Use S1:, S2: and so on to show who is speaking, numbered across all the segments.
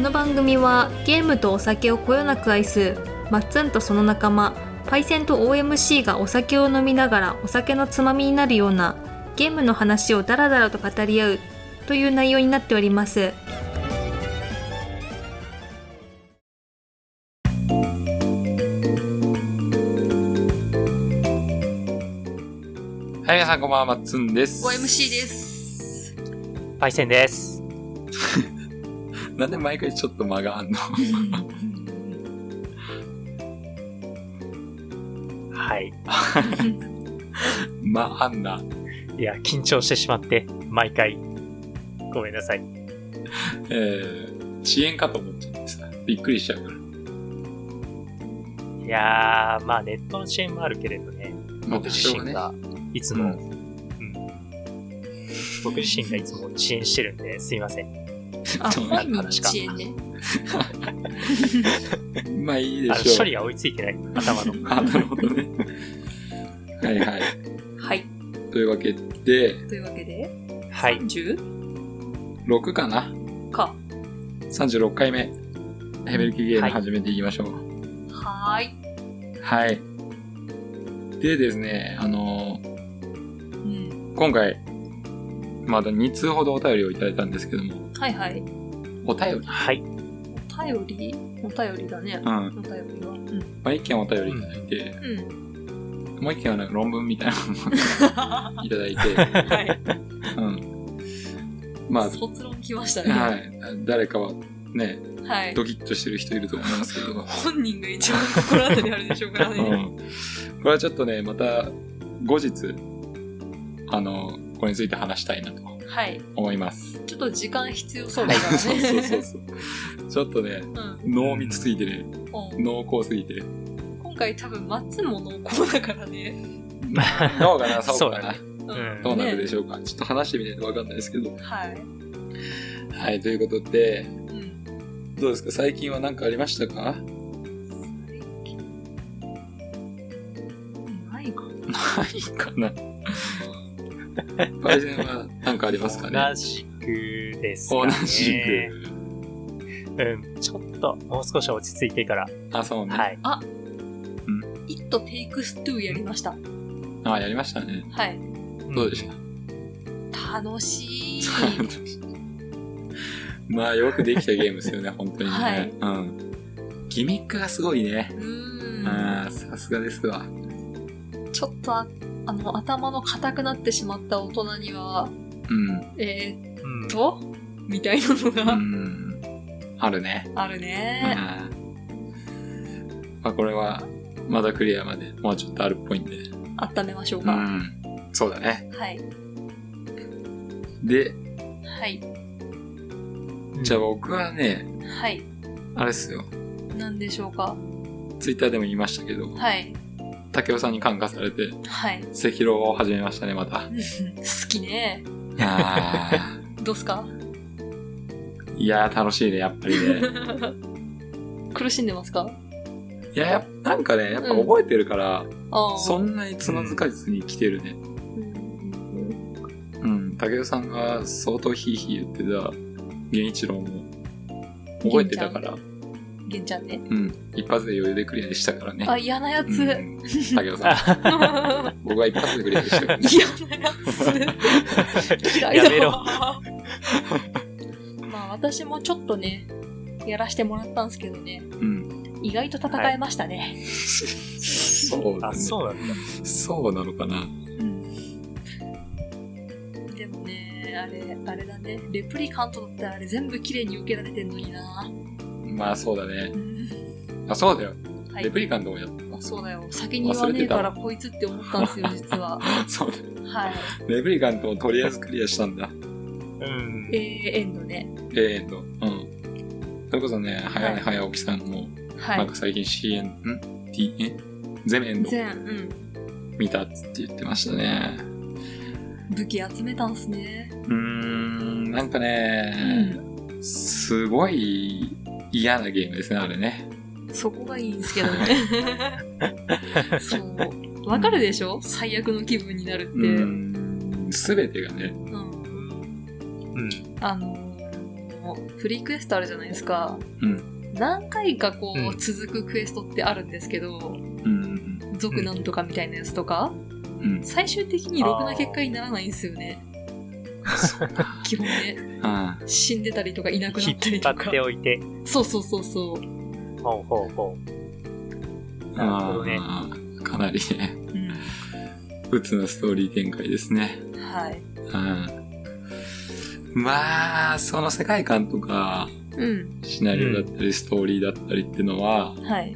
S1: の番組はゲームとお酒をこよなく愛すマッツンとその仲間パイセンと OMC がお酒を飲みながらお酒のつまみになるようなゲームの話をダラダラと語り合うという内容になっております
S2: はい、皆さんこんばんは、まっつんです。
S3: OMC です。
S4: パイセンです。
S2: なんで毎回ちょっと間があんの
S4: はい。
S2: 間あんな。
S4: いや、緊張してしまって、毎回。ごめんなさい。
S2: えー、遅延かと思っちゃってさ、びっくりしちゃうから。
S4: いやー、まあネットの支援もあるけれどね、僕自
S2: う
S4: 身
S2: ね、
S4: がいつ
S2: う
S4: も、
S2: ん
S4: 僕自身がいつも遅延してるんで、すいません。
S1: あ
S2: そう
S4: はい話か
S3: 遅延ね。
S2: まあいいで
S4: あの
S2: しょう。
S4: 処理が追いついてない、頭 の。
S2: あ、なるほどね。はいはい。
S3: はい。
S2: というわけで、
S3: というわけで、
S4: はい。
S3: 10
S2: 6かな
S3: か。
S2: ?36 回目。ヘベルキゲーム始めていきましょう。
S3: はーい。
S2: はい。でですね、あのー
S3: うん。
S2: 今回、まだ2通ほどお便りをいただいたんですけども、
S3: はいはい。
S2: お便り
S4: はい。
S3: お便りお便りだね
S2: う。ん。
S3: お便りは。うん。
S2: まあ、1件お便りいただいて、
S3: うん。
S2: もう1件はなんか論文みたいなの
S3: は
S2: もいただいて、
S3: い。
S2: うん。まあ、
S3: 卒論来ました
S2: は
S3: ね。
S2: い。誰かはね、
S3: はい。
S2: ドキッとしてる人いると思いますけど、
S3: 本人が一番心当たりあるでしょうから
S2: う
S3: ね。
S2: ん、これはちょっとねまた後日あのこれについて話したいなと
S3: はい。
S2: 思います。
S3: ちょっと時間必要そうだから ね。
S2: そうそうそうそうちょっとね
S3: うん
S2: 濃密すぎてね
S3: うん
S2: 濃厚すぎて
S3: 今回多分、松も濃厚だからね。
S2: どうかなそ
S4: そうう
S2: か
S4: だ
S2: な
S4: ね
S3: う
S4: うん
S2: どうなるで
S3: ね
S2: しょうか、ちょっと話してみないとわかんないですけど
S3: はい。
S2: はいということで
S3: うん。
S2: どうですか最近は何かありましたか
S3: ないかな。
S2: ないかなパイセンは何かありますかね
S4: 同じくですか
S2: 同
S4: ね。
S2: じ
S4: うん。ちょっと、もう少し落ち着いてから。
S2: くあそうね、
S4: はい。
S3: イットテイクストゥーやりました。
S2: あやりましたね
S3: はい。
S2: どうでした、
S3: 楽しい。
S2: まあよくできたゲームですよね、本当にね。
S3: はい
S2: うん。ギミックがすごいね。
S3: うー
S2: ああ、さすがですわ。
S3: ん。ちょっとあ、あの、頭の硬くなってしまった大人には、
S2: うん。
S3: えー、っ
S4: うん。
S3: とみたいなの
S2: う
S3: が
S2: ん。あるね。
S3: あるね。
S2: うんまあこれは、まだクリアまで、もうちょっとあるっぽいんで。
S3: 温めましょう
S2: う
S3: か。
S2: ん。そうだね。
S3: はい。
S2: で、
S3: はい。
S2: じゃあ僕はね、
S3: はい。
S2: あれっすよ。
S3: なんでしょうか。
S2: ツイッターでも言いましたけど、
S3: はい。
S2: 竹雄さんに感化されて、
S3: はい。
S2: 赤狼を始めましたね、また。
S3: 好きね。
S2: あー
S3: どうすか
S2: いやー、楽しいね、やっぱりね。
S3: 苦しんでますか
S2: いや、やっぱなんかね、やっぱ覚えてるから、
S3: ああ。
S2: そんなにつまずかずに来てるね。う
S3: うん
S2: ん。武雄さんが相当ヒーヒー言ってた、源一郎も、覚えてたから、
S3: げんちゃんね。
S2: うん。一発で余裕でクリアでしたからね。
S3: あ、嫌なや
S2: う
S3: つ。
S2: ん、
S3: 嫌
S2: 武雄さん、
S3: な
S2: 僕は一発でクリアでしたからね。
S3: や つ。嫌いだわ
S4: やめろ
S3: まあ私もちょっとね、やらしてもらったんですけどね、
S2: うん。
S3: 意外と戦えましたね。
S2: そうだ
S4: あ、
S2: ね。
S4: そうなんだ。
S2: そうなのかな。
S3: うんでもね、あれ、あれだね、レプリカントだったらあれ全部綺麗に受けられてんのにな。
S2: まあそうだね
S3: う。ん
S2: あ、そうだよ。
S3: はい
S2: レプリカントもやってます。
S3: そうだよ、先に言わねえからこいつって思ったんで すよ、実は。
S2: そうだよ。
S3: はい。
S2: レプリカントもとりあえずクリアしたんだ。
S4: うん。
S3: えー、エンドね。
S2: えーと、うん。それこそね、早寝早起きさんも、
S3: は
S2: なん
S3: い
S2: か。最近 CN、ん ?T、え全エンド
S3: 全、うん。
S2: 見たっつって言ってましたね。
S3: 武器集めたんすね。
S2: うーん、なんかね、すごい嫌なゲームですね、あれね。
S3: そこがいいんですけど ね。そう。わかるでしょ最悪の気分になるって。
S2: うーん、すべてがね、
S3: うん
S4: うん。
S3: あのーの、プリクエストあるじゃないですか。
S2: うん。
S3: 何回かこう、
S4: うん
S3: 続くクエストってあるんですけど、
S2: うん。
S3: 族なんとかみたいなやつとか、
S2: うん。
S3: 最終的にろくな結果にならないんですよね。 基本ね、
S2: ああ。
S3: 死んでたりとかいなくなった
S4: 引
S3: り
S4: っ張
S3: と
S4: っ
S3: か
S4: て。おいて。
S3: そうそうそうそう。
S4: ほうほうほう。なるほどね
S2: ああ。かなりね、
S3: うん。
S2: 鬱なストーリー展開ですね。
S3: はい。
S2: うん。まあ、その世界観とか、
S3: うん。
S2: シナリオだったり、ストーリーだったりっていうのは、
S3: はい。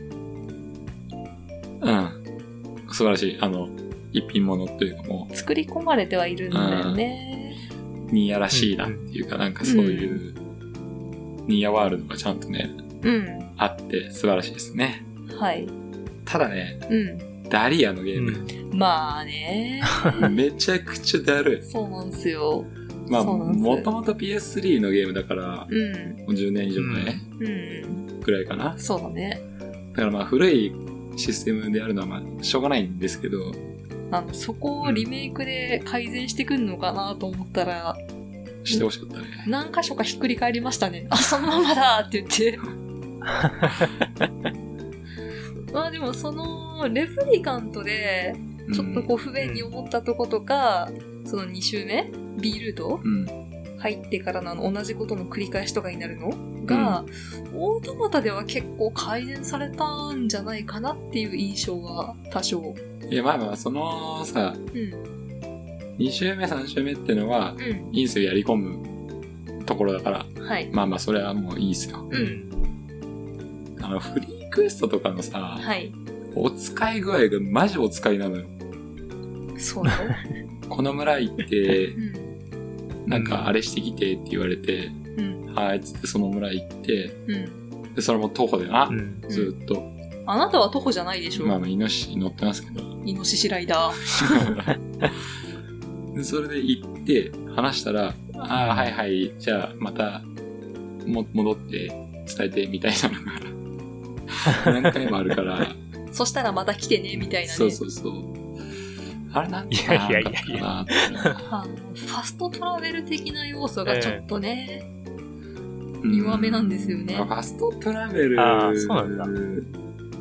S2: うん。素晴らしい。あの、一品物というかも
S3: 作り込まれてはいるんだよね。
S2: う、ニーヤらしいなっていうか、なんかそういう、ニーヤワールドがちゃんとね、
S3: うん。
S2: あって素晴らしいですね。
S3: はい。
S2: ただね、
S3: うん。
S2: ダリアのゲーム、
S4: う
S3: まあね。
S2: めちゃくちゃだる
S3: そうなんすよ。
S2: い。まあ、
S3: そうなんです
S2: もともと PS3 のゲームだから、
S3: うん。
S2: もう10年以上前
S3: うん。
S2: くらいかな。
S3: そうだね。
S2: だからまあ、古いシステムであるのはまあ、しょうがないんですけど、
S3: あの、そこをリメイクで改善してくんのかなと思ったら、
S2: してほしかったね。
S3: 何箇所かひっくり返りましたね。あ、そのままだって言 って。まあでもその、レプリカントで、ちょっとこう不便に思ったとことか、その2周目 ?B ルート
S2: うん。
S3: 入ってからのあの同じことの繰り返しとかになるのが、オートマタでは結構改善されたんじゃないかなっていう印象は多少。
S2: うん。いや、まあまあ、そのさ、
S3: うん。
S2: 2周目、3周目ってのは、
S3: う
S2: 因数やり込むところだから、
S3: ん。はい。
S2: まあまあ、それはもういいですよ。
S3: うん。
S2: あの、フリークエストとかのさ、
S3: はい。
S2: お使い具合がマジお使いなのよ。
S3: そうだよ。
S2: この村行って
S3: う、ん。
S2: なんかあれしてきてって言われて、
S3: うん。
S2: はいっつってその村行って、
S3: うん。
S2: で、それも徒歩でな
S4: う、ん。
S2: ずーっと。
S3: あなたは徒歩じゃないでしょ、
S2: まあまあ、イノシシ乗ってますけど。
S3: イノシシライダー。
S2: でそれで行って、話したら、ああ、はいはい、じゃあまた、も、戻って伝えてみたいな のが、何回もあるから、
S3: そしたらまた来てね、みたいなね。
S2: そうそうそう。あれなんてなか
S4: いやいやいやいや
S2: なって
S3: あの、ファストトラベル的な要素がちょっとね、
S2: うん
S3: 弱めなんですよね
S2: まあファストトラベル
S4: あーそうな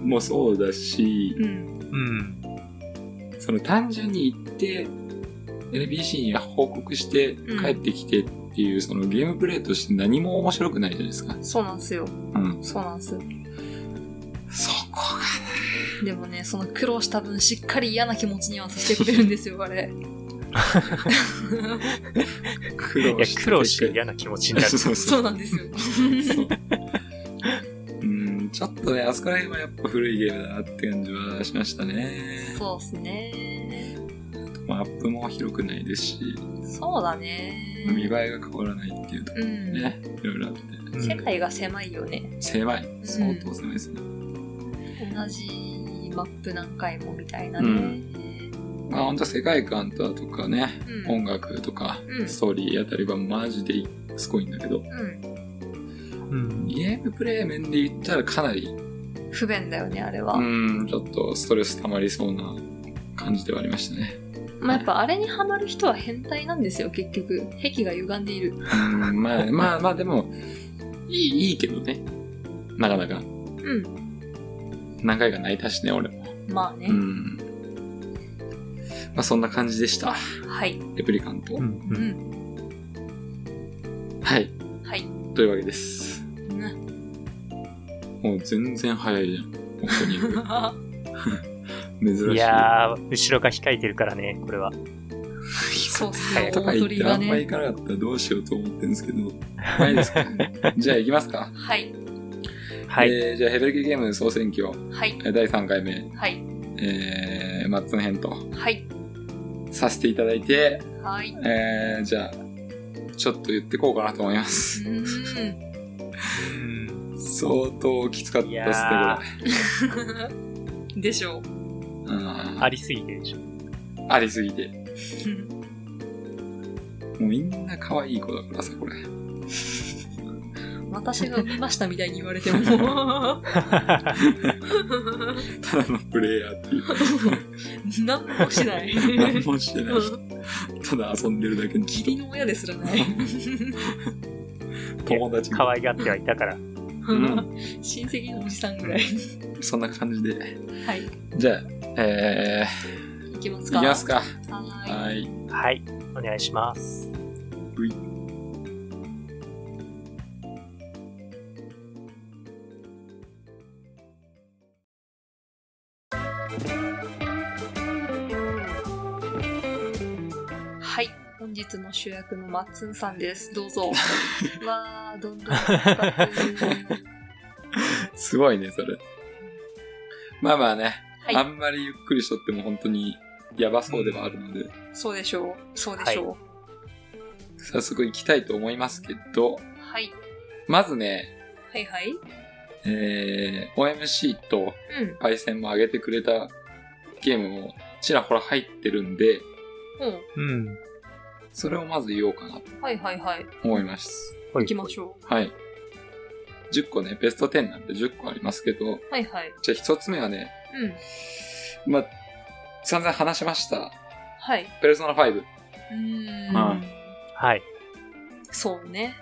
S2: もそうだし、
S3: うん。
S4: うん。
S2: その単純に行って、NBC に報告して
S3: うん
S2: 帰ってきてっていう、そのゲームプレイとして何も面白くないじゃないですか。
S3: そうなんすよ。
S2: うん。
S3: そうなんす。
S2: そこ
S3: でもね、その苦労した分、しっかり嫌な気持ちにはさせてくれるんですよ、あれ。
S2: が苦
S4: いや
S2: 労して、
S4: 苦労して嫌な気持ちになる。
S2: そう
S3: そ
S2: そうう。
S3: なんですよ。
S2: そううん、ちょっとね、あそこら辺はやっぱ古いゲームだなって感じはしましたね。
S3: そうっすね。
S2: まあ、アップも広くないですし、
S3: そうだね。
S2: 見栄えが変わらないっていうとこ
S3: うん。
S2: ろね、いろいろあって。
S4: うん
S3: 世界が狭いよね。
S2: 狭い。相当狭いですね。
S3: 同じマップ何回もみたいなね。
S2: う
S3: うん
S2: まあ、ほんと世界観とあとかね、
S3: ん。
S2: 音楽とか、
S3: うん
S2: ストーリーあたりはマジですごいんだけど、
S3: うん。
S4: うん。
S2: ゲームプレイ面で言ったらかなり、
S3: 不便だよね、あれは。
S2: うん、ちょっとストレス溜まりそうな感じではありましたね。
S3: まあやっぱあれにハマる人は変態なんですよ、結局。癖が歪んでいる。
S2: うん、まあまあまあでも、いい、いいけどね。なかなか。
S3: うん。
S2: 何回か泣いたしね、俺も。
S3: まあね。
S2: うん。まあそんな感じでした。
S3: はい。
S2: レプリカント。
S4: うん
S3: う
S4: うん
S3: ん。
S2: はい。
S3: はい。
S2: というわけです。
S3: うん
S2: もう全然早いじゃん。本当に。珍しい。
S4: いやー、後ろが控えてるからね、これは。
S3: そうっす
S4: は
S3: よ、
S4: い
S2: とか言
S3: 大
S2: っ
S3: 鳥
S2: て
S3: が
S2: あんま
S3: ね
S2: 行。かなかったらどうしようと思ってるんですけど。ないですか じゃあ行きますか。
S3: はい。
S4: はい。
S2: えーじゃあヘベルケゲーム総選挙、
S3: はい。
S2: えー第3回目、
S3: はい。
S2: えー、マッツン編と
S3: はい。
S2: させていただいて、
S3: はい。
S2: えー、じゃあ、ちょっと言ってこうかなと思い ます。
S3: うーん。
S4: うん
S2: 相当きつかった
S4: い
S2: で
S4: や
S2: すね、
S3: でしょう。
S2: これ。うん
S4: ー、ありすぎてでしょ。
S2: ありすぎて。もうみんな可愛い子だからさ、これ。
S3: 私が産みましたみたいに言われても、
S2: ただのプレイヤーっていう。
S3: 何もしない。
S2: 何もしてない
S3: うん
S2: 人。ただ遊んでるだけの
S3: 義
S2: 人
S3: 理。の親ですらない。
S2: 友達
S4: 可愛がってはいたから。
S2: うん
S3: 親戚のおじさんぐらい。
S2: そんな感じで。
S3: はい。
S2: じゃあ、え
S3: いきます
S2: ー、い
S3: か。
S2: きますか。
S3: は
S2: はい。
S4: はい、お願いします。
S3: い。はい。本日の主役のマッツンさんです。どうぞ。わー、どんどん頑張ってる。
S2: すごいね、それ。まあまあね、
S3: はい
S2: あんまりゆっくりしとっても本当にやばそうではあるので、
S3: そうでしょう。そうでしょ
S2: 早速行きたいと思いますけど、
S3: う。はい。
S2: まずね、
S3: はいはい。
S2: えー、OMC と
S3: うん。
S2: パイセンも上げてくれたゲームもちらほら入ってるんで、
S3: うん。
S4: うん。
S2: それをまず言おうかなと
S3: はいはいはい。
S2: 思います。
S4: はい
S3: 行きましょ
S2: はい。10個ね、ベスト10なんて10個ありますけど、
S3: う。はいはい。
S2: じゃあ1つ目はね、
S3: うん。
S2: まあ、散々話しました。
S3: はい。
S2: ペルソナ5。
S3: うーん。
S2: は
S4: はい。
S3: そうね。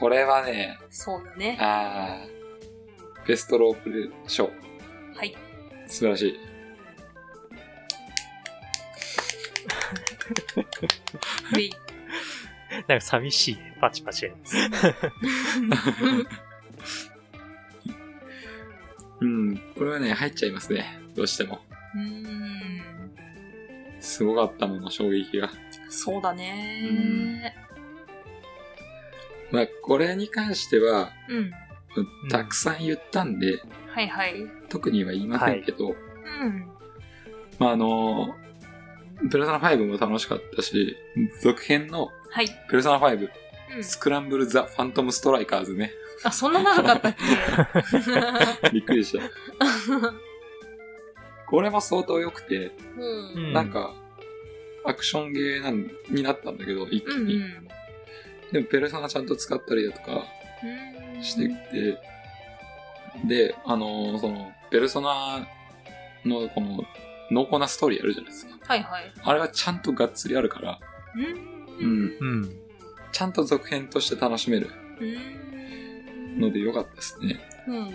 S2: これはね、
S3: そうだ ね。
S2: あー、ベストロープレイ賞。
S3: はい。
S2: 素晴らしい。
S3: ウェイ。
S4: なんか寂しい。パチパチ。
S2: うん、これはね、入っちゃいますね。どうしても。
S3: うーん。
S2: すごかったもの、衝撃が。
S3: そうだね。
S2: まあ、これに関しては、
S3: うん。
S4: ん
S2: たくさん言ったんで、
S3: はいはい。う
S2: 特には言いませんけど、
S3: ん。
S2: まあ、あのー、ペルソナ5も楽しかったし、続編の
S3: はい。
S2: ペルソナ5、
S3: うん。
S2: スクランブル・ザ・ファントム・ストライカーズ ね。
S3: あ、そんな長かったっけ
S2: びっくりした。これも相当良くて、
S3: うん。うん
S2: なんか、アクションゲーなんになったんだけど、一気
S3: うん
S2: に。でも、ペルソナちゃんと使ったりだとか
S3: うん。
S2: してきて、で、あのーその、ペルソナのこの、濃厚なストーリーあるじゃないですか。
S3: はいはい。
S2: あれはちゃんとがっつりあるから、
S3: う
S2: うん
S3: ん。
S4: うん。
S2: ちゃんと続編として楽しめる
S3: うん。
S2: ので良かったですね。
S3: うん。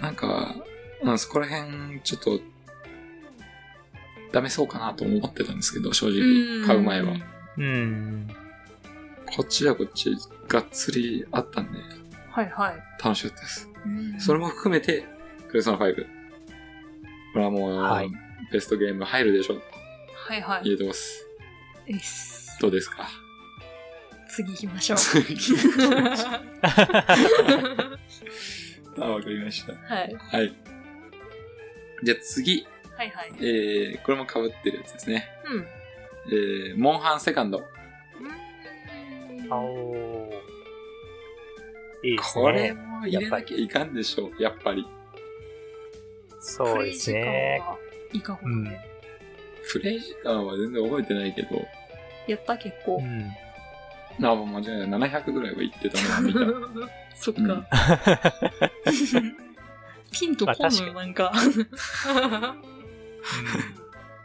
S2: なんか、うん、そこら辺、ちょっと、ダメそうかなと思ってたんですけど、正
S3: うん。
S2: 直、買う前は。。
S4: うん。
S2: こっちはこっち、がっつりあったんで、
S3: はいはい。
S2: 楽しかったです。
S3: うん
S2: それも含めて、クレソナ5。これはもう、
S4: はい
S2: ベストゲーム入るでしょ、
S3: はいは
S2: 言
S3: い。
S2: えてます。
S3: えっす
S2: どうです か
S3: 次行き ましょう。
S2: あ、わかりました。
S3: はい。
S2: はい。じゃあ次、
S3: はいはい。
S2: えー、これも被ってるやつですね。
S3: うん。
S2: えー、モンハンセカンド。
S4: あおーいいですね。
S2: これも入れなきゃいかんでしょう、やっぱり。
S4: そうですね。。
S3: いかほどね。
S2: プレイ時間は全然覚えてないけど、
S3: やった結
S4: う
S3: 構。
S4: ん。
S2: なあ、もう間違いない。700ぐらいは行ってたのは見 た。
S3: そっ
S2: う
S3: か
S2: ん。
S3: ピンとこんのよ、なんか。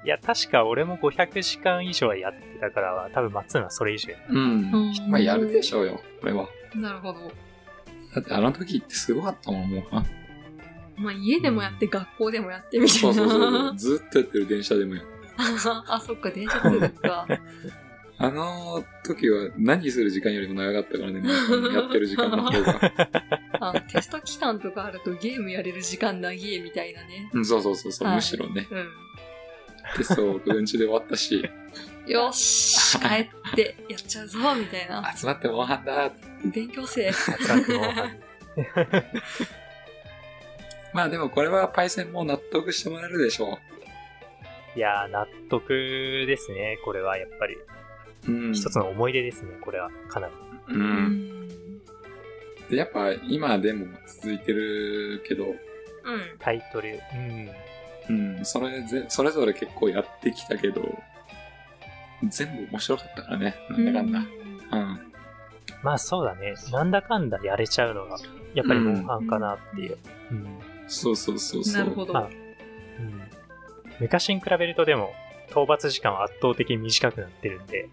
S4: いや、確か俺も500時間以上はやってたから、多分松村はそれ以上や
S2: う。
S3: うんん
S2: まあ、やるでしょうよ、これは。
S3: なるほど。
S2: だってあの時ってすごかったもん、もうな。
S3: まあ、家でもやって、学校でもやってみたい
S2: そ
S3: な。
S2: うそうそう。ずっとやってる電車でもやる。
S3: あ、そっか、電車通学 か。
S2: あの時は何する時間よりも長かったからね、もうやってる時間の方 が。
S3: あのテスト期間とかあるとゲームやれる時間長えみたいなね。
S2: うん、そうそうそうそう、
S3: はい
S2: むしろね。
S3: う
S2: テストを午前中で終わった し、
S3: ん。よし、帰って、やっちゃうぞ、みたいな。
S2: 集まってモンハンだ
S3: 勉強生。
S4: つ らくもう
S2: まあでもこれはパイセンも納得してもらえるでしょ
S4: いやー、納得ですね、これはやっぱり。
S2: う。うん。
S4: 一つの思い出ですね、これは、かなり。
S2: う。
S3: うんん。
S2: で、やっぱ今でも続いてるけど、
S3: うん。
S4: タイトル。うん。
S2: うん、それぜ、それぞれ結構やってきたけど、全部面白かったからね、なんだかんだ。うん。
S4: まあそうだね、なんだかんだやれちゃうのが、やっぱりモンハンかなっていう。うん。
S2: そうそうそうそう。
S3: なるほど。
S4: まあうん昔に比べるとでも、討伐時間は圧倒的に短くなってるんで、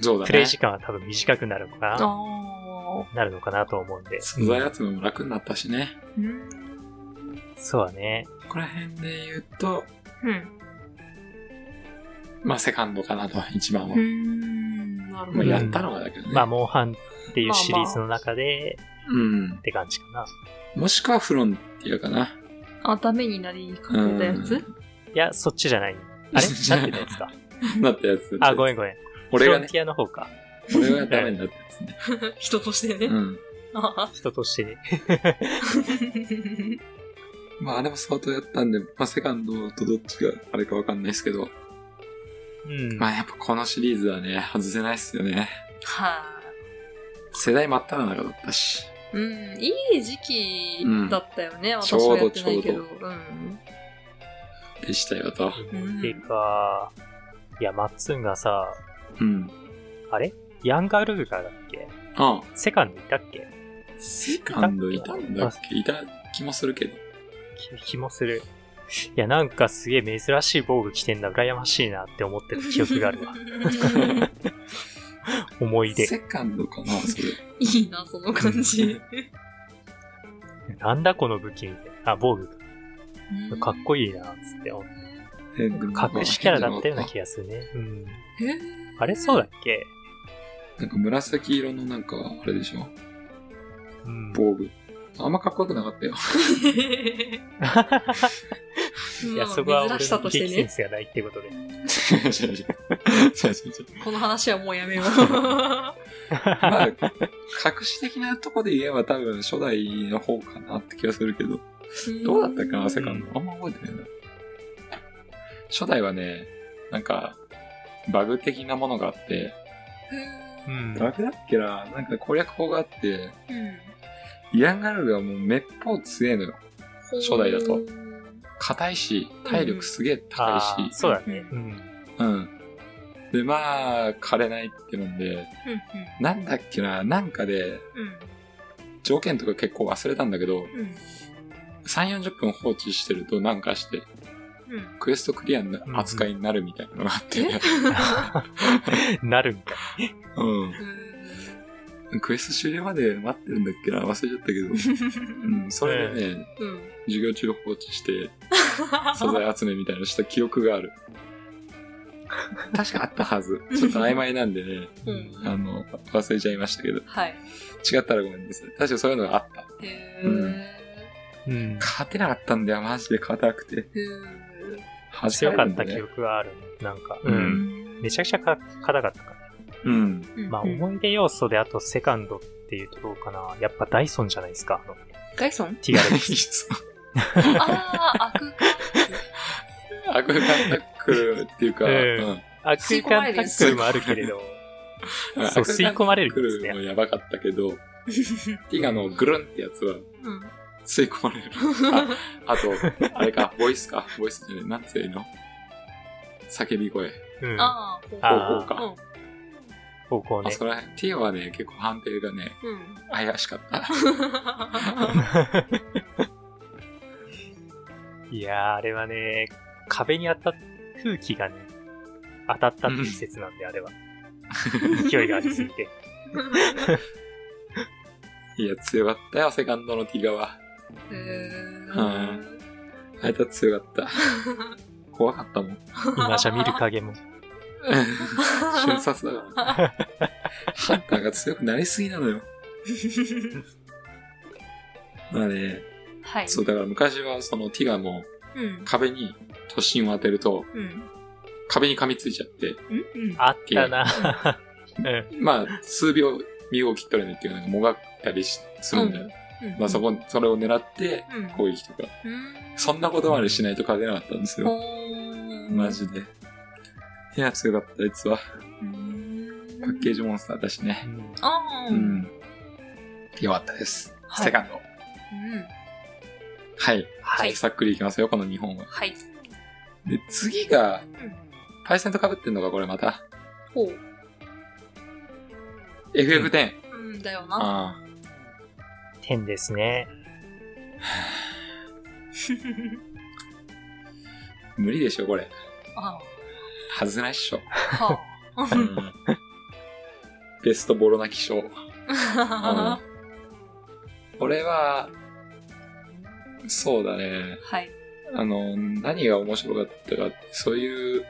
S2: そうだね。
S4: プレイ時間は多分短くなるのかな。
S3: あ
S4: なるのかなと思うんで。
S2: 素材集めも楽になったしね。
S3: うん。
S4: そうだね。
S2: ここら辺で言うと、
S1: うん。
S2: まあセカンドかなと、一番は
S3: う。ん。なるほ
S2: ま
S3: ど。
S2: あやったのがだけどね。
S4: まあ、モンハンっていうシリーズの中で
S2: うん
S4: っ。て感じかな。
S2: もしくはフロンティアかな。
S3: あ、ダメになりかけたやつ
S4: いや、そっちじ ゃない。あれなんていうやつか。
S2: なったやつ。
S4: あ、ごめん
S2: ん。
S4: ごめん。
S2: 俺がね
S4: フロン、ティアの方か。
S2: 俺がダメになったやつね。
S3: 人として ね。
S2: うん。
S3: ああ
S4: 人としてね。
S2: まああれも相当やったんで、まあセカンドとどっちがあれかわかんないですけど、
S4: うん。
S2: まあやっぱこのシリーズはね、外せないっすよね。
S3: は
S2: 世代真っ只中だったし。
S3: い。うん。いい時期だったよね。私
S2: ちょ
S3: は
S2: うど
S3: やってないけど。
S2: ち
S3: うん。
S2: でしたよと。
S3: うん
S4: てか、いや、マッツンがさ、
S2: うん。
S4: あれヤンガルーガーだっけ
S2: あ
S4: セカンドいたっけ
S2: セカンドいたんだっけいた気もするけど。
S4: 気気もする。いや、なんかすげえ珍しい防具着てんだ、羨ましいなって思ってる記憶があ るわ。思い出。
S2: セカンドかな それ。
S3: いいな、その感じ。
S4: なんだこの武器みたいな。あ、防具か。かっ こいいな、つって思って。
S2: えでも
S4: 隠しキャラだったような
S2: ま
S4: 気がするね。うん。
S3: いい。え
S4: あれそうだっけ
S2: あなんか紫色のなんか、あれでしょ
S4: うん。
S2: 防具。あんまかっこよくなかった よ。
S4: いや、そこは俺
S3: 珍しさ
S4: の
S3: と
S4: 激
S3: して
S4: セン
S3: ね、
S4: スがないってことで。
S2: 違う違う違う。違う違う違う
S3: この話はもうや めよう。
S2: まあ、隠し的なとこで言えば多分初代の方かなって気がするけど、どうだったかな、セカンド。あんま覚えてないな。初代はね、なんか、バグ的なものがあって、
S3: う
S4: うん。
S2: バグだっけななんか攻略法があって、
S3: ん
S2: イアンガルルはもうめっぽう強えのよ。初代だと硬いし、体力すげえ高い
S4: あー
S2: し、
S4: そうだね。
S3: う
S4: うん。
S2: うん。で、まあ、枯れないってのんで、
S3: うん
S2: なんだっけな、なんかで、条件とか結構忘れたんだけど、
S3: うんうん
S2: 3、40分放置してるとなんかして、
S3: うんうん
S2: クエストクリアの扱いになるみたいなのがあって、
S4: なるんか。
S2: うん。クエスト終了まで待ってるんだっけな、忘れちゃったけ ど、うん、それでね、
S3: うんうん
S2: 授業中放置して、素材集めみたいなのした記憶がある。 確かあったはず。ちょっと曖昧なんでね、
S3: うん
S2: あの、忘れちゃいましたけど、
S3: はい。
S2: 違ったらごめんなさい。確かそういうのがあった。
S3: へえ。
S2: うん
S4: うん。
S2: 勝てなかったんだよ、マジで硬くて。
S3: へー
S2: 外
S4: 強かった
S2: け
S4: 記
S2: ど。
S4: 憶がある。なんか、
S2: う
S4: うんん。めちゃくちゃか硬かったから。
S2: うん。
S3: うん
S4: まあ、
S3: うん
S4: 思い出要素であとセカンドっていうところかな。やっぱダイソンじゃないですか。あの、
S3: ダイソ ン
S4: TRX。
S3: ああ、悪化。
S2: アクアカンタックルっていうか、
S4: う
S2: うんん。
S4: あ、空間タックルもあるけれど。そう吸い込まれるんですね
S2: アクアカンタックルもやばかったけど、 ティガのグルンってやつは
S3: うん。
S2: 吸い込まれる。あと、あれか、ボイスか、ボイスじゃない、なんつうの叫び声。
S4: うん。
S3: あー
S4: あ
S2: 方向か。
S4: 方向
S2: あ
S4: ね
S2: そ。こら辺、ティガはね、結構判定がね、
S3: うん。うん。
S2: 怪しかった。
S4: いやー、あれはね、壁に当たっ、空気がね、当たったっていう説なんで、あれ は。勢いがありすぎて。
S2: いや、強かったよ、セカンドのティガは。
S3: へー
S2: はあいつは強かった。怖かったもん。
S4: 今じゃ見る。影も。
S2: 瞬殺だから。ハンターが強くなりすぎなのよ。まあね、
S3: はい。
S2: そう、だから昔はそのティガも
S3: うん。
S2: 壁に突進を当てると
S3: うん。
S2: 壁に噛みついちゃって、
S3: うん。うん。
S4: あった なうん。
S2: まあ数秒身動き取れないっていうのがもがったりしするんだよ。
S3: うん
S2: まあそこ、それを狙って
S3: うん
S2: 攻撃とか。
S3: うん。
S2: そんなことまでしないと勝てなかったんですよ。
S3: うん。
S2: マジで。いや、強かった、あいつは。
S3: うん
S2: パッケージモンスターだしね。
S3: ああ。
S2: う。ん。よかったです。
S3: はい
S2: セカンド。
S3: うん
S2: はい。
S4: は
S3: はいい。
S2: さっくりいきますよ、この2本は。
S3: はい。
S2: で、次が、
S3: ん
S2: パイセンと被ってんのか、これまた。
S3: ほう。
S2: FF10。
S3: うんだよな。
S2: ああ。
S4: 点ですね。
S2: 無理でしょ、これ。
S3: あ
S2: 外せないっしょ。
S3: あ。はあ。
S2: ベストボロ泣き賞。うん
S3: は
S2: 俺は、そうだね。
S3: い。
S2: あの、何が面白かったかって、そういう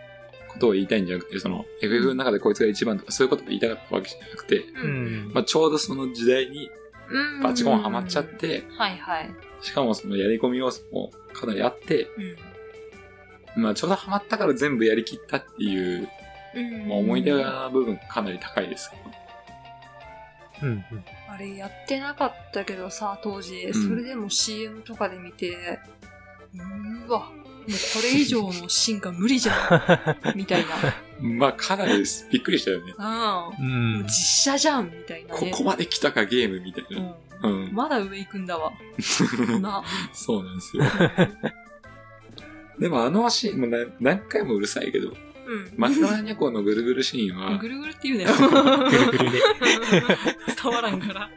S2: ことを言いたいんじゃなくて、その、FF の中でこいつが一番とか、そういうことを言いたかったわけじゃなくて、
S3: う
S4: う。ん。
S2: まあ、ちょうどその時代に
S3: うん
S2: バチコンハマっちゃって、
S3: はいはい。
S2: しかもそのやり込み要素もかなりあって、
S3: うん
S2: まあ、ちょうどハマったから全部やりきったっていう、
S3: うん
S2: まあ、思い出が部分かなり高いですけど。
S4: うんうん。
S3: あれやってなかったけどさ、当時。
S2: ん
S3: それでも CM とかで見て、うーわ、もうこれ以上の進化無理じゃ ん、みたい
S2: まあ、かなりです。びっくりしたよ ね。
S3: な。うん。
S4: うん。
S3: 実写じゃん、みたいな
S2: こ
S3: ね。
S2: こまで来たかゲームみたいうな。
S3: ん。
S2: うん。
S3: まだ上行くんだわ。な。
S2: そうなんですよ。でもあのシーン、もうな何回もうるさいけど、
S3: うん。
S2: マクラーニャコのぐるぐるシーンは
S3: ぐ、るぐるって言 うね。
S4: ぐるぐるで。
S3: 伝わらんから。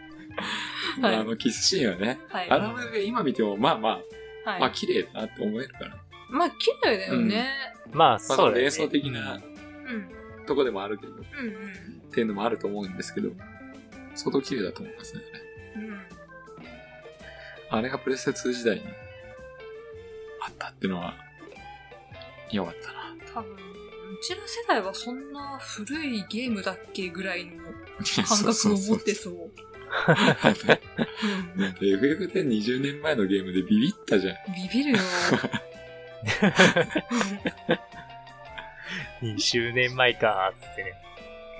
S2: まあ
S3: はい
S2: あのキスシーンはね、
S3: はい。
S2: あの上今見ても、まあまあ、ま
S3: は
S2: あ
S3: い。
S2: 綺麗だなって思えるから。ま
S3: まあ、綺麗だよね。
S4: まあ、
S2: あ
S4: そうだよね。
S2: 連想的な
S3: うん。
S2: とこでもあるけど、っ
S3: うんうん。
S2: ていうのもあると思うんですけど、相当綺麗だと思いますね。
S3: うん。
S2: あれがプレステ2時代にあったってのは、よかったな。
S3: 多分、うちの世代はそんな古いゲームだっけぐらいの 感覚 を持ってそ
S2: そう。
S3: う。うん
S2: なんか FF って20年前のゲームでビビったじゃん。
S3: ビビる よ。
S4: 20年前かーってね。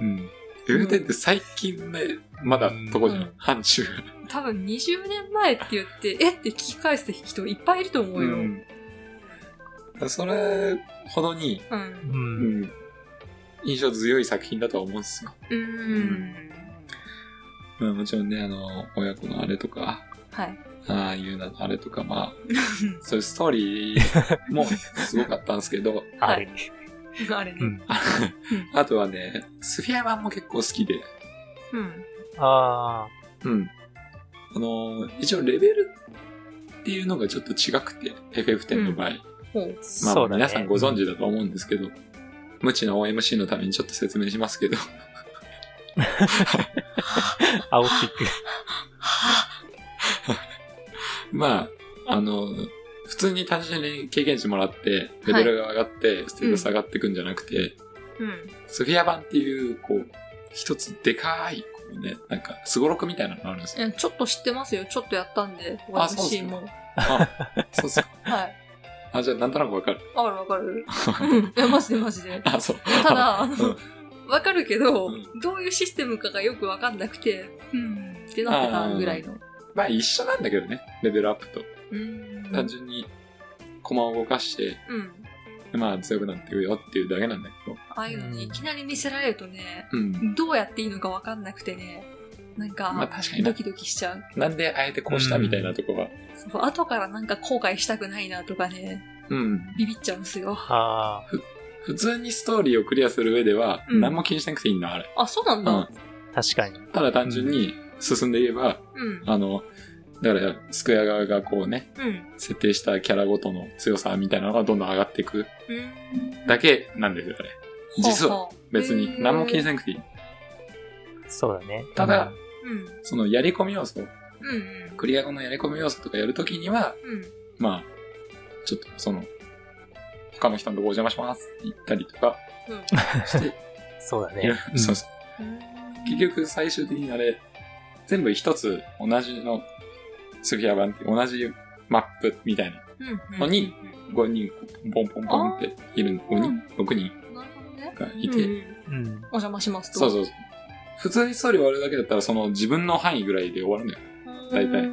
S2: うん。FF 10って最近ね、まだとこじゃ
S3: うん
S2: ん。範疇が。
S3: 多分20年前って言って、えって聞き返す人いっぱいいると思うよ。うん。
S2: うん。それほどに、
S3: う。
S4: うん。
S2: うんん、印象強い作品だとは思うんですよ。
S3: うん。
S2: まあもちろんね、あの、親子のあれとか、
S3: はい。
S2: ああいうなあれとか、まあ、そういうストーリーもすごかったんですけど、
S4: あれ。
S3: あれね。
S4: うん
S2: あとはね、スフィア版も結構好きで、
S3: うん。
S4: あ
S2: うん。あの、一応レベルっていうのがちょっと違くて、FF10 の場合。
S3: ほう
S4: あ。、
S2: ま
S4: そう
S2: あ、
S4: だね。
S2: 皆さんご存知だと思うんですけど、無知の OMC のためにちょっと説明しますけど、
S4: 青キック。
S2: まあ、あの、普通に単純に経験値もらって、レベルが上がって、ステータス上がっていくんじゃなくて、
S3: うん。
S2: スフィア版っていう、こう、一つでかい、こうね、なんか、すごろくみたいなのがあるんですよ。
S3: えちょっと知ってますよ。ちょっとやったんで。
S2: あそうっす
S3: 私
S2: か
S3: も。
S2: あ、そうっすか。
S3: はい。
S2: あ、じゃあ、なんとなくわかる。
S3: わかるわかる。 うんいや。マジでマジで。
S2: あ、そう。
S3: ただ、あ
S2: うん
S3: の、わかるけど、
S2: うん
S3: どういうシステムかがよくわかんなくて、うん、ってなってたぐらいの。
S2: まあ、一緒なんだけどね、レベルアップと。
S3: うん。
S2: 単純に、駒を動かして、
S3: うん。
S2: まあ、強くなっていくよっていうだけなんだけど。
S3: ああいうのにいきなり見せられるとね、
S2: うん。
S3: どうやっていいのかわかんなくてね、なんか、
S2: まあ、確かに
S3: ド
S2: な。
S3: キドキしちゃう。
S2: なんで、あえてこうしたみたいなとこは。
S3: そう後からなんか後悔したくないなとかね、
S2: うん。
S3: ビビっちゃうんすよ。
S4: あ
S2: 普通にストーリーをクリアする上では、
S3: うん
S2: 何も気にしなくていいんだ、あれ。
S3: あ、そうなん
S2: う
S3: だ
S2: ん。。
S4: あ、確かに。
S2: ただ単純に進んでいけば、
S3: うん。
S2: あの、だから、スクエア側がこうね、
S3: うん。
S2: 設定したキャラごとの強さみたいなのがどんどん上がっていく
S3: うん。
S2: だけなんですよ、あれ。実は
S3: はあ
S2: 別に何も気に
S3: へ
S2: せなくていい。
S4: そうだね。
S2: ただ、
S3: ーうん。
S2: そのやり込み要素、
S3: うん。
S2: クリア後のやり込み要素とかやるときには、
S3: うん。うん。
S2: まあ、ちょっとその、他の人のとこお邪魔しますって言ったりとかして、
S4: そうだ
S2: いろ
S4: ね
S2: い。 ろそうそう。
S3: うん
S2: 結、局最終的にあれ、全部一つ同じのスフィア版って同じマップみたいな
S3: うん。
S2: のに5人ポンポンポンっている5人 ?6 人
S3: うんなるほどね。
S2: がい
S3: うん
S2: て。
S3: うん
S4: うん。
S3: お邪魔しますと。
S2: そうそうそう。普通にストーリー終わるだけだったらその自分の範囲ぐらいで終わるんだよ。大体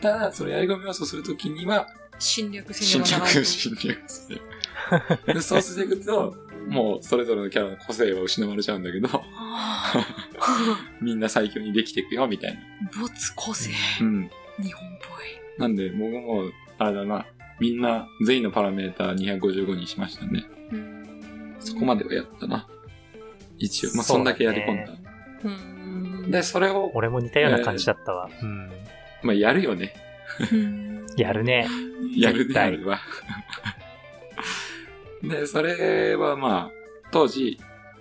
S2: ただ、それやり込み要素するときには
S3: 侵略戦
S2: 侵
S3: 略
S2: 略、侵略する。 でそうしていくと、もうそれぞれのキャラの個性は失われちゃうんだけど、 みんな最強にできていくよ、みたいな。
S3: 没個性。
S2: うん。
S3: 日本っ
S2: なんで、僕も、あれだな、みんな、全員のパラメーター255にしましたね。
S3: ぽい。うん
S2: そこまで。はやったな。一応、まあ、そ
S4: そ
S2: ん
S4: うだ
S2: だ
S4: ね
S2: けやり込んだ。
S3: うん。
S2: で、それを、
S4: 俺も似たような感じだったわ。うん。
S2: まあ、やるよね。
S3: うん
S4: やるね。
S2: やる
S4: 絶
S2: であ
S4: 対
S2: れば。 で、それはまあ、当時、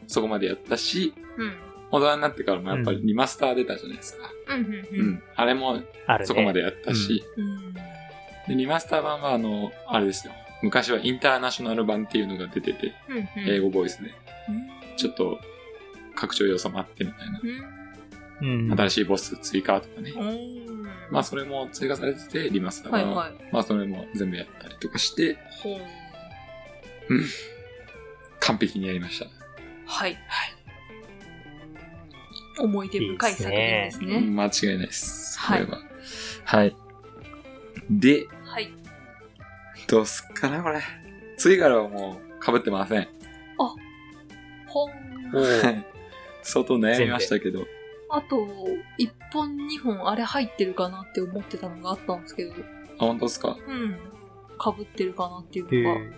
S2: そこまでやったし、
S3: うん。
S2: 大人になってからもやっぱりリマスター出たじゃないですか。
S3: うん
S2: うん。
S3: うん
S2: あれも
S4: あるね。
S2: そこまでやったし、
S3: うん。
S2: でリマスター版はあの、あれですよ。昔はインターナショナル版っていうのが出てて、
S3: うん。
S2: 英語ボイスで、
S3: うん。
S2: ちょっと拡張要素もあってみたいな。
S4: うん。
S2: 新しいボス追加とかね。
S3: うん。
S2: まあそれも追加されてて、リマスター
S3: は
S2: 版
S3: い
S2: は、
S3: はい。
S2: まあそれも全部やったりとかして、
S3: ほう。
S2: 完璧にやりました。
S3: はい。思い出深い作品ですね。
S2: 間違いないです。こ
S3: は
S2: れ
S3: い
S2: は。はい。で、
S3: はい。
S2: どうすっかな、これ。次からはもう被ってません。
S3: ほう。
S4: おー
S2: はい相当悩みましたけど。
S3: あと、1本2本あれ入ってるかなって思ってたのがあったんですけど、
S2: あ、本当ですか
S3: うん。かぶってるかなってい
S4: へ
S3: うのが。
S4: ー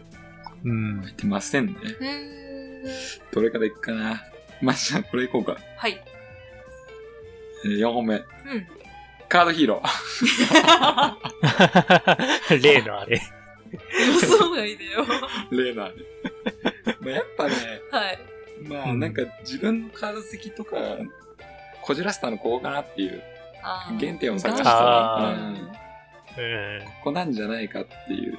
S4: うん。
S2: 被ってませんね。
S3: へー
S2: どれからいくかな。まあ、じゃあこれいこうか。
S3: はい。
S2: え4本目。
S3: うん。
S2: カードヒーロー。
S4: 例のあれ。
S3: 予想外だよ。
S2: レー ナーで。まあやっぱね、
S3: はい。
S2: まあ
S4: うん
S2: なんか自分のカード好きとか、こじらせたのここかなっていう、
S3: あー
S2: 原点を探してね、
S4: あ
S2: うん
S4: うん。
S2: ここなんじゃないかっていう。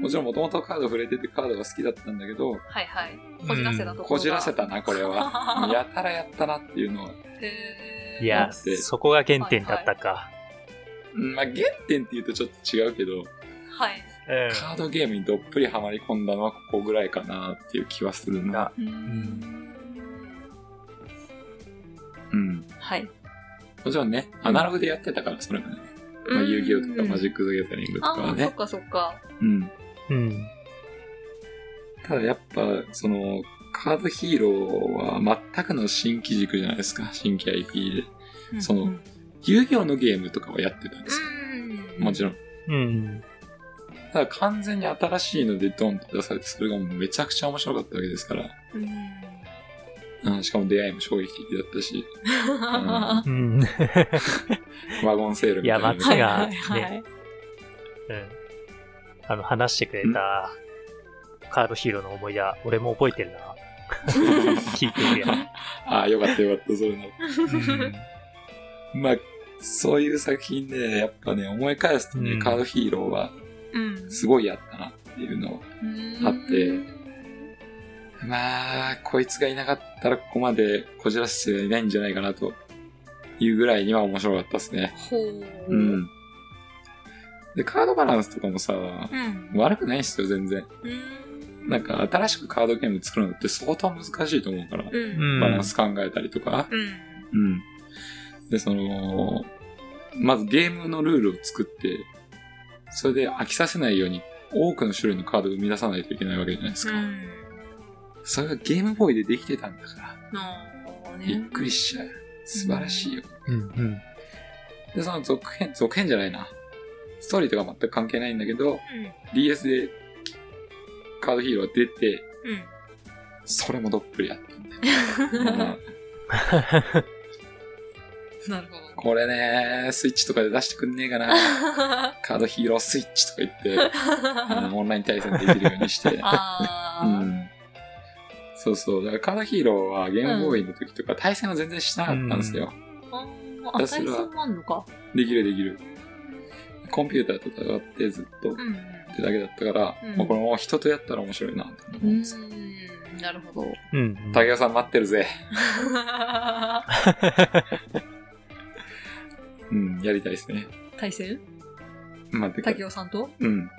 S2: もちろんもともとカード触れててカードが好きだったんだけど、
S3: はいはい。こじらせたところが
S2: こじらせ。たな、これ は。やたらやったなっていうのは。
S3: へー
S4: いや、
S2: 待って
S4: そこが原点だったか。
S2: うんまあ原点って言うとちょっと違うけど、
S3: はい。
S2: カードゲームにどっぷりハマり込んだのはここぐらいかなっていう気はするな。
S3: うん。
S2: うん。
S3: はい。
S2: もちろんね、アナログでやってたから、それもね。まあ、遊戯王とかマジック・ザ・ギャザリングとか
S3: あ
S2: は
S3: あ、そっ
S2: ね。
S3: かそっか。
S2: うん。
S4: うん。うん。
S2: ただやっぱ、その、カードヒーローは全くの新規軸じゃないですか。新規 IP で。その
S3: うん
S2: 遊戯王のゲームとかはやってたんですよ。
S3: うん。
S2: もちろん。
S4: うん。
S2: ただ完全に新しいのでドンと出されて、それがもうめちゃくちゃ面白かったわけですから。
S3: ろん。
S2: うん、しかも出会いも衝撃的だったし、
S3: は
S4: うん。
S2: ワゴンセールみたいなのも。
S4: いや松
S3: い
S4: が
S3: はいはい。
S4: うんあの、話してくれた、カードヒーローの思い出、俺も覚えて るな。聞いてるやん。
S2: ああ、よかったよかった、それの。まあ、そういう作品で、やっぱね、思い返すとね、
S4: うん
S2: カードヒーローは
S3: うん
S2: すごいやったなっていうのを。あってまあ、こいつがいなかったらここまでこじらせていないんじゃないかなというぐらいには面白かったですね。
S3: ほう。
S2: う。ん。で、カードバランスとかもさ、
S3: うん。
S2: 悪くないっすよ、全然。
S3: うん
S2: なん、か、新しくカードゲーム作るのって相当難しいと思うから、
S3: う。
S4: うんん。
S2: バランス考えたりとか。
S3: うん。
S2: うん。で、その、まずゲームのルールを作って、それで飽きさせないように多くの種類のカードを生み出さないといけないわけじゃないです
S3: う
S2: か。
S3: ん。
S2: それがゲームボーイでできてたんだから、
S3: あーね
S2: びっくりしちゃう。素晴らしいよ。
S4: うん。
S2: で、その続編、続編じゃないな。ストーリーとか全く関係ないんだけど、DS でカードヒーローが出て、
S3: うん。うん。
S2: それもどっぷりやったんだよ うん
S3: なるほど。
S2: これね、スイッチとかで出してくんねえ かな。カードヒーロースイッチとか言って、 あのオンライン対戦できるようにして。
S3: あ
S2: う
S3: ー
S2: ん。そうそう。だからカードヒーローはゲームボーイの時とか対戦は全然しなかったんですよ。
S3: あー。あ、対戦もあんのか。
S2: できるできる。コンピューターと戦ってずっとっ
S3: うん。
S2: てだけだったから、
S3: うん
S2: もうこれも人とやったら面白いなって思う
S3: うんん
S2: ですよ。。
S3: なるほど。
S4: うん。
S2: 竹雄さん待ってるぜ。 うん、やりたいですね。
S3: 対戦
S2: 待ってく
S3: 竹
S2: れ。
S3: 雄さんと
S2: うん。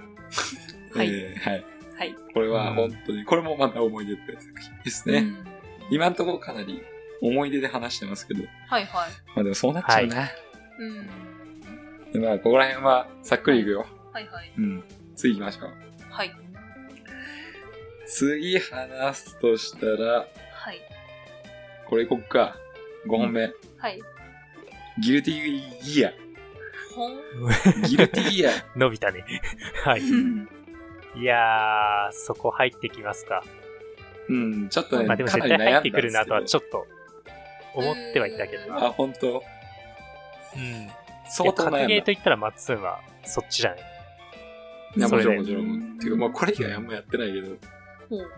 S3: はい
S2: えーはい。
S3: はい。
S2: これは本当に、これもまた思い出深い作品ですね。
S3: うん。
S2: 今のところかなり思い出で話してますけど、
S3: はいはい。
S2: まあでもそうなっちゃうな。
S3: うん。
S2: でまあ、ここら辺はさっくりいくよ。
S3: はいはい。
S2: うん。次行きましょう。
S3: はい。
S2: 次話すとしたら、
S3: はい。
S2: これいこっか。5本目。
S3: はい。
S2: ギルティギア。
S3: ほん。
S2: ギルティギア。
S4: 伸びたね。はい。いやー、そこ入ってきますか。
S2: うん、ちょっとね、
S4: まあでも
S2: かな
S4: 絶
S2: り
S4: 対
S2: 悩
S4: 入
S2: んだ
S4: っ
S2: んで
S4: て
S2: すけ
S4: く
S2: ど
S4: るなとはちょっと思ってはいたけどな。
S2: あ、本当
S4: うん。
S2: 相当
S4: いや格ゲ
S2: 悩ん
S4: ーと
S2: だ。
S4: 言ったらマッツンはそっちじゃない。
S2: いや、もちろんも
S3: そ
S2: ち
S3: れで
S2: ろん。てか、まあこれ以外あんまやってないけど。
S3: ほう。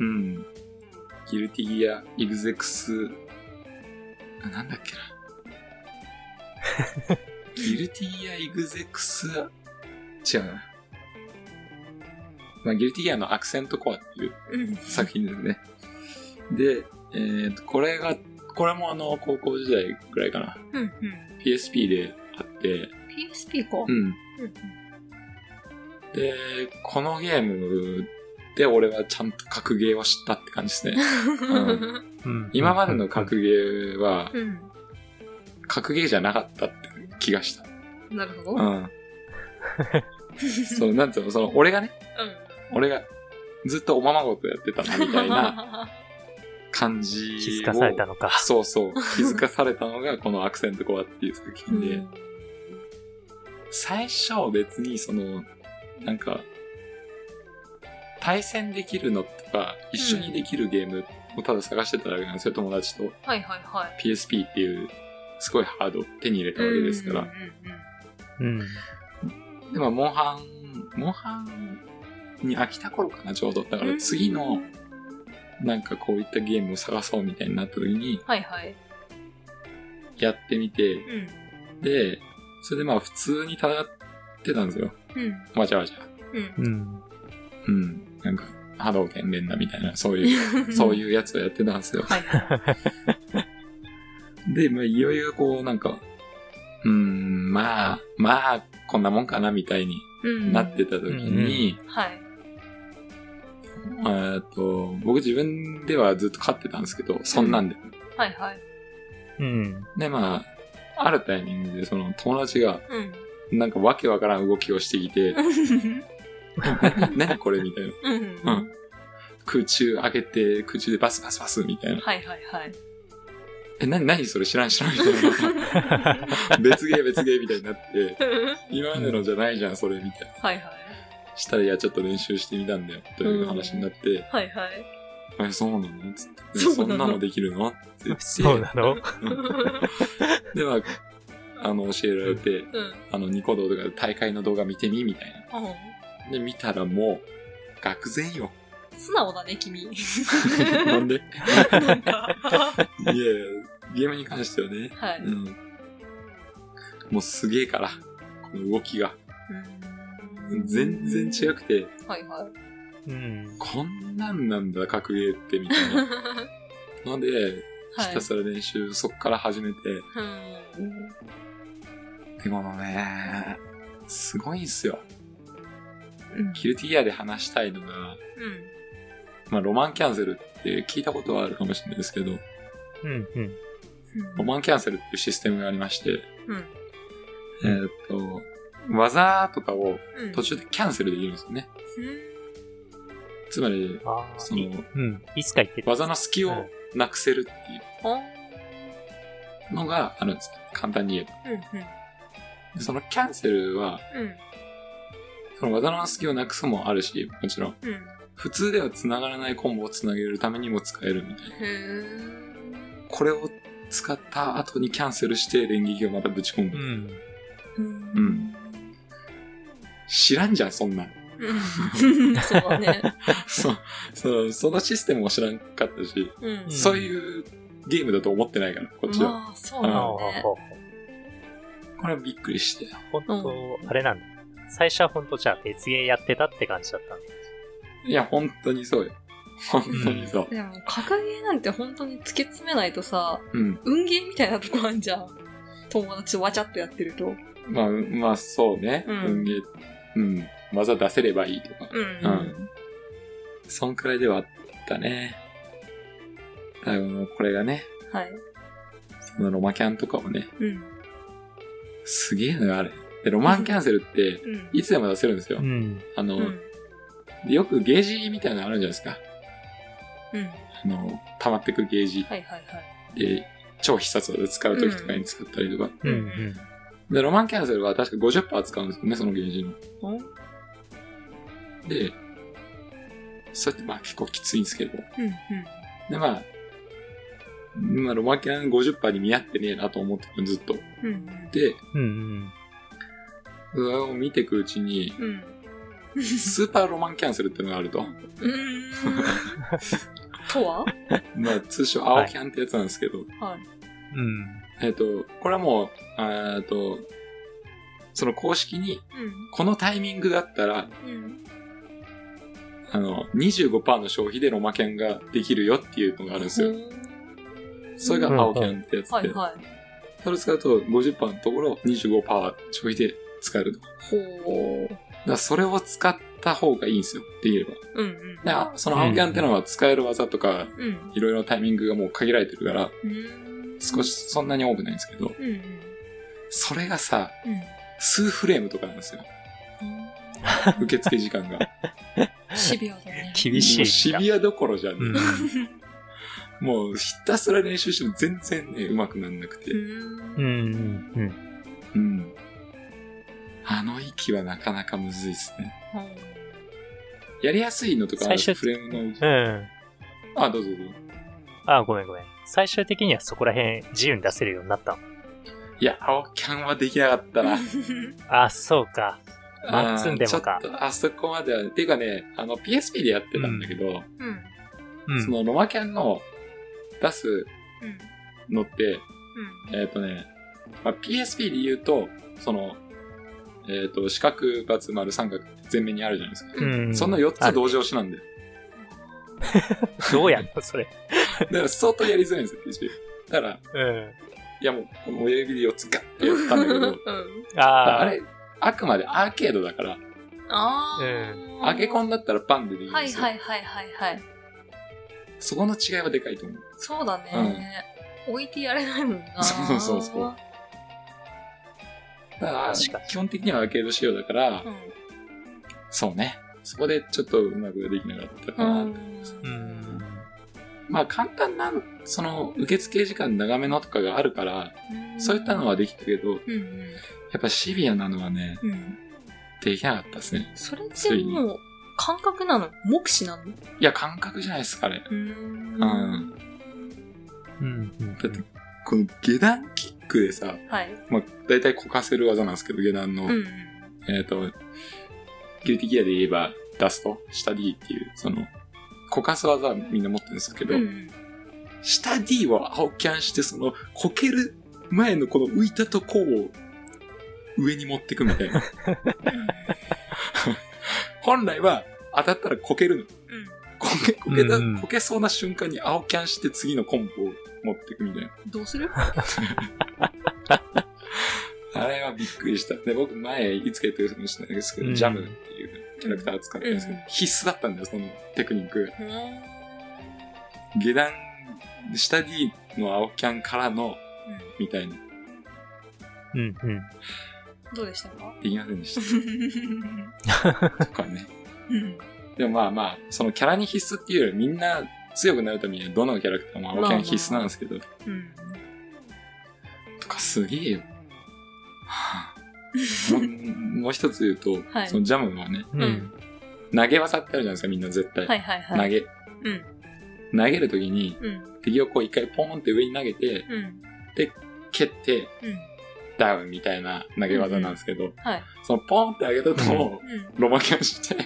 S2: うん。ギルティギア、イグゼクス、あなんだっけな。 ギルティギア、イグゼクス、違うな。まあ、ギルティギアのアクセントコアっていう
S3: うん。
S2: 作品ですね。で、えーと、これが、これもあの、高校時代くらいかな。
S3: うんうん。
S2: PSP であって、
S3: PSP か。
S2: うん。
S3: うんうん
S2: で、このゲームで俺はちゃんと格ゲーを知ったって感じですね。 ん
S4: うん
S2: 今までの格ゲーは
S3: う
S2: 格ゲーじゃなかったって気がした。
S3: ん。なる
S2: う
S3: ほど。うん。
S2: ん。その、なんつうの、その、俺がね、俺がずっとおままごとやってたなみたいな 感じを。
S4: 気づかされたのか。
S2: そうそう。気づかされたのがこのアクセントコアっていう作品で。最初は別にその、なんか、対戦できるのとか、一緒にできるゲームをただ探してただけなんですよ、友達と。
S3: はいはいはい。
S2: PSP っていう、すごいハードを手に入れたわけですから。
S4: うん。
S2: でも、モンハン、モンハンに飽きた頃かな、ちょうど。だから次の、なんかこういったゲームを探そうみたいになった時に、
S3: はいはい。
S2: やってみて、
S3: うん。
S2: で、それでまあ普通に戦ってたんですよ。
S3: うん。
S2: わちゃわちゃ。
S3: うん。
S4: うん。
S2: うん。なんか、波動拳連打みたいな、そう いう、 そう
S3: う。
S2: いうやつをやってたんですよ。
S3: はいはい。
S2: で、まあ、いよいよこう、なんか、うーん、まあ、まあ、こんなもんかな、みたいに
S3: うん。
S2: なってた時に、
S3: はい。
S2: えーっと、僕自分ではずっと勝ってたんですけど、そんなんで。
S3: はいはい。
S4: うん。
S2: で、まあ、あるタイミングで、その友達が、
S3: うん。
S2: なんかわけわからん動きをしてき て、何これみたいな。
S3: うん。
S2: 空中上げて、空中でバスバスバスみたいな。
S3: はいはいはい。
S2: え、な、何それ知らん知らんみたいな。 別ゲー別ゲーみたいになって、今までのじゃないじゃん、それ、みたいな。
S3: はいはい。
S2: したら、いや、ちょっと練習してみたんだよ、という話になって、
S3: はいはい。
S2: え、そうなのつって、え
S3: そう
S2: そん
S3: なの
S2: なのできるのって言って、
S4: そうなの
S2: で、まあ、あの、教えられて、
S3: うん。
S2: あの、ニコ動とかで大会の動画見てみ、みたいな。で、見たらもう、愕然 よ。
S3: 素直だね、君。
S2: なんでい
S3: なんか。
S2: やいや、ゲームに関してはね、
S3: はい。
S2: うん。もうすげえから、この動きが。全然違くて、
S3: はいはい。
S4: うん。
S2: こんなんなんだ、格ゲーって、みたいな。ので、ひ
S3: はい
S2: た。すら練習、そっから始めて。
S3: うん。
S2: でもね、すごいんすよ。
S3: うん。
S2: キルティギアで話したいのが、まあ、ロマンキャンセルって聞いたことはあるかもしれないですけど、
S4: うん。うん。
S2: ロマンキャンセルっていうシステムがありまして、
S3: うん
S2: えーっと、技とかを
S3: うん。
S2: 途中でキャンセルできるんですよね。つまり、
S4: ああ。
S2: その、
S4: うん。いつか言ってた。
S2: 技の隙をなくせるってい
S3: あ
S2: うのがあるんですよ。簡単に言えば。
S3: うんう
S2: でそのキャンセルは、
S3: ん。うん。
S2: その技の隙をなくすもあるし、もちろん、
S3: うん。
S2: 普通では繋がらないコンボを繋げるためにも使えるみたいな。
S3: へえ。
S2: これを使った後にキャンセルして連撃をまたぶち込
S4: う
S2: む。
S4: ん。
S3: うん。
S2: 知らんじゃん、そんなん。
S3: うん。そうだね。
S2: そ、そそのシステムも知らんかったし、
S3: うん。
S2: そういうゲームだと思ってないから、こっちは。
S3: まあ、そう
S4: ああ
S3: なんだね。
S4: ほ
S2: これはびっくりして。
S4: んと、あれなんだ。最初はほんとじゃあ別ゲーやってたって感じだったんだ。
S2: いや、本当にそうよ。本当にそう。
S3: でも、掲げなんて本当に突き詰めないとさ、
S2: うん。
S3: 運ゲーみたいなとこあんじゃん。友達とわちゃっとやってると。
S2: まあ、まあ、そうね。
S3: うん
S2: 運ゲー、うん。技出せればいいとか。
S3: うん。
S2: んそんくらいではあったね。だからもうこれがね、
S3: はい。
S2: そのロマキャンとかもね、
S3: うん。
S2: すげえのよ、あれ。で、ロマンキャンセルって、
S3: うん。
S2: いつでも出せるんですよ。
S4: ん。
S2: あの、
S3: うん。
S2: よくゲージみたいなのあるじゃないですか。
S3: うん。
S2: あの、溜まってくゲージ
S3: はいはいはい。
S2: で、超必殺技で使う時とかに使ったりとか。
S4: うん。
S2: で、ロマンキャンセルは確か50%使うんですよね、そのゲージの。
S3: お
S2: で、それってまあ結構きついんですけど。
S3: うん。
S2: で、まあ、まあ、ロマンキャン50%に見合ってねえなと思ってたのずっと。
S3: うん。うん。
S2: で、
S4: うん。うん。
S2: それを見ていくうち に、
S3: うん。
S2: スーパーロマンキャンセルってのがあると。
S3: うん。とは
S2: まあ、通称、青キャンってやつなんですけど、
S3: はい。
S4: うん。
S2: えっと、これはもう、えっと、その公式に、このタイミングだったら、
S3: うん。うん。
S2: あの、25%の消費でロマキャンができるよっていうのがあるんですよ。それが青キャンってやつ
S3: はい
S2: で、
S3: はい。
S2: それを使うと50%のところ25%消費で使えると。だか
S3: ほう。
S2: らそれを使った方がいいんですよ、できれば。
S3: うんうん。
S2: だからその青キャンってのは使える技とか、
S3: うん。
S2: いろいろタイミングがもう限られてるから、
S3: うん。
S2: 少。しそんなに多くないんですけど、
S3: うんうん。
S2: それがさ、
S3: うん。
S2: 数フレームとかなん ですよ。受付時間が。
S3: シビアだね。
S4: 厳
S2: もう
S4: しい
S2: シ
S4: んだ。
S2: ビアどころじゃん。
S4: うん。
S2: もうひたすら練習しても全然ね、うまくなんなくて。
S4: う
S3: うん。
S4: ん。うん。
S2: うん。あの域はなかなかむずいですね。やりやすいのとかある、
S4: 最初
S2: フレームの。
S4: うん。
S2: あ、どうぞどうぞ。
S4: あごめんごめん。最終的にはそこら辺自由に出せるようになったの。
S2: いや、青キャンはできなかった な。
S4: あ、そうか。マッツンでもか
S2: あーちょっとあそこまでは。っていうかね、あの、PSP でやってたんだけど、
S3: うん。
S4: うん。
S2: そのロマキャンの出す
S3: うん。
S2: のって、えっ、とね、まあ、PSP で言うと、その、えっ、と、四角、×、丸、三角、全面にあるじゃないですか。
S4: うん、
S2: その4つ同時押しなんで。
S4: あ どうやんのそれ。
S2: だから相当やりづらいんですよ、PSP。だから、
S4: う
S2: いやもう、この親指で4つガッてやったんだけど、
S4: ん。 あ
S2: あ
S4: あ
S2: れ、あくまでアーケードだから、
S3: ああ。
S2: アゲコンだったらパンでできるん
S3: は
S2: で
S3: い
S2: すよ。
S3: はいはいはいはい。
S2: そこの違いはでかいと思う。
S3: そうだね。置いてやれないもんな。
S2: そうそうそう。だから
S4: 確かに
S2: 基本的にはアーケード仕様だから、
S3: う
S2: そうね。そこでちょっとうまくできなかったかな。
S3: ん。
S4: う
S3: うん。
S4: ん。
S2: まあ簡単な、その、受付時間長めのとかがあるから、そういったのはできたけど、や
S3: うんうん。
S2: っぱシビアなのはね、
S3: うん。
S2: できなかったですね。
S3: それってもう、感覚なの目視なのう
S2: いや、感覚じゃないですかね。
S3: ーん
S2: う
S3: は
S2: ん。
S4: うん。うん
S2: だってこの下段キックでさ、
S3: い。
S2: まあ大体こかせる技なんですけど、下段の、
S3: うんうん。
S2: えっ、と、ギルティギアで言えば、ダスト、下 D っていう、その、こかす技はみんな持ってるんですけど、
S3: うんうん。
S2: 下 D を青キャンして、その、こける前のこの浮いたとこを上に持ってくみたいな。 本来は当たったらこけるの。こけ、こけた、
S4: うんうん
S2: こけそうな瞬間に青キャンして次のコンボを持ってくみたいな。
S3: うんどう する
S2: あれはびっくりした。で、僕前、いつか言ってるかもしれないですけど、
S4: うん
S2: ジャムっていうキャラクター使ってるんですけど、
S3: うん
S2: 必須だったんだよ、そのテクニック。
S3: うんうん
S2: 下段、下 D の青キャンからの、みたいな。
S4: うん。うん。
S3: どうでしたか
S2: できませんでし
S3: う
S2: た。とかね。
S3: ん。
S2: でもまあまあ、そのキャラに必須っていうよりみんな強くなるためにはどのキャラクターも青キャン必須なんですけど、
S3: うん。
S2: とかすげえよ。はあもうもう一つ言うと、
S3: はい
S2: そのジャムはね、
S4: うん。うん。
S2: 投げ技ってあるじゃないですか、みんな絶対。
S3: はいはいはい。
S2: 投げ。
S3: うん。
S2: 投げるときに、
S3: うん。
S2: 敵をこう一回ポーンって上に投げて、
S3: うん。
S2: 蹴って、
S3: うん。
S2: ダウンみたいな投げ技なんですけど、
S3: はい。
S2: そのポーンって上げたと も、
S3: うん。
S2: ロマキャン して、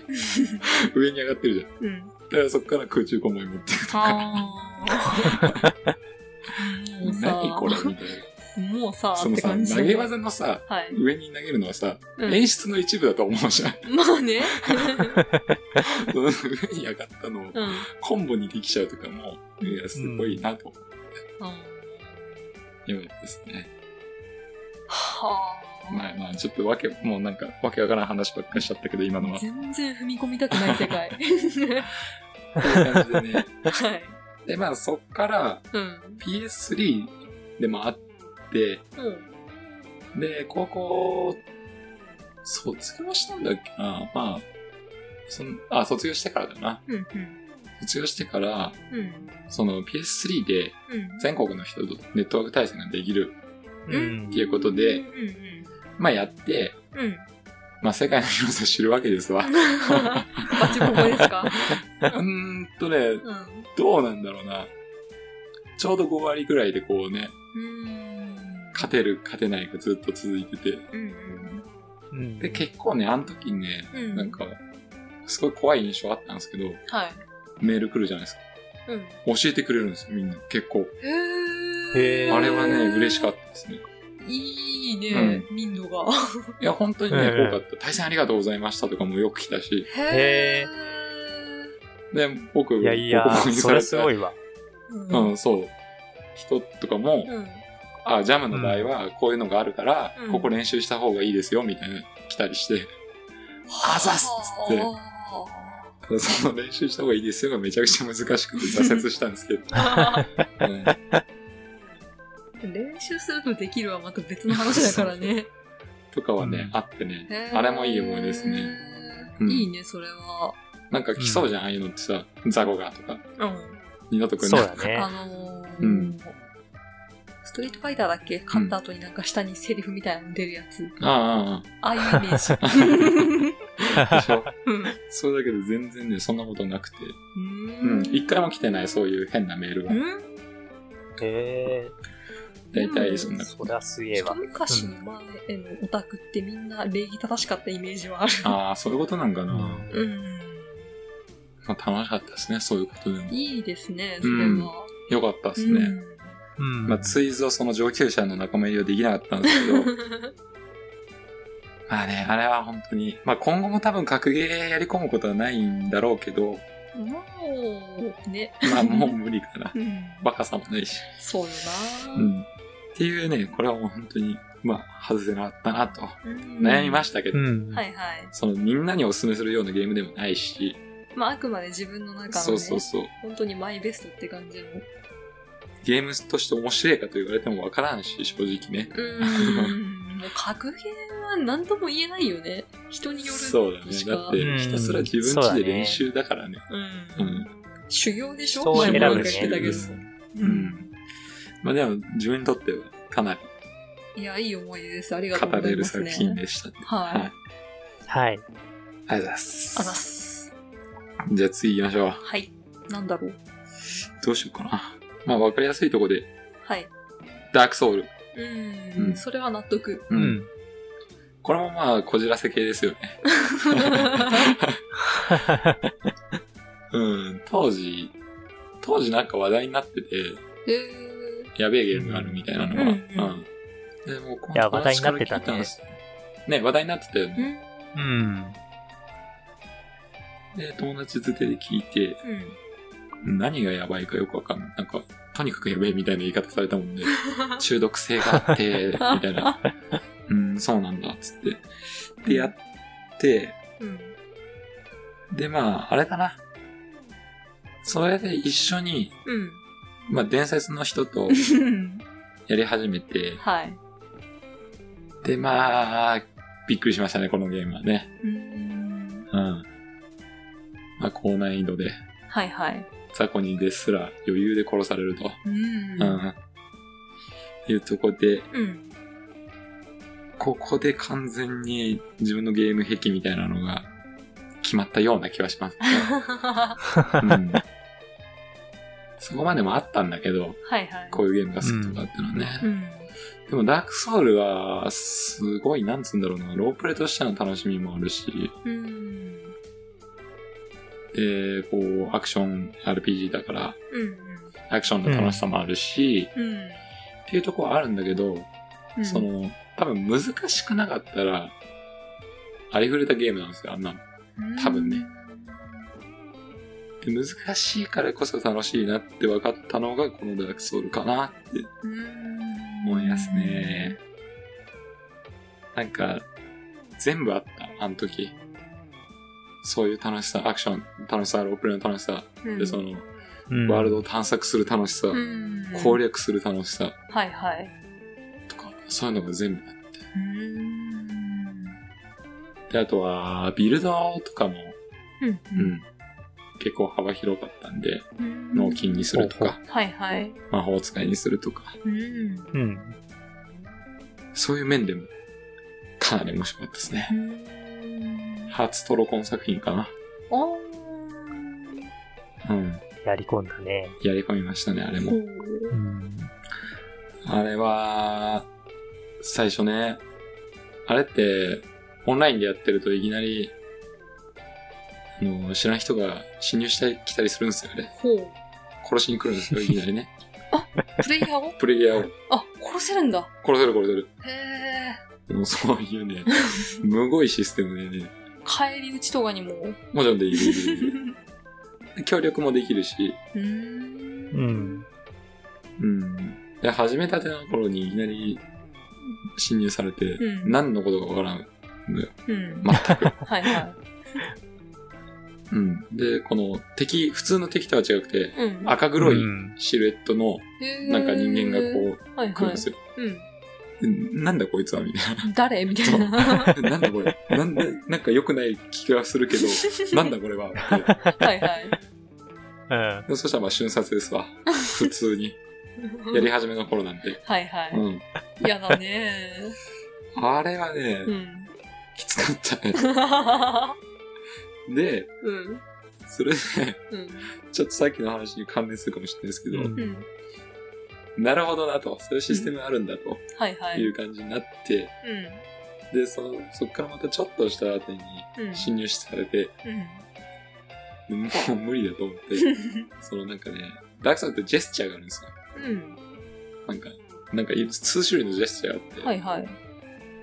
S2: 上に上がってるじゃん。
S3: うん。
S2: だからそこから空中コンボに持っていくとか。
S3: あーもう さ
S2: 何これみたい
S3: もうさ
S2: な。その
S3: って
S2: さ、
S3: 感じ
S2: 投げ技のさ、
S3: はい。
S2: 上に投げるのはさ、
S3: うん
S2: 演出の一部だと思う じゃん。
S3: ま あね。
S2: その上に上がったのを
S3: うん。
S2: コンボにできちゃうとかも、いや、すごいなと思っ
S3: うん
S2: てよかったですね。
S3: は
S2: まあまあ、ちょっとわけ、もうなんか、わけわからん話ばっかりしちゃったけど、今の
S3: あ。
S2: は。
S3: 全然踏み込みたくない世界。
S2: こういう感じでね。
S3: はい。
S2: で、まあそっから
S3: うん。
S2: PS3 でもあって、
S3: うん。
S2: で、高校、卒業したんだっけなまあ、その、あ、卒業してからだな。
S3: うん。
S2: 卒業してから、
S3: うん。うん。
S2: その PS3 で
S3: うん。
S2: 全国の人とネットワーク対戦ができる
S4: う
S2: っ
S4: ん
S2: ていうことで、
S3: うん。うん。
S2: まあやって、
S3: うん。
S2: まあ世界の広さ知るわけです わ。う
S3: バチボコですか
S2: ーんとね、
S3: うん。う
S2: どうなんだろうな。ちょうど5割ぐらいでこうね、
S3: ーん。
S2: 勝てる、勝てないがずっと続いてて。
S3: うん。
S4: うん
S2: で、結構ね、あの時にね、
S3: うん。
S2: なんか、すごい怖い印象あったんですけど、
S3: はい。
S2: メール来るじゃないですか。
S3: うん。
S2: 教えてくれるんですよ、みんな。結構。
S3: へー。
S2: あれはね、嬉しかったですね。
S3: いいね、民度が。
S2: いや、本当にね、
S4: ええ
S2: 多かった。対戦ありがとうございましたとかもよく来たし。
S4: へー
S2: で、僕、
S4: いやいや
S2: 僕も、
S4: それすご
S2: い。
S4: いわ。
S3: うん
S2: うん、そう。人とかも、
S3: うん。
S2: あ、ジャムの場合はこういうのがあるから、
S3: うん
S2: ここ練習した方がいいですよ、みたいな、来たりして。あざっすっつって
S3: あ
S2: ただその練習した方がいいですよがめちゃくちゃ難しくて挫折したんですけど。
S3: ー
S2: うん
S3: 練習するとできるはまた別の話だからね。
S2: とかはね、
S4: うん
S2: あってね
S3: へ。ー
S2: あれもいい思い出ですね。。うん
S3: いいね、それは。
S2: なんか来そうじゃん、ああいうのってさ、ザゴがとか、
S3: うん。
S2: 二度と来ん
S4: そ
S2: な
S4: う
S2: い
S4: だね
S3: あ。のー
S2: うん
S3: ストリートファイターだっけ勝った後になんか下にセリフみたいなの出るやつ。
S2: ああ、あ
S3: ああいうイメ ージ。
S2: あ、ああ。でしょ
S3: うん
S2: それだけど全然ね、そんなことなくて。
S3: う
S2: うんん。一回も来てない、そういう変なメールは。
S3: うん
S4: へ え。
S2: 大体そんな
S4: そりゃすげえ
S3: 一
S4: わ。
S3: 昔前のオタクってみんな礼儀正しかったイメージはある。
S2: ああ、そういうことなんかな。ま
S3: うん。
S2: あ、楽しかったですね、そういうことでも。
S3: いいですね、それ
S2: うん
S3: は。
S2: よかったで
S3: う
S2: す
S3: ん
S2: ね。
S4: うん
S2: まあ、ついぞその上級者の仲間入りはできなかったんですけど。 まあね、あれは本当に、まあ今後も多分格ゲーやり込むことはないんだろうけど、
S3: もう、 ね。。
S2: まあもう無理かな
S3: うん
S2: バカさもないし。
S3: そうよ
S2: う
S3: な。
S2: ん。っていうね、これはもう本当に、まあ外せなかったなと。
S3: うん
S2: 悩みましたけ
S4: う
S2: ど、
S4: ん。
S3: はいはい。
S2: そのみんなにお勧めするようなゲームでもないし、
S3: まあ、あくまで自分の中
S2: そ
S3: の
S2: うそう
S3: ね、
S2: そう。
S3: 本当にマイベストって 感じの。
S2: ゲームとして面白いかと言われてもわからんし、正直ね。
S3: うん。もう、格ゲーは何とも言えないよね。人によるとしか。
S2: そうだね。だって、ひたすら自分
S4: そうだ
S2: ち
S4: ね
S2: で練習だからね。
S3: うん。
S2: うん。
S3: 修行でしょ
S4: 人を選ぶね
S3: 前
S2: う
S3: もなん
S2: ん
S3: か言ってたけど。
S2: う。ん。まあでも、自分にとってはかなり
S3: いや、いい思い出です。ありがとう
S2: 語
S3: ござ
S2: れ
S3: い
S2: る
S3: ます、
S2: 作
S3: ね。
S2: 品でしたね。
S3: はい
S2: はい。あ
S4: はい。
S2: りがとうございま
S3: あざっ
S2: す。
S3: す。
S2: じゃあ次行きましょう。
S3: はい。なんだろう。
S2: どうしようかな。まあ分かりやすいとこで、
S3: はい。
S2: ダークソウル。
S3: うん。
S2: うん
S3: それは納 得。
S2: う。。これもまあ、こじらせ系ですよね。うん。当時、当時なんか話題になってて、
S3: へー
S2: やべえゲームがあるみたいなのは。
S3: うん
S2: うん。でもうこ
S4: いや話題になってた
S2: 友達
S4: ね
S2: から聞いんですね、話題になってたよ
S3: う
S2: ね。
S3: ん。
S4: うん。
S2: で、友達づてで聞いて、
S3: うん。
S2: 何がやばいかよくわかんない。なんか、とにかくやべえみたいな言い方されたも んで、中毒性があって、みたいな。うん、そうなんだ、つって。で、やって、
S3: うん。
S2: で、まあ、あれだな。それで一緒に、
S3: うん。、
S2: まあ、伝説の人とやり始めて
S3: はい。
S2: で、まあ、びっくりしましたね、このゲームはね。
S3: うん。
S2: うん。まあ、高難易度で、
S3: はいはい。
S2: 雑魚にですら余裕で殺されると。
S3: うん。
S2: うん。いうとこで、
S3: うん。
S2: ここで完全に自分のゲーム壁みたいなのが決まったような気はしますね。
S3: は
S2: うん。そこまでもあったんだけど、
S3: いはい。
S2: こういうゲームが好きとかっていうのはね。
S3: うん。
S2: でもダークソウルは、すごい、なんつうんだろうな、ロープレとしての楽しみもあるし、
S3: うん。
S2: で、こう、アクション RPG だから、
S3: うん。
S2: アクションの楽しさもあるし、
S3: うん。
S2: っていうところはあるんだけど、
S3: うん。
S2: その、多分難しくなかったら、ありふれたゲームなんですよ、あんなの。多分ねで難しいからこそ楽しいなって分かったのが、このダークソウルかなって
S3: うん。
S2: 思いますね。なんか、全部あった、あの時。そういう楽しさ、アクション、楽しさ、ロープレイの楽しさ、
S3: うん。
S2: で、その、
S4: うん
S2: ワールドを探索する楽しさ、
S3: うん。
S2: 攻略する楽しさ
S3: はいはい。
S2: とか、そういうのが全部あっ
S3: うん。
S2: て。で、あとは、ビルドとかも、
S3: うん。
S2: うん。結構幅広かったんで、
S3: うん
S2: 脳筋にするとか、
S3: はいはい。
S2: 魔法使いにするとか、
S3: うん。
S4: うん。
S2: そういう面でも、かなり面白かったですね。
S3: うん
S2: 初トロコン作品かな。
S3: おー
S2: うん。
S4: やり込んだね。
S2: やり込みましたね、あれ
S3: ほ
S2: も。
S3: う
S4: うん。
S2: あれは、最初ね、あれって、オンラインでやってるといきなり、あの、知らん人が侵入してきたりするんですよ、あれ。
S3: ほう。
S2: 殺しに来るんですよ、いきなり ね。
S3: プレイヤーを
S2: プレイヤーを。
S3: あ、殺せるんだ。
S2: 殺せる殺せる。
S3: へえ。
S2: でもそういうね、むごいシステムでね、
S3: 帰り討ちとか にも。う
S2: もちろんできるできるできる。協力もできるし、
S3: ーん。
S4: うん。
S2: うん。で、始めたての頃にいきなり侵入されて、
S3: うん
S2: 何のことかわからん。
S3: うん。
S2: 全く。
S3: はいは
S2: うん。で、この敵、普通の敵とは違くて、
S3: い。うん。
S2: 赤黒
S4: う
S2: い
S4: ん
S2: シルエットの、なんか人間がこう、
S3: う、はい
S2: 来るん
S3: は
S2: で
S3: い。
S2: すよ。
S3: う
S2: でなんだこいつはみたいな。
S3: ん。誰みたいな。
S2: なん だこれなんだ、なんか良くない気がするけ ど、なんだこれはって
S3: はいはい。
S4: うん。
S2: でそしたらまあ瞬殺ですわ。普通に。やり始めの頃なんて。
S3: はいは
S2: う
S3: い。
S2: ん。
S3: 嫌だね。
S2: あれはね、
S3: うん。
S2: きつかったね。
S3: う
S2: で、
S3: ん。
S2: それで、
S3: うん。
S2: ちょっとさっきの話に関連するかもしれないですけど、
S4: うん
S3: うん。
S2: なるほどなと、そういうシステムあるんだと
S3: はいはいい。
S2: う感じになって、で、その、そっからまたちょっとした後に
S3: うん。うん。
S2: 侵入されて、でもう無理だと思 って、そのなんかね、ダークサイドってジェスチャーがあるんですよ。
S3: うん。
S2: なんか、なんかい数種類のジェスチャーがあって、
S3: はいはい。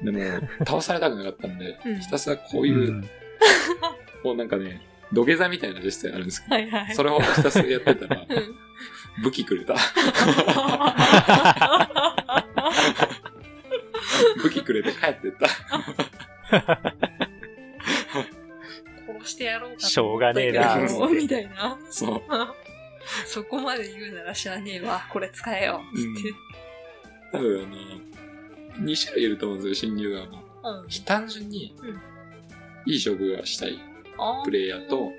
S2: でも、倒されたくなかったんで、
S3: うん
S2: ひたすらこ
S4: う
S2: ういう、
S4: ん。
S2: こうなんかね、土下座みたいなジェスチャーがあるんですけど、
S3: はいはい。
S2: それをひたすらやってたら、
S3: うん。
S2: 武器くれた。 武器くれて帰ってった。
S3: 殺してやろうかと思ったけど
S4: しょうがねえな
S3: みたいな。
S2: そう。
S3: そこまで言うなら知らねえわ。これ使えよ。つって。
S2: 多分あの、2種類いると思うんですよ、侵入側も。
S3: うん
S2: 単純に
S3: うん、
S2: いい勝負がしたい
S3: あ
S2: プレイヤーと、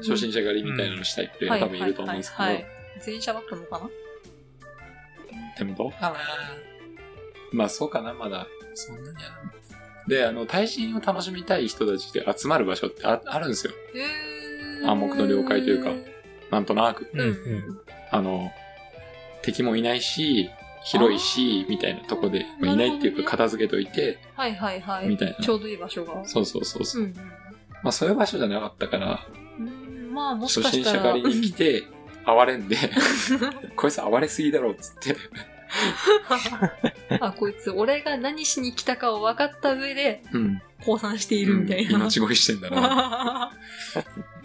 S2: 初心者狩りみたいなのしたいプレイヤー多分いると思うんですけ
S3: はいはいはいはい前者だったのかな
S2: ど、でもどうかなまあそうかな、まだ。そんなにやらんで、あの、対人を楽しみたい人たちで集まる場所ってああるんですよ。
S3: へ
S2: 暗黙の了解というかなんとなく。
S4: うん
S3: うん。
S2: あの、敵もいないし、広いし、みたいなとこで、まあいないっていうか片付けといて、
S3: はいはいはい。
S2: みたいな
S3: ちょうどいい場所が。
S2: そうそうそうそう。
S3: うん
S2: まあそういう場所じゃなかったから、
S3: うん。まあも
S2: 初
S3: しか
S2: 心
S3: した
S2: 者
S3: ら。
S2: 狩りに来て、暴れ んで、こいつ暴れすぎだろ、っつって。
S3: あ、こいつ、俺が何しに来たかを分かった上で、
S2: うん。
S3: 降参しているみたいな。
S2: うん命乞いしてんだな。
S3: あ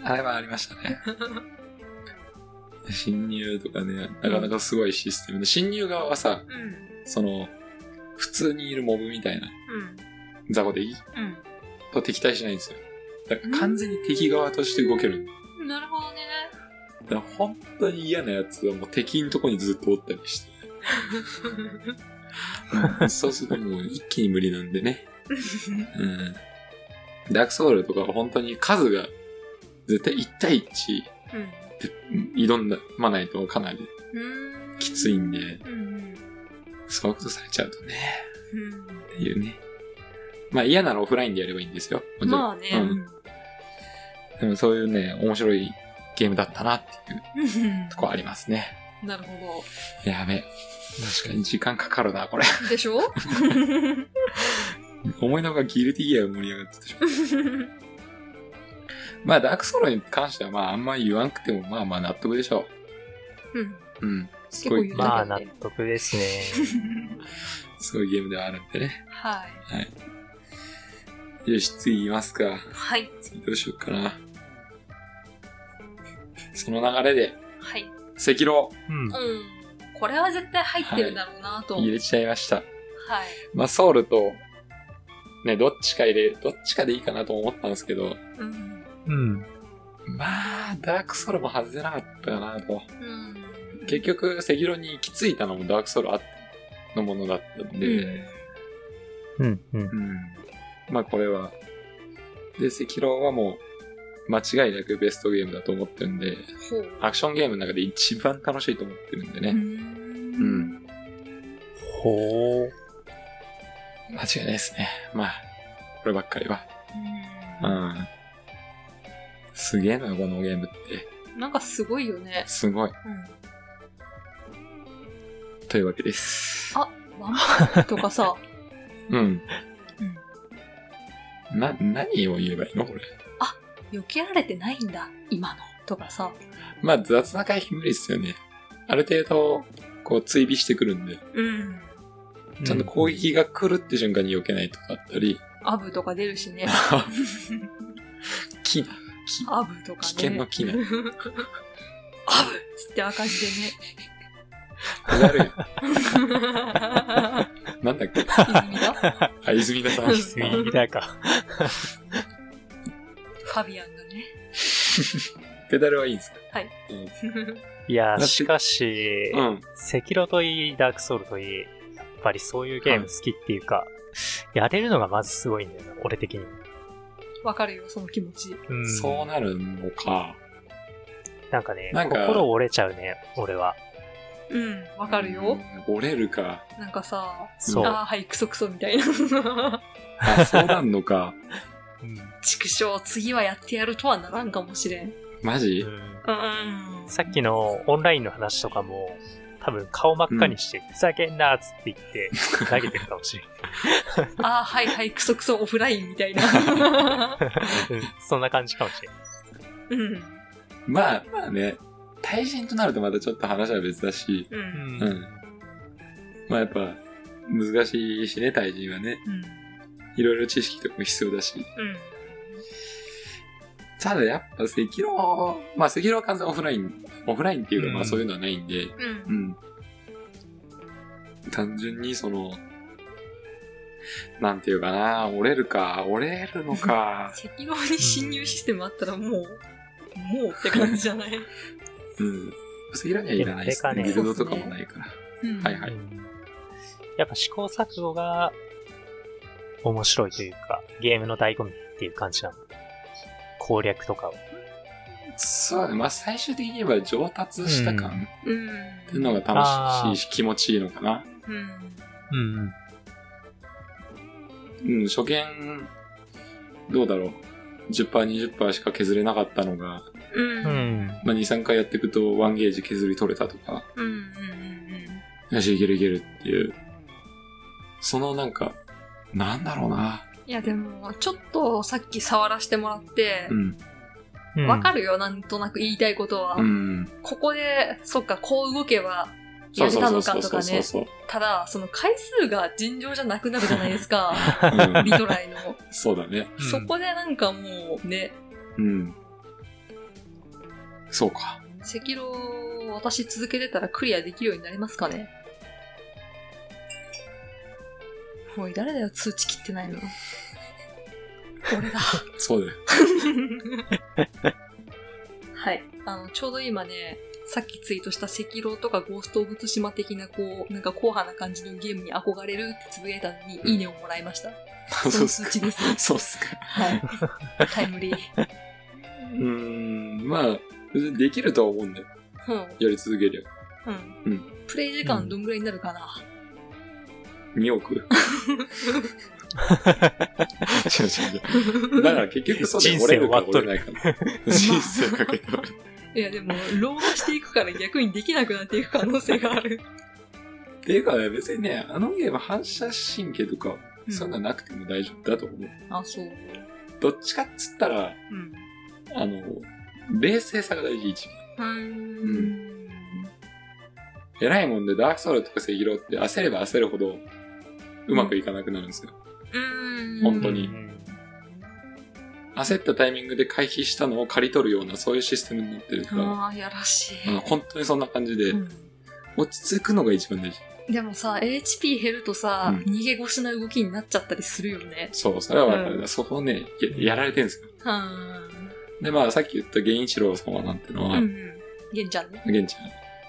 S2: あれはありましたね。 侵入とかね、なかなかすごいシステムで、侵入側はさ
S3: ー、うん。
S2: その、普通にいるモブみたいな
S3: うん。
S2: 雑魚でいいと敵対しないんですよ。だから完全に敵側として動ける。
S3: うん。なるほどね。
S2: だから本当に嫌なやつはもう敵のとこにずっとおったりして。そうするともう一気に無理なんでね。うん。ダークソウルとかは本当に数が絶対1対1
S3: うん。
S2: 挑んだまないとかなり
S3: うーん
S2: きつい。んで、
S3: うんうん。
S2: そういうことされちゃうとね、
S3: うん
S2: っていうね。まあ嫌ならオフラインでやればいいんですよ。もちろん
S3: まあね。
S2: うんでもそういうね、面白いゲームだったなっていう
S3: うん
S2: とこありますね。
S3: なるほ
S2: やべ。確かに時間かかるな、これ。
S3: ど。でしょ
S2: 思いのほかギルティギアが盛り上がってたしまあ、ダークソウルに関しては、まあ、あんま言わんくても、まあまあ納得でしょ
S3: うん。
S2: う。うん。す
S3: 結
S2: ご
S3: 構
S2: い
S3: 言、う
S4: まあ、
S3: な
S4: 納得ですね。
S2: すごいゲームではあるんでね。
S3: はい。
S2: よし、次言いますか。
S3: はい。
S2: 次どうしようかな。その流れで、
S3: はい。
S2: 赤狼
S4: うん。
S3: うん。これは絶対入ってるだろうなと。はい
S2: 入。れちゃいました。
S3: はい。
S2: まあ、ソウルと、ね、どっちか入れ、どっちかでいいかなと思ったんですけど、
S3: うん。
S4: うん。
S2: まあ、ダークソウルも外せなかったかなと。
S3: うん
S2: 結局、赤狼に行き着いたのもダークソウルあのものだったんで、
S4: うん。うん。
S2: うん。まあこれは。で、赤狼はもう、間違いなくベストゲームだと思ってるんで、
S3: ほう。
S2: アクションゲームの中で一番楽しいと思ってるんで
S3: う
S2: ね。
S3: ん。
S4: ほう。
S2: 間違いないですね。まあ、こればっかりは。うん。すげえな、このゲームって。
S3: なんかすごいよ ね。
S2: すごい。
S3: うん。
S2: というわけです。
S3: あ、ワンパンとかさ、
S2: うん。な、何を言えばいいのこれ。
S3: 避けられてないんだ、今の。とかさ、
S2: まあ雑な回避無理っすよね。ある程度、こう追尾してくるんで、
S3: うん。
S2: ちゃんと攻撃が来るって瞬間に避けないとかあった り、
S3: アブとか出るしね。
S2: 木、木、
S3: アブとかね。
S2: 危険の木な。
S3: アブつって赤字でね。
S2: だるい。
S3: 泉
S2: なんだっけ
S3: が
S2: あ、泉田さん。
S3: うん
S4: スミだか。
S3: ファビアンがね。
S2: ペダルはいいんですか
S3: はい。
S2: うん
S4: いや、
S2: だって
S4: しかし、
S2: うん。
S4: 赤色といい、ダークソウルといい、やっぱりそういうゲーム好きっていうか、やれるのがまずすごいんだよな、俺的に。
S3: わかるよ、その気持ち。
S4: うん、
S2: そうなるのか。
S4: なんかね
S2: なんか
S4: 心折れちゃうね、俺は。
S3: うん、わかるよ。
S2: うん。折れるか。
S3: なんかさ、
S4: そう。
S3: ああ、はい、クソクソみたいな。
S2: あ、そうなんのか。
S4: うん
S3: 畜生、次はやってやるとはならんかもしれん。
S2: マジ
S4: うん
S3: うん。
S4: さっきのオンラインの話とかも、多分顔真っ赤にして、ふざけんなっつって 言って、投げてるかもしれ
S3: ああ、はいはい、クソクソオフラインみたいな。
S4: ないうん。そんな感じかもしれない。
S3: うん。
S2: まあ、まあね。対人となるとまたちょっと話は別だし、
S3: う。
S4: うんん
S2: うんまあやっぱ、難しいしね、対人はね。
S3: うん。
S2: いろいろ知識とかも必要だし。
S3: うん。
S2: ただやっぱ赤色、まあ赤色は完全オフライン、オフラインっていうか
S4: うん
S2: まあそういうのはないんで、
S3: うん
S2: う。ん。単純にその、なんていうかな、折れるか、折れるの か、
S3: 赤道に侵入システムあったらもう、もうって感じじゃない
S2: うん。赤色にはいらないです
S4: でもあれかね
S2: ね。ビルドとかもないから。
S3: うん
S2: はいは
S4: う
S2: い。
S4: んやっぱ試行錯誤が面白いというか、ゲームの醍醐味っていう感じなの。攻略とかを。
S2: そうだね。まあ最終的に言えば上達した感
S3: うん。
S2: っていうのが楽しいし、気持ちいいのかな。
S3: うん。
S4: うん。
S2: うん、初見、どうだろう。10%、20%しか削れなかったのが、
S3: うん。うん。
S4: う
S3: うん。
S4: ん。
S2: まあ、2、3回やっていくと1ゲージ削り取れたとか、
S3: うん。
S2: よし、いけるいけるっていう。そのなんか、なんだろうな。
S3: いや、でも、ちょっとさっき触らせてもらって
S2: う、ん。
S3: わか
S4: る
S3: るよ、なんとなく言いたいことは
S2: う。ん。
S3: ここで、そっか、こう動けば、
S2: そ
S3: や
S2: う
S3: れ
S2: そう
S3: た
S2: そう
S3: のか
S2: そうそ
S3: とか
S2: うそう
S3: ね。
S2: そう。
S3: ただ、その回数が尋常じゃなくなるじゃないですか。
S2: うん
S3: リトライの。
S2: そうだね。
S3: そこでなんかもうね、
S2: うん。そうか。
S3: 赤狼、私続けてたらクリアできるようになりますかねおい、誰だよ、通知切ってないの。俺だ。
S2: そうだよ。
S3: はい。あの、ちょうど今ね、さっきツイートした赤狼とかゴースト・オブ・ツシマ的な、こう、なんか硬派な感じのゲームに憧れるってつぶやいたのに、いいねをもらいました。そ
S2: そう
S3: の
S2: っす
S3: 通
S2: か
S3: 知。です ね。
S2: そうっすか。
S3: はい。タイムリ
S2: う
S3: ー。
S2: ーん。まあ、別にできるとは思うんだよ。
S3: うん。
S2: やり続けりゃ。
S3: うん。
S2: うん
S3: プレイ時間どんぐらいになるかな、
S2: 2億。違 う違う違う。だから結局そうだよ。
S4: 人生
S2: 折れるか
S4: 終わっと
S2: 折
S4: る
S2: れないか。人生かけて折れる
S3: いや、でも、老化していくから逆にできなくなっていく可能性がある。
S2: っていうかね、別にね、あのゲーム反射神経とか、そんななくても大丈夫だと思う。
S3: あ、そう。
S2: どっちかっつったら、
S3: うん。
S2: あの、冷静さが大事一番。
S3: うん。
S2: 偉いもんで、ダークソウルとかセイロって焦れば焦るほど、うまくいかなくなるんですよ。
S3: うん。
S2: 本当に焦ったタイミングで回避したのを刈り取るような、そういうシステムになってるから、
S3: ああ、やらし
S2: あの
S3: い。
S2: 本当にそんな感じで
S3: う、ん
S2: 落ち着くのが一番大事。
S3: でもさ、HP 減るとさ、
S2: う
S3: 逃げ腰な動きになっちゃったりするよね。
S2: そう、それは分かる。
S3: うん
S2: そこをねや、やられてるんですよ。
S3: は
S2: で、まあ、さっき言った源一郎様なんての
S3: ー
S2: は、
S3: ん。う
S2: 源
S3: ん。げんちゃんね。
S2: ち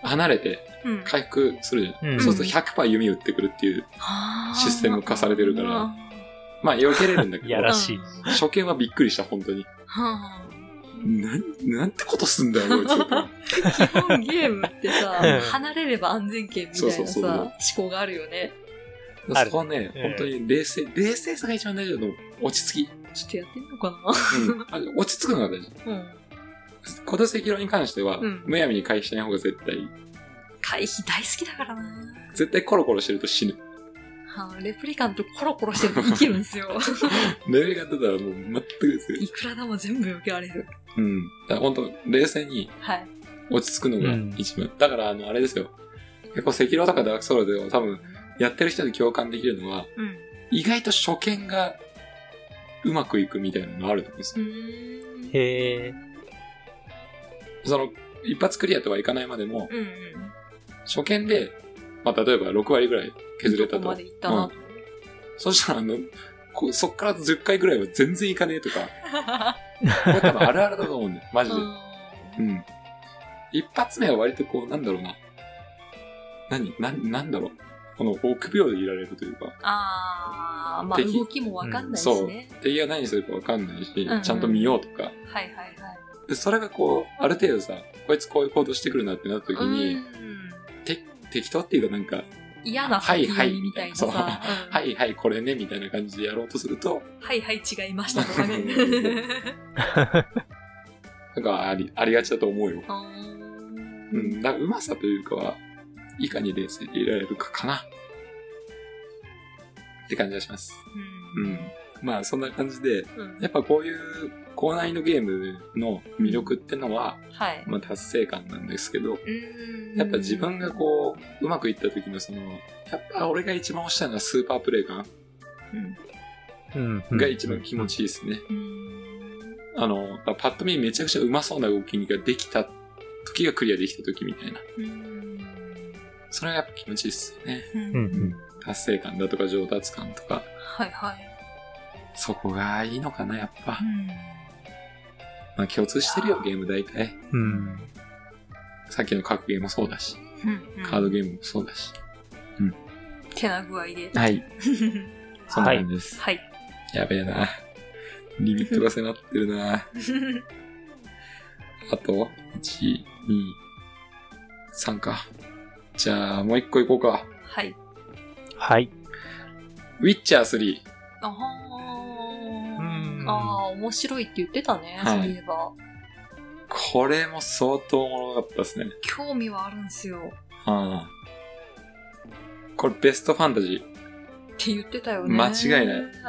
S2: ゃん、離れて
S3: うん。
S2: 回復するじゃん。
S4: うん
S2: そうすると100%弓打ってくるっていう、システム化されてるからまあ、避けれるんだけ
S4: や
S2: ど
S4: ら、しい
S3: は
S2: 初見はびっくりした、本当に。
S3: あ。
S2: なん、なんてことすんだよ、こい つ。
S3: 基本ゲームってさ
S4: うん、
S3: 離れれば安全圏みたい
S2: そう
S3: な
S2: そうそう
S3: さ、思考があるよね。
S4: あ
S2: そ
S4: る
S2: こはね、
S4: うん
S2: 本当に冷静、冷静さが一番大事だと思う。落ち着き。
S3: ちょっとやってみようか
S2: うんあの落ち着くのが大事。
S3: な。うん。
S2: 今年赤色に関しては、
S3: うん
S2: むやみに回避しない方が絶対いい。
S3: 回避大好きだからな。
S2: 絶対コロコロしてると死ぬ。
S3: あのレプリカントコロコロしてると生きるんで すよ。
S2: レベルが出たらもう全くですよ。
S3: いくらでも全部避けられる。
S2: うん。だから本当冷静に
S3: はい。
S2: 落ち着くのが一番。だから、あの、あれですよ。結構、赤狼とかダークソウルでも多分、やってる人に共感できるのは、
S3: うん。
S2: 意外と初見がうまくいくみたいなのがあると思うんです
S3: う
S2: よ。
S3: ーん。
S4: へ え。
S2: その、一発クリアとはいかないまでも、
S3: うんうん。
S2: 初見で、まあ、例えば6割ぐらい削れた
S3: どこま
S2: と
S3: で。行ったな。
S2: そしたら、あの、こそっから10回ぐらいは全然いかねえとか、これ多分あるあるだと思うんだよ。マジで。うん。一発目は割とこう、なんだろうな。何、なん、なんだろう。この臆病でいられるというか、
S3: あー、まあ
S2: 敵
S3: 動きもわかんないし
S2: そう
S3: ね。。
S2: 敵が何するかわかんないし、
S3: んうん
S2: ちゃんと見ようとか。
S3: はいはいはい。
S2: で、それがこう、ある程度さ、こいつこういう行動してくるなってなった時
S3: う
S2: に、
S3: ん。
S2: て適当っていうかなんか、
S3: 嫌な
S2: はい
S3: 先
S2: はい
S3: みたいな
S2: そ
S3: さ。
S2: う
S3: うんは
S2: はいいはい、これね、みたいな感じでやろうとすると、
S3: はい違いましたとか ね。
S2: なんかあり、ありがちだと思うよ。
S3: あー
S2: うん。だから、うまさというかは、いかに冷静でいられるかかな。って感じがします。
S3: う
S2: うんん。まあ、そんな感じで、
S3: うん
S2: やっぱこういう校内のゲームの魅力ってのは、
S3: はい。
S2: まあ達成感なんですけど、
S3: うん
S2: やっぱ自分がこう、うまくいった時のその、やっぱ俺が一番推したのはスーパープレイ感
S3: うん
S4: うん。
S2: が一番気持ちいいですね。
S3: うん
S2: あの、パッと見めちゃくちゃうまそうな動きができた時がクリアできた時みたいな。
S3: うん
S2: それはやっぱ気持ちいいっすよね。
S3: う
S4: うんうんん。
S2: 達成感だとか上達感とか、
S3: はいはい。
S2: そこがいいのかな、やっぱ
S3: う。ん
S2: まあ共通してるよ、ゲーム大体。
S4: うん。
S2: さっきの格ゲーもそうだし、
S3: うんうん
S2: カードゲームもそうだし。
S3: てな具合で。
S2: はい。そんな感じです。
S3: はい。
S2: やべえな。リミットが迫ってるな。あと、1、2、3か。じゃあ、もう一個いこうか。
S3: はい。
S4: はい。
S2: ウィッチャー
S3: あ
S4: う
S3: ー
S4: ん
S3: あー、面白いって言ってたね、
S2: はい
S3: そういえば。
S2: 3。これも相当おもろかったですね。
S3: 興味はあるんすよ。
S2: ああ。これベストファンタジ
S3: って言ってたよね。
S2: 間違いない
S3: うん。
S2: ー。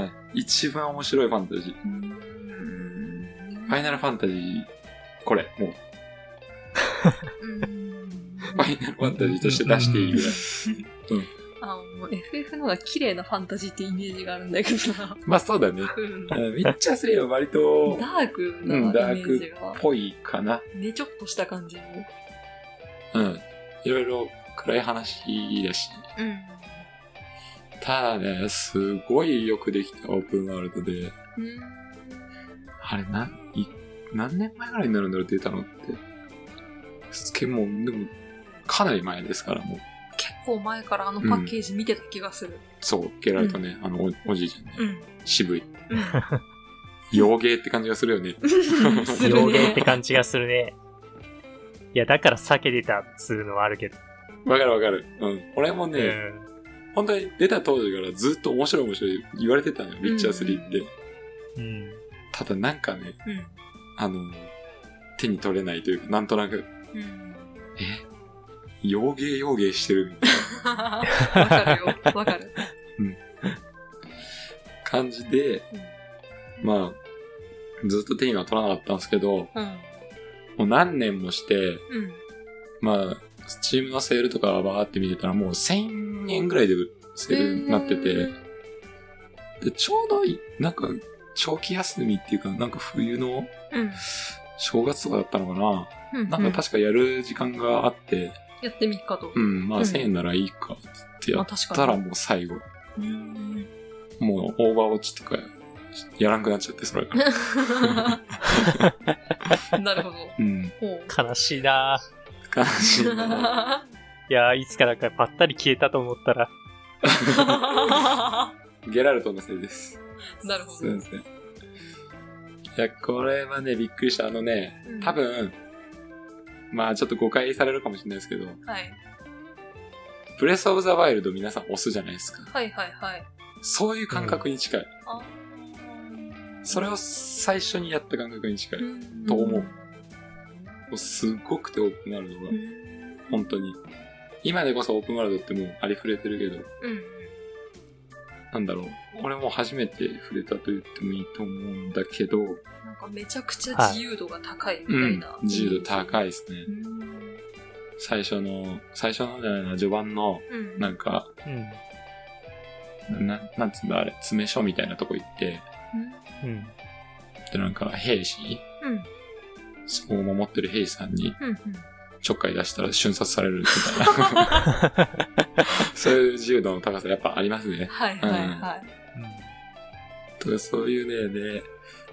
S2: はい。一番面白いファンタジー。ファイナルファンタジー、これ、もう、
S3: うん
S2: ファイナルファンタジーとして出していいぐらい。
S3: あもう FF の方が綺麗なファンタジーってイメージがあるんだけどな。
S2: まあそうだね。
S3: うん
S2: あのウィッチャー3は割と、
S3: ダークな
S2: うん、ダ
S3: イ
S2: ー
S3: メー
S2: ク
S3: ジが
S2: っ。ぽいかな。
S3: ね、ちょっとした感じの。
S2: うん。いろいろ暗い話だし。
S3: うん。
S2: ただね、すごいよくできたオープンワールドで、あれ、な、い、何年前ぐらいになるんだろう、出たのって。すけもう、でも、かなり前ですから、もう、
S3: 結構前からあのパッケージ見てた気がする。
S2: そう、ゲラルトね、あのお、おじいちゃんね、
S3: うん。
S2: 渋 い。洋芸って感じがするよね。
S3: うん。するね。
S4: 妖艶って感じがするね。いや、だから避けてたっつうのはあるけど。
S2: わかるわかる。うん。俺もね、本当に出た当時からずっと面白い面白い言われてたのよ、ウィッチャー3って。
S4: うん。うん。
S2: ただなんかね、
S3: うん。
S2: あの、手に取れないというか、なんとなく、
S3: うん。
S2: え洋芸洋芸してるみたいな
S3: わかるよ。わかる。
S2: 感じで、まあ、ずっと手には取らなかったんですけど、も
S3: うん。
S2: う何年もして、
S3: うん。
S2: まあ、スチームのセールとかバーって見てたらもう1000円ぐらいでセールになってて、でちょうどい、なんか、長期休みっていうか、なんか冬の
S3: うん。
S2: 正月とかだったのかな、
S3: うん。
S2: なんか確かやる時間があって、
S3: やってみっかと
S2: う。ん、まあ
S3: うん
S2: 1000円ならいいかってや
S3: ま
S2: っ
S3: あ確
S2: た
S3: からに。
S2: もう最後、
S3: うん。
S2: もうオーバーウォッチとかやらんくなっちゃって、それから。
S3: なるほど。
S2: うん、
S3: ほう。
S4: 悲しいなぁ
S2: 悲しい な。
S4: いやーいつからかぱったり消えたと思ったら。
S2: ゲラルトのせいです。
S3: なるほど
S2: すいません。いや、これはね、びっくりした。あのね、多。分、まあちょっと誤解されるかもしれないですけど、
S3: はい。
S2: ブレスオブザワイルド皆さん押すじゃないですか。
S3: はいはいはい。
S2: そういう感覚に近い。
S3: あ
S2: それを最初にやった感覚に近い。も
S3: ー
S2: と思う。うすごくてオープンワールドが
S3: う、ん。
S2: 本当に。今でこそオープンワールドってもうありふれてるけど、
S3: うん。
S2: なんだろう。俺も初めて触れたと言ってもいいと思うんだけど、
S3: なんかめちゃくちゃ自由度が高いみた
S2: う
S3: い
S2: ん
S3: な。。
S2: 自由度高いですね
S3: う。ん。
S2: 最初の、最初のじゃないな、序盤の、
S3: うん。
S2: なんか、
S4: うん。
S2: ななんつうんだあれ、詰め所みたいなとこ行って、
S4: うん。
S2: で、なんか兵士、
S3: うん
S2: そこを守ってる兵士さんに
S3: うん。
S2: ちょっかい出したら瞬殺されるみたいな。 そういう自由度の高さやっぱありますね。
S3: はいはいはい。
S2: とかそういうね、で、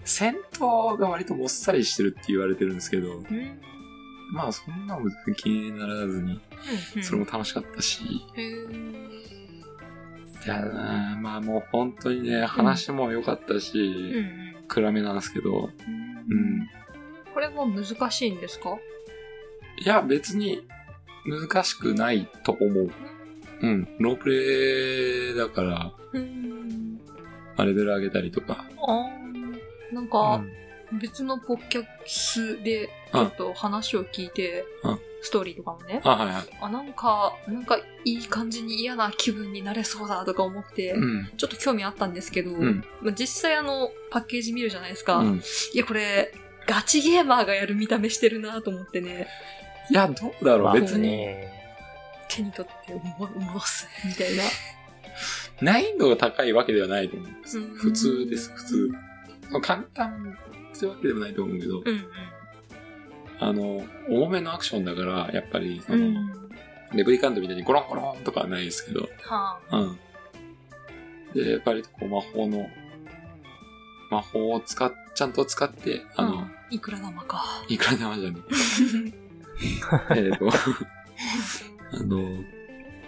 S2: 戦闘が割ともっさりしてるって言われてるんですけど、
S3: うん。
S2: まあそんなも別に気にならずに、
S3: うん
S2: それも楽しかったし、
S3: へー
S2: いやーまあもう本当にね、話も良かった
S3: うん
S2: し、
S3: うん
S2: 暗めなんですけど、う
S3: うん
S2: ん。
S3: これも難しいんですか
S2: いや、別に難しくないと思う。うん。ロープレイだから、
S3: うん。
S2: まあレベル上げたりとか。
S3: あーなんか、別のポッキャスで、ちょっと話を聞いて
S2: うん、
S3: ストーリーとかもね、
S2: あ、はいはい。
S3: あ、なんか、なんかいい感じに嫌な気分になれそうだとか思って、
S2: うん。
S3: ちょっと興味あったんですけど、
S2: うん
S3: まあ実際あの、パッケージ見るじゃないですか。
S2: うん。
S3: いや、これ、ガチゲーマーがやる見た目してるなと思ってね、
S2: いや、どうだろう。別に、
S3: 手に取って、も戻す、みたいな。
S2: 難易度が高いわけではないと思うんです。
S3: うん
S2: 普通です、普通。簡単ってわけでもないと思うけど、
S3: うん
S2: あの、重めのアクションだから、やっぱり、そ
S3: うん。う
S2: の、
S3: ん。
S2: レブリカントみたいにゴロンゴロンとかはないですけど、
S3: は
S2: うん。で、やっぱりこう魔法の、魔法を使っ、ちゃんと使って、
S3: あ、
S2: あの、
S3: うんいくら生か。
S2: いくらでも じゃねえ。えっと、あの、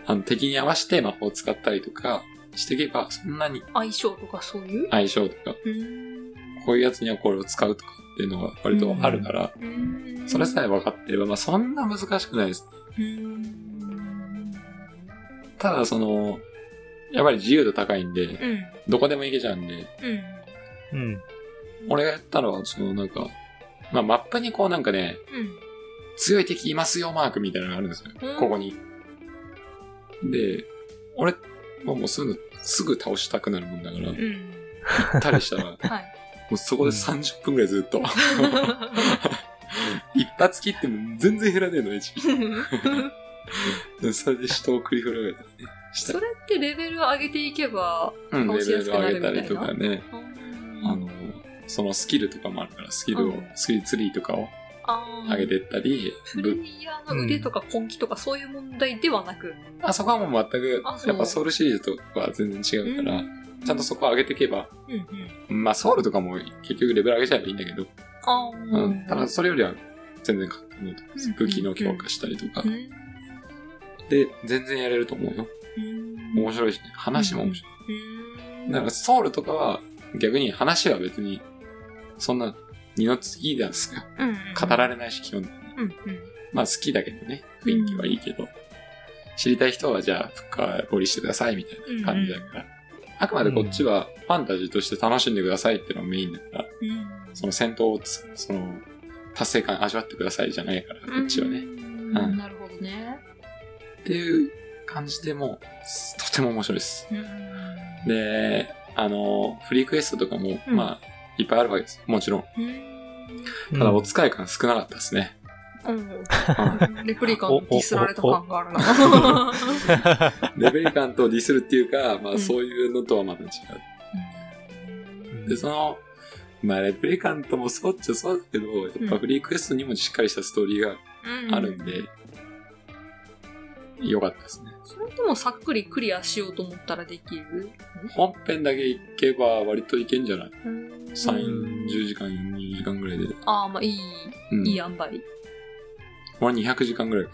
S2: あの敵に合わせて魔法を使ったりとかしていけば、そんなに
S3: 相性とかそういう
S2: 相性とか、
S3: うん。
S2: こういうやつにはこれを使うとかっていうのが割とあるから、
S3: うん
S2: それさえ分かってれば、まあそんな難しくないです。
S3: うん。
S2: ただ、その、やっぱり自由度高いんで、
S3: うん。
S2: どこでも行けちゃうんで、
S3: うん。
S4: うん。
S2: 俺がやったのは、そのなんか、まあマップにこうなんかね、
S3: うん。
S2: 強い敵いますよマークみたいなのがあるんですよ。
S3: うん
S2: ここに。で、俺、もうもうそういうのすぐ倒したくなるもんだから、
S3: うん。
S2: 行ったりしたら、も
S3: はい。
S2: うそこで30分ぐらいずっ と。一発切っても全然減らねえの、一それで人を繰り広げたりね。した
S3: それってレベル上げていけば、
S2: うん、レ
S3: 倒
S2: ベ
S3: しやす
S2: ル
S3: くな
S2: 上
S3: る
S2: げたりとかね。あの、そのスキルとかもあるから、スキルを、
S3: うん
S2: スキルツリーとかを
S3: あー
S2: 上げてったり、
S3: プレ
S2: ぶ
S3: イヤーの腕とか根気とかそういう問題ではなく、
S2: あそこはもう全く
S3: あ、そう
S2: やっぱソウルシリーズとかは全然違うから、
S3: うん
S2: ちゃんとそこ上げていけば、
S3: うんうん
S2: まあソウルとかも結局レベル上げちゃえばいいんだけど、
S3: あー
S2: うん、ただそれよりは全然簡単だと思います
S3: うん
S2: 武器の強化したりとか
S3: う、ん
S2: で、全然やれると思うよ。
S3: うん
S2: 面白いしね、話も面白
S3: うん
S2: い。だからソウルとかは逆に話は別に、そんな二の次なんですよ。
S3: うん
S2: 語られないし、基本的に。
S3: うんうん
S2: まあ好きだけどね、雰囲気はいいけど、知りたい人はじゃあ深掘りしてくださいみたいな感じだから。あくまでこっちはファンタジーとして楽しんでくださいっていうのがメインだから、
S3: うん
S2: その戦闘をつ、その、達成感味わってくださいじゃないから、こっちはね。
S3: うん
S2: うん
S3: なるほどね。
S2: っていう感じでもう、とても面白いです。
S3: うん
S2: で、あの、フリークエストとかも、
S3: うん
S2: まあ、いっぱいあるわけです。もちろん。
S3: うん
S2: ただ、お使い感少なかったですね。
S3: うん
S2: うん
S3: レプリカンディスられた感があるな。
S2: レベル感とディスるっていうか、ま
S3: う
S2: あ、
S3: ん
S2: そういうのとはまた違う。で、その、まあ、レプリカントもそうっちゃそうだけど、やっぱフリークエストにもしっかりしたストーリーが
S3: う
S2: あるんで、良かったですね。
S3: それともさっくりクリアしようと思ったらできる
S2: 本編だけ行けば割といけんじゃない
S4: ん
S2: ?30 時間、40時間ぐらいで。
S3: ああ、まあいい、
S2: うん。
S3: いい塩 梅
S2: 俺200時間ぐらい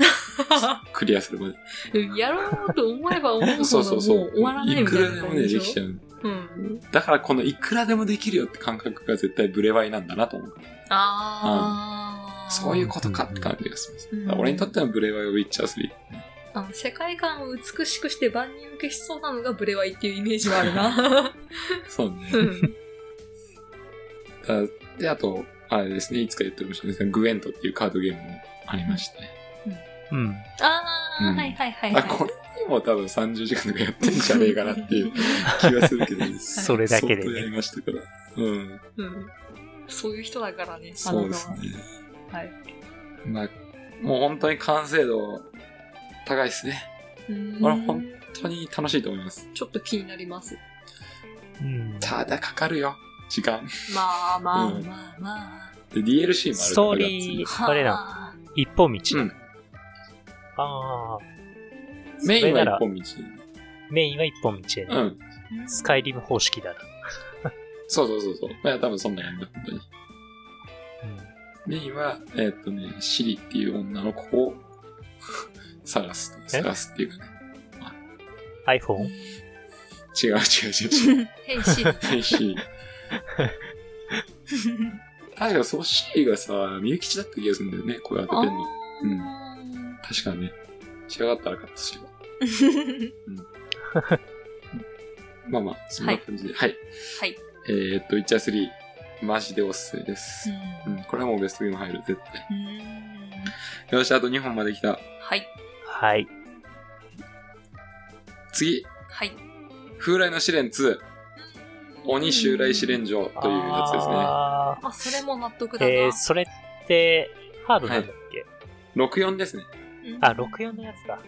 S2: クリアするま で。
S3: やろうと思えば思うほど
S2: そうそうそう。
S3: もう終わらない
S2: い
S3: みた
S2: く
S3: い
S2: ら
S3: な
S2: でも
S3: 感
S2: ね、
S3: じで
S2: で
S3: し
S2: き
S3: ょ。
S2: ちゃう。
S3: うん。
S2: だからこのいくらでもできるよって感覚が絶対ブレワイなんだなと思う。
S3: ああ、
S2: そういうことかって感じがします。
S3: うん
S2: だから俺にとってのブレワイはウィッチャー3。
S3: あの世界観を美しくして万人受けしそうなのがブレワイっていうイメージはあ るな。
S2: そうね。
S3: うん
S2: だで、あと、あれですね、いつか言ってるかもしれないですが、グエントっていうカードゲームもありまして。
S4: うん。
S3: ああ、
S2: うん
S3: はいはいはい、は
S2: あ、
S3: い。
S2: これにも多分30時間とかやってんじゃねえかなっていう気はするけど、
S4: それだけで
S2: 相当やり
S4: ね。
S2: ましたから。うん。
S3: うん。そういう人だからね、あ
S2: そ
S3: の
S2: うですね。
S3: はい。
S2: まあ、もう本当に完成度高いですね。
S3: うん
S2: あらほん本当に楽しいと思います。
S3: ちょっと気になります。
S4: うん。
S2: ただかかるよ、時間。
S3: まあまあ
S2: うん
S3: まあまあ。
S2: で、DLC もある
S4: ストー
S2: ー。
S4: リー、あれな。
S3: な。
S4: 一本道。
S2: うん。
S4: ああ。
S2: メインは
S4: それなら
S2: 一本道。
S4: メインは一本道でね。
S2: うん。
S4: スカイリム方式だな。
S2: そうそうそうそう。まあ多分そんな感じだ、本当に。
S4: うん
S2: メインは、えーっとね、シリっていう女の子を 探す。
S4: え
S2: 探すっていうかね。
S4: iPhone?
S2: 違う違う違う違う。
S3: 変身。
S2: はい、シリ。確かそう、シリがさ、みゆきちだった気がするんだよね、声当ててんの。うん
S3: あ
S2: 確かね。違かったらカットしよう。
S3: ー
S2: まあまあ、そんな感じで。はい。
S3: はい。
S2: えーっと、イチャ3、マジでおすすめです。うん、これはもうベストゲーム入る、絶対。
S3: うんうん
S2: よし、あと2本まで来た。
S3: はい。
S4: はい。
S2: 次、
S3: はい。
S2: 風来の試練2、鬼襲来試練場というやつですね。
S4: あ
S3: あ、それも納得だ
S4: ー
S3: な。
S4: えー、それって、ハードなんだっけ
S2: 64ですね。
S3: うん
S4: あ、64のやつだ。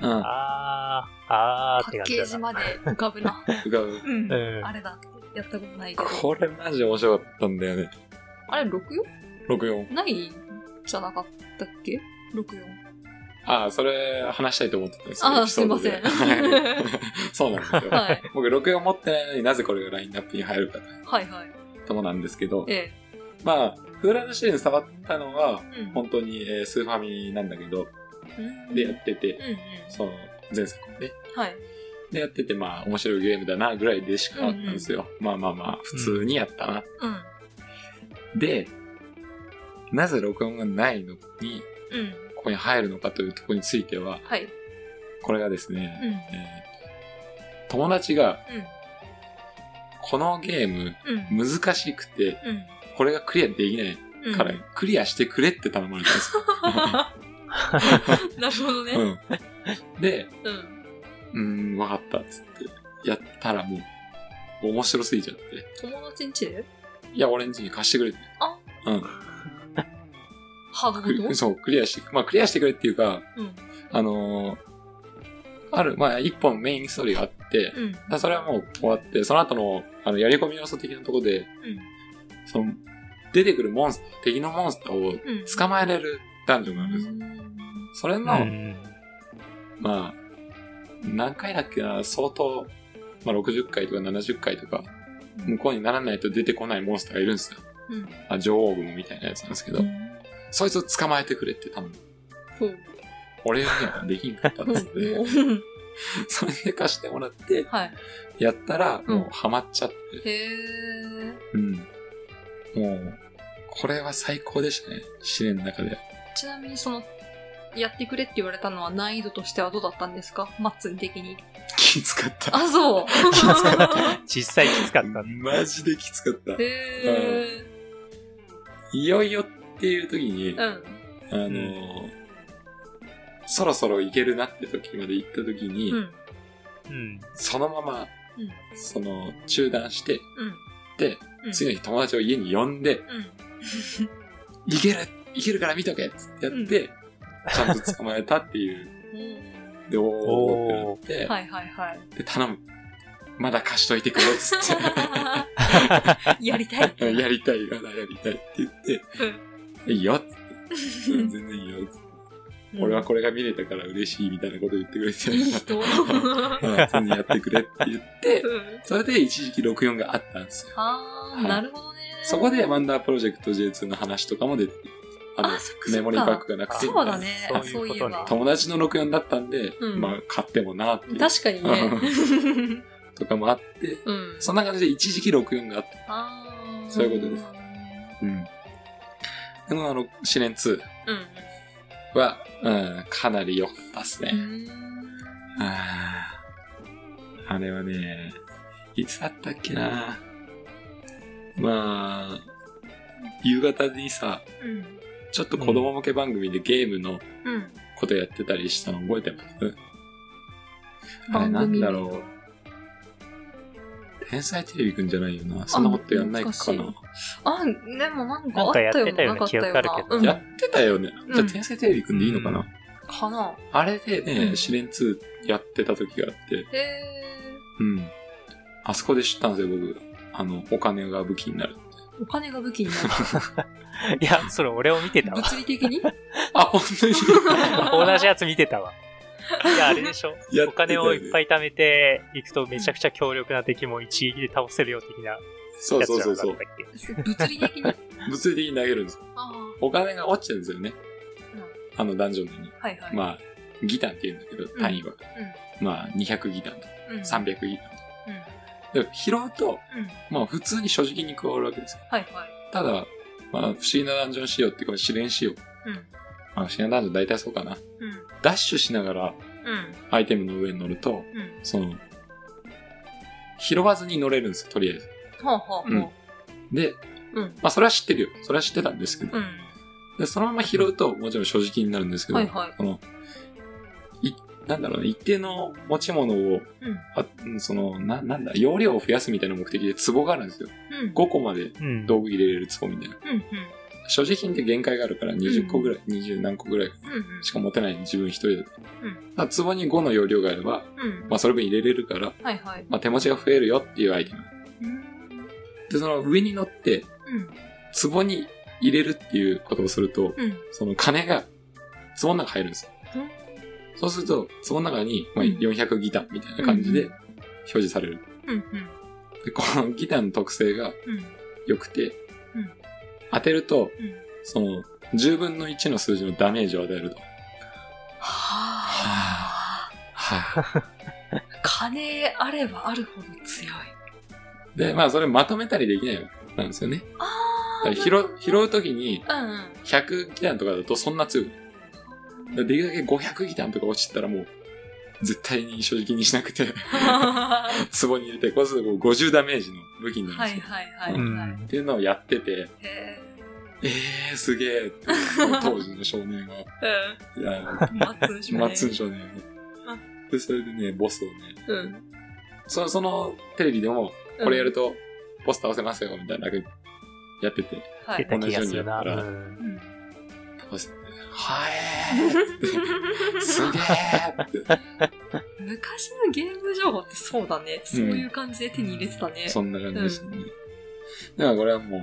S2: うん。
S4: あー、あー
S3: パ
S4: って
S3: ッ
S4: 感じ
S3: ケー
S4: だ
S3: ジ
S4: な。
S3: まで浮かぶな。
S2: うかう。
S3: うん
S4: うん
S3: あれだ。やったことないけど。
S2: これマジ面白かったんだよね。
S3: あれ、64?
S2: 64。
S3: ないじゃなかったっけ ?64。
S2: ああ、それ話したいと思ってたんです
S3: あー
S2: エピソードです
S3: いません
S2: はい そうなんですよ。
S3: はい。
S2: 僕64持ってないのになぜこれがラインナップに入るか
S3: はいはい。
S2: ともなんですけど、
S3: え
S2: まあ、フーラの試練触ったのは
S3: え。、うん
S2: 本当に、えースーファミなんだけど、
S3: うん
S2: でやってて
S3: う、んうん。
S2: その前作ね。
S3: はい。
S2: でやってて、まあ面白いゲームだなぐらいでしかあったんですよ。まあまあまあ、普通にやったな。
S3: うん。
S2: で、なぜ録音がないのに、
S3: うん。
S2: ここに入るのかというところについては、
S3: はい。
S2: これがです
S3: うん。う
S2: ね、
S3: ん。
S2: えー友達が、このゲーム
S3: うん。
S2: 難しくて、
S3: うん。
S2: これがクリアできない
S3: うん
S2: から、クリアしてくれって頼まれたんですよ。
S3: なるほどね。
S2: うん、で、
S3: うん。
S2: うーん、わかった、つって。やったらもう、面白すぎちゃって。
S3: 友達ん家で
S2: いや、俺んちに貸してくれって。
S3: あ
S2: うん
S3: ハード
S2: く
S3: ごと
S2: そう、クリアして、まあ、クリアしてくれっていうか、
S3: うん。
S2: あのーある、まあ、一本メインストーリーがあって、
S3: うん。
S2: だからそれはもう終わって、その後の、あの、やり込み要素的なところで、その、出てくるモンスター、敵のモンスターを
S3: うん。うん。
S2: 捕まえれるダンジョンがあるんですよ。
S3: う
S2: それ
S4: う
S2: の、
S4: ん。
S2: まあ、何回だっけな、相当、まあ、60回とか70回とか、向こうにならないと出てこないモンスターがいるんですよ。
S3: ん。
S2: まあ、女王雲みたいなやつなんですけど、
S3: うん。
S2: そいつを捕まえてくれって頼む。
S3: ほう。
S2: 俺にはできんかったっつって、
S3: うん
S2: それで貸してもらって、
S3: はい。
S2: やったら、
S3: うん
S2: もうハマっちゃって、
S3: へー。
S2: うん。もう、これは最高でしたね。試練の中で。
S3: ちなみにその、やってくれって言われたのは難易度としてはどうだったんですかマッツン的に。
S2: きつかった。
S3: あ、そう。
S4: 実際きつかった。
S2: マジできつかった。
S3: へ
S2: いよいよっていう時に、
S3: ー。うん。
S2: あのーそろそろいけるなって時まで行った時に、
S3: うん。
S4: うん。
S2: そのまま、
S3: うん
S2: その、中断して、
S3: うん。
S2: で、
S3: うん
S2: 次の日友達を家に呼んで、
S3: うん。
S2: いけるいけるから見とけっつってやって、ちゃんと捕まえたっていう、
S3: うん
S2: で、おーってなって、
S3: はいはい はい。
S2: で、頼む。まだ貸しといてくれ、つっ
S3: やりたい。
S2: て。 やりたい、まだやりたいって言って、いい よ、つって。うん全然いいよ、つって。俺はこれが見れたから嬉しい、みたいなこと言ってくれて。
S3: いい 人。
S2: うん全然やってくれって言って、それで一時期64があったんですよ。
S3: あ
S2: は
S3: ー、
S2: い
S3: なるほどね。
S2: そこでワンダープロジェクト J2 の話とかも出てくるあの
S3: あそっかそっか
S2: メモリーパックがなくて。
S3: そうだね。
S4: そういう
S3: そ
S4: ことね
S3: ういえば。
S2: 友達の64だったんで、
S3: うん
S2: まあ買ってもなっていう
S3: 確かにね。
S2: とかもあって、
S3: うん。
S2: そんな感じで一時期64があった。
S3: あー
S2: そういうことです。うん。でもあの、試練2
S3: うん。
S2: は、うん、かなり良かったっすね。あーあれはね、いつだったっけな。まあ、夕方にさ、
S3: うん。
S2: ちょっと子供向け番組でゲームの
S3: うん。
S2: ことやってたりしたの覚えてますあれ
S3: 番
S2: なん
S3: 組
S2: だろう。天才テレビくんじゃないよな。そんなことやんないか
S3: 懐
S2: な。
S3: あ、でもなんか
S4: な
S3: あ
S4: ん
S3: っ
S4: か
S3: た
S4: や
S3: よ
S4: ってた
S3: な、
S4: よ
S3: な
S4: うな
S3: かったよ
S4: 記憶あるけ
S3: な。
S4: ど
S3: うん
S2: やってたよね。じゃあ天才テレビくんでいいのかな、
S4: うん
S3: かな。
S2: あれでね、
S3: うん
S2: 試練2やってた時があって、
S3: へえ。
S2: うん。あそこで知ったんですよ、僕。あの、お金が武器になる。
S3: お金が武器に なる。
S4: いや、それ俺を見て たわ。
S3: 物理的に
S2: あ、本当に
S4: 同じやつ見てたわ。いや、あれでし ょ
S2: やっ
S4: お
S2: てたよね
S4: 金をいっぱい貯めていくとめちゃくちゃ強力な敵も一撃で倒せるよ的な
S2: そう
S4: やつ
S2: そう
S4: じゃ
S2: そ
S4: な
S2: う
S4: か
S2: そ
S4: っ
S2: う
S4: た。
S3: 物
S4: っけ
S3: 理的にあ
S2: 物理的に投げるんですよ。
S3: あ
S2: お金が落ちてるんですよね
S3: うん。
S2: あのダンジョンに。
S3: はいはい。
S2: まあ、ギタンって言うんだけど、単位は。まあ、200ギタンと
S3: うん、
S2: 300ギタン
S3: うん。うん。
S2: と。でも拾うと、
S3: うん。
S2: まあ普通に所持金に加わるわけですよ。
S3: はいはい。
S2: ただ、まあ不思議なダンジョン仕様っていうか試練仕様。
S3: うん。
S2: まあ不思議なダンジョン大体そうかな。
S3: うん。
S2: ダッシュしながら
S3: うん。
S2: アイテムの上に乗ると、
S3: うん。
S2: その、拾わずに乗れるんですよ、とりあえず。
S3: はあはあ。
S2: うんで、
S3: うん
S2: まあそれは知ってるよ。それは知ってたんですけど。
S3: うん。
S2: で、そのまま拾うと、もちろん所持金になるんですけど、
S3: はいはい
S2: この、い、なんだろうね、一定の持ち物を、
S3: うん
S2: あうんその、な、なんだ、容量を増やすみたいな目的で壺があるんですよ。
S3: うん。
S2: 5個まで
S4: うん。
S2: 道具入れれる壺みたいな。
S3: うん。うん。
S2: 所持品って限界があるから20個ぐらい、20何個ぐらい
S3: うん。
S2: しか持てない自分一人だと。
S3: うん
S2: だから壺に5の容量があれば、
S3: うん。
S2: まあそれ分入れれるから、
S3: はいはい。
S2: まあ手持ちが増えるよっていうアイテム。
S3: うん。
S2: で、その上に乗って、
S3: うん。
S2: 壺に入れるっていうことをすると、
S3: うん。
S2: その金が壺の中入るんですよ
S3: うん。
S2: そうすると、壺の中に、まあ、
S3: うん
S2: 400ギターみたいな感じで
S3: うん
S2: 表示される。
S3: うん。
S2: で、このギターの特性が
S3: うん。
S2: 良くて
S3: うん、
S2: 当てると、
S3: うん。
S2: その、10分の1の数字のダメージを与えると。
S3: はあ。
S2: はい。
S3: 金あればあるほど強い。
S2: で、まあ、それまとめたりできないわけなんですよね。
S3: あ
S2: だから
S3: あ。
S2: 拾う、拾うときに、
S3: うんうん。
S2: 100ギターとかだとそんな強くない。だからできるだけ500ギターとか落ちてたらもう、絶対に正直にしなくて、
S3: は
S2: 壺に入れて、こうするとこう50ダメージの武器に
S3: い
S2: な
S3: は
S2: るんです
S3: い
S2: よ。
S3: はい。
S4: う
S3: はい
S4: ん。
S2: っていうのをやってて、
S3: へ
S2: えー、すげーって、当時の少年は、い
S3: え。
S2: や、
S3: うん。マッツンし
S2: マッツン少年は
S3: あ。
S2: で、それでね、ボスをね、
S3: うん。
S2: その、そのテレビでも、これやると、ボス倒せますよ、みたいな、やってて、
S3: は
S4: 出
S3: い。
S4: た気がするな。
S2: 同じようにやったら
S4: う
S3: う
S4: ん
S3: ん。
S2: 倒せて、はえ ーって、すげーって。
S3: 昔のゲーム情報ってそうだね。そういう感じで手に入れてたね。
S2: そんな感じでしたね。だからこれはも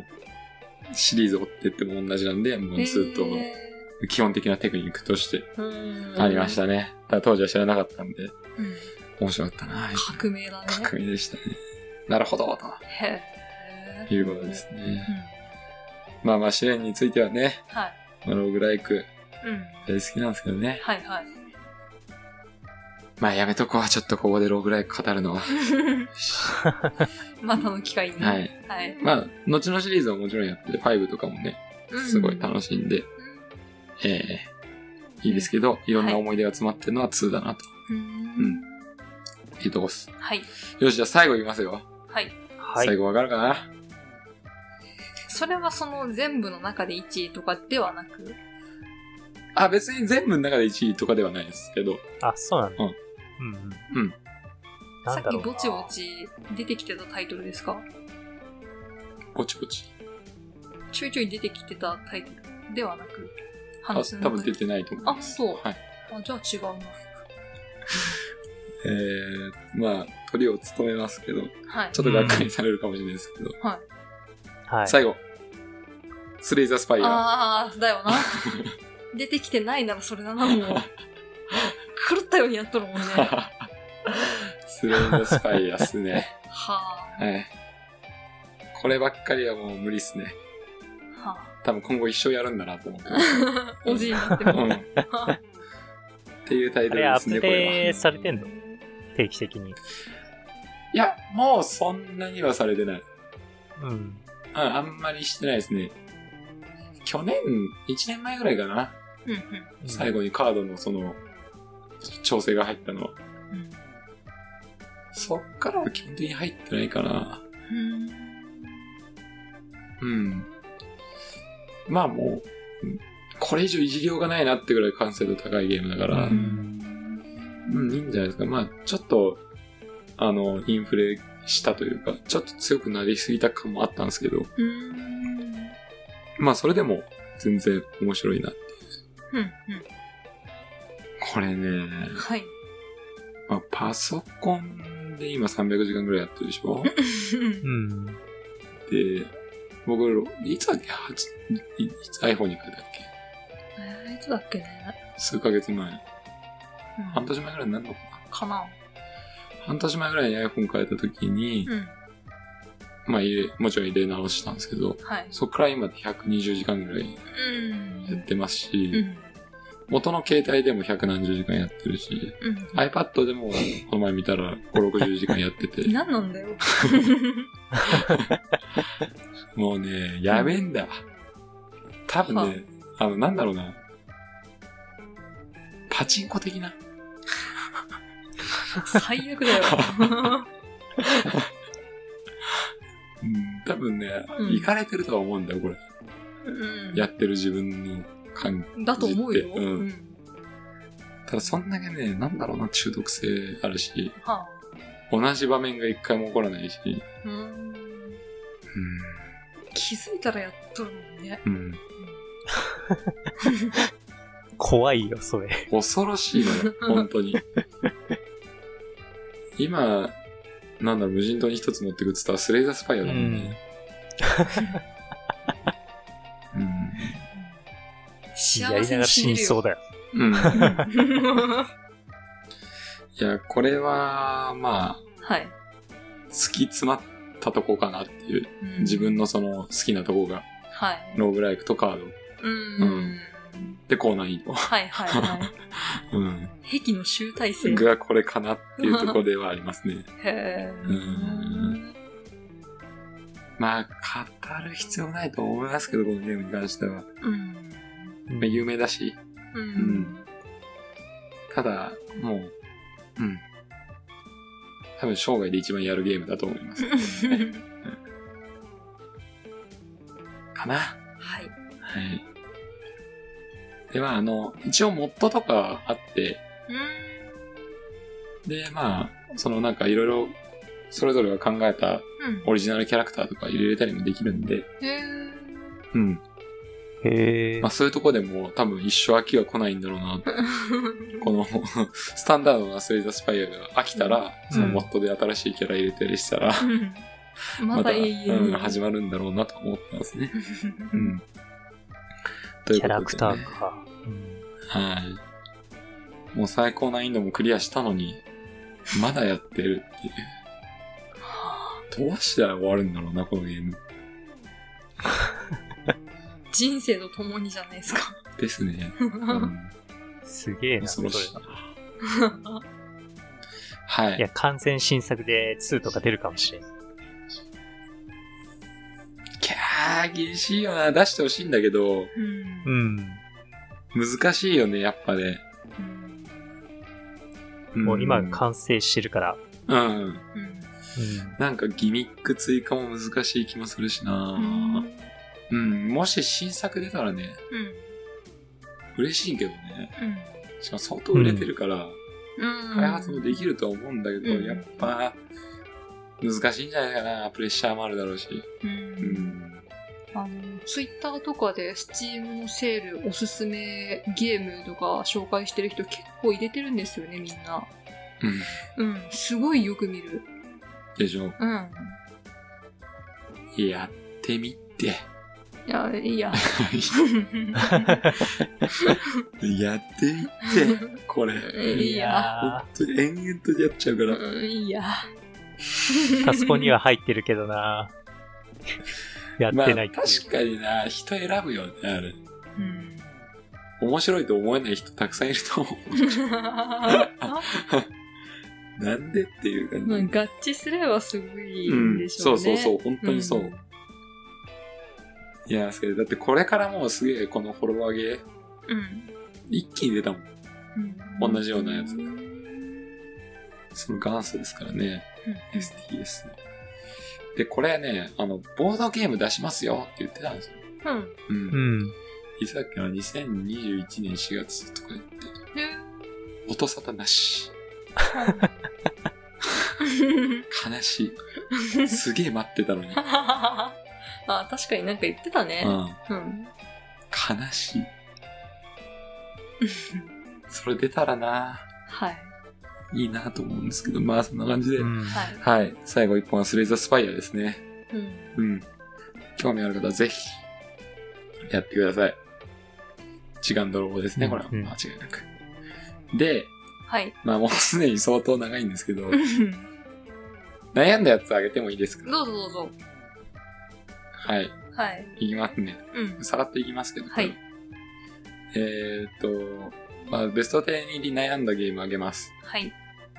S2: う、シリーズ追ってっても同じなんで、もうずっと
S3: へ
S2: 基本的なテクニックとして
S3: ーうん
S2: ありまし。たね。ただ当時は知らなかったんで、
S3: うん
S2: 面白かったな。
S3: 革命だね。
S2: 革命でしたね。なるほど、
S3: へ
S2: と
S3: え。
S2: いうことです
S3: う
S2: ね。
S3: ん
S2: まあまあ試練についてはね、
S3: はい。
S2: まあローグライク
S3: うん。
S2: 大好きなんですけどね。
S3: はい はい。
S2: まあやめとこう。ちょっとここでローグライク語るのは。
S3: またの機会に。
S2: はい。
S3: はい。
S2: まあ、後のシリーズはもちろんやって、5とかもね、すごい楽しんで、えーいいですけど、いろんな思い出が詰まってるのは2だなと。
S3: うん。うん。
S2: いいとこっす。
S3: はい。
S2: よし、じゃあ最後言いますよ。
S3: はい。
S4: は
S2: 最
S4: い。
S2: 後わかるかな
S3: それはその全部の中で1位とかではなく。
S2: あ、別に全部の中で1位とかではないですけど、
S4: あ、そうなんだ。
S2: う
S4: うんん。うん。
S2: うん。
S4: な
S3: さ
S4: ん
S3: っ
S4: だ
S3: き
S4: ろうな
S3: ぼちぼち出てきてたタイトルですか
S2: ぼちぼち。
S3: ちょいちょい出てきてたタイトルではなく、
S2: あ、
S3: 話の
S2: 多
S3: 中
S2: 分
S3: で
S2: 出てないと思います。
S3: あそう
S2: はい。
S3: あ、じゃあ違う
S2: えー、まあ、鳥を務めますけど、
S3: な。はい
S2: ち。ょっとがっかりされるかもしれないですけど、
S4: はい。
S2: 最後。スレイザースパイア。
S3: ああ、だよな。出てきてないならそれだな、もう。狂ったようにやっと るもんね。は
S2: スレイザースパイアっすね。
S3: あ。
S2: はい。こればっかりはもう無理っすね。
S3: は
S2: 多分今後一生やるんだなと思ってます。
S3: あ。 おじいになって
S2: う
S3: も。
S2: ん。っていうタイ
S4: あ
S2: トル
S4: れア
S2: で
S4: ッ
S2: すね、
S4: プ
S2: これは。
S4: デートされてんの定期的に。
S2: いや、もうそんなにはされてない。
S4: うん。
S2: うん、あんまりしてないですね。去年、1年前ぐらいかな。
S3: うんうん
S2: 最後にカードのその、調整が入ったのは。
S3: うん
S2: そっからは基本的に入ってないかな。
S3: うん
S2: うん。まあもう、うんこれ以上いじりようがないなってぐらい完成度高いゲームだから、
S4: うん。
S2: うん、いいんじゃないですか。まあ、ちょっと、あの、インフレしたというか、ちょっと強くなりすぎた感もあったんですけど、
S3: うーん。
S2: まあ、それでも全然面白いな。
S3: うん、うん。
S2: これね、
S3: はい。
S2: まあ、パソコンで今300時間ぐらいやってるでしょ
S3: うん
S4: うん。
S2: で、僕、いつだっけはちいいつ iPhone に変えたっけ
S3: えーいつだっけね。
S2: 数ヶ月前。
S3: うん
S2: 半年前ぐらいになるのかな
S3: かな
S2: 半年前ぐらいに iPhone 変えた時に、
S3: うん。
S2: まあ入れ、もちろん入れ直したんですけど、
S3: はい。
S2: そっから今で120時間ぐらい
S3: うん。
S2: やってます
S3: う
S2: し、
S3: ん。
S2: 元の携帯でも100何十時間やってるし、
S3: うん。、
S2: iPad でもこの前見たら5、60時間やってて
S3: 何 なんだよ。
S2: もうね、やべえんだ。多分ね、あの、なんだろうな。パチンコ的な。
S3: 最悪だよ。
S2: うん、多分ね
S3: う、ん
S2: いかれてるとは思うんだよ、これ。
S3: うん。
S2: やってる自分の感じ。
S3: だと思うよ。
S2: うん
S3: うん。
S2: ただ、そんだけね、なんだろうな、中毒性あるし、
S3: はあ。
S2: 同じ場面が一回も起こらないし、
S3: うーん。気づいたらやっとるもんね。
S2: うん、うん、
S4: 怖いよ、それ。
S2: 恐ろしいの よ、本当に。今、なんだろう、無人島に一つ持ってくって言ったらスレイザースパイアだもんね。
S3: 幸
S4: やり
S3: せ
S4: なが
S3: に
S4: ら
S3: 死
S4: 死
S3: ね
S4: に
S3: る
S4: そう
S3: よ。
S4: だよ。
S2: うん。うん。 い
S3: は
S2: や、これは、まあ、
S3: い。
S2: 突き詰まったとこかなっていう。
S3: うん
S2: 自分。のその好きなとこが、
S3: はい。
S2: ローブライクとカード。
S3: う
S2: うん
S3: ん。
S2: で、高難易度。
S3: はいはいは
S2: うん。
S3: い。壁の集大成。へ
S2: がこれかなっていうところではありますね。
S3: え。
S2: うんまあ、語る必要ないと思いますけど、このゲームに関しては。ま
S3: うん。
S2: あ、有名だし。
S3: うん。
S2: ただ、もう、うん。多分、生涯で一番やるゲームだと思い ます。かな。
S3: はい。
S2: はい。では、あの、一応、モッドとかあって、
S3: う
S2: で、まあ、そのなんかいろいろ、それぞれが考えた
S3: ん。うん。
S2: オリジナルキャラクターとか入れたりもできるんで、
S3: へ
S2: うん。
S4: へえ
S2: まあ。そういうとこでも多分一生飽きは来ないんだろうな。
S3: ー
S2: この、 スタンダードなスレイザースパイアが飽きたら、
S4: うん
S2: そのモッドで新しいキャラ入れたりしたら、
S3: うん
S2: ま
S3: ま
S2: た、
S3: だ
S2: う
S3: 永遠
S2: ん、
S3: に。
S2: 始まるんだろうなと思ってますね。う
S3: うん
S2: ん。ということでね
S4: キャラクターか。
S2: はい。もう最高難易度もクリアしたのに、まだやってるって いう。どうしたら終わるんだろうな、このゲーム。
S3: 人生と共にじゃないですか。
S2: ですね。うん、
S4: すげえな、そ
S2: 恐
S4: れ
S2: ろ。しいな。はいい。
S4: や、完全新作で2とか出るかもしれん。
S2: キャー、厳しいよな。出してほしいんだけど、
S3: うん
S4: うん。
S2: 難しいよね、やっぱね。
S3: うん
S2: ん
S4: もう今完成してるから。
S2: うん。
S3: うん
S2: なんかギミック追加も難しい気もするしな。うん。もし新作出たらね、
S3: うん
S2: 嬉しいけどね。
S3: うん
S2: しかも相当売れてるから、
S3: うん
S2: 開発もできるとは思うんだけど、
S3: うん
S2: やっぱ、難しいんじゃないかな。プレッシャーもあるだろうし。う
S3: う
S2: んん。
S3: あのツイッターとかで Steam のセールおすすめゲームとか紹介してる人結構入れてるんですよねみんな
S2: うん。
S3: うんすごいよく見る
S2: でしょ。
S3: うん
S2: やってみて。
S3: いやいいや
S2: やってみて、これ。
S3: うんいや
S2: ほんと延々とやっちゃうから。
S3: うんいいや
S4: ーパソコンには入ってるけ どな。やって
S2: まあ、
S4: ないっていう
S2: 確かにな、人選ぶよね、あれ。
S3: うん
S2: 面白いと思えない人たくさんいると思う。なんでっていう感じ。
S3: まあ合致すればすごい
S2: うん
S3: んでし
S2: そ
S3: ょう
S2: う
S3: ね
S2: そうそう、本当にそう。
S3: うん
S2: いや、それだってこれからもうすげえこのフォロワーゲー、
S3: うん
S2: 一気に出たもん。
S3: うん
S2: 同じようなやつ
S3: うん
S2: その元祖ですからね、
S3: うん
S2: STS。で、これね、あの、ボードゲーム出しますよって言ってたんですよ。
S3: うん
S2: うん
S4: う。ん。
S2: いつだっけな、2021年4月とか言って、
S3: へー
S2: 音沙汰なし。悲しい。すげえ待ってた のに。うん。
S3: あ、確かになんか言ってたね。うん。
S2: 悲し い。それ出たらな、
S3: はい。
S2: いいなと思うんですけど、まあそんな感じで。
S4: うん
S3: は
S2: は
S3: い。
S2: い。最後一本はスレイザースパイアですね。
S3: うん。
S2: うん。興味ある方はぜひ、やってください。時間泥棒ですね、これは。
S4: うん
S2: 間違いなく。で、
S3: はい。
S2: まあもうすでに相当長いんですけど、悩んだやつあげてもいいですか
S3: どうぞどうぞ。
S2: はい。
S3: はい。
S2: いきますね。
S3: うん。
S2: さらっといきますけど。
S3: はい。
S2: えーっと、まあベスト10入り悩んだゲームあげます。
S3: はい。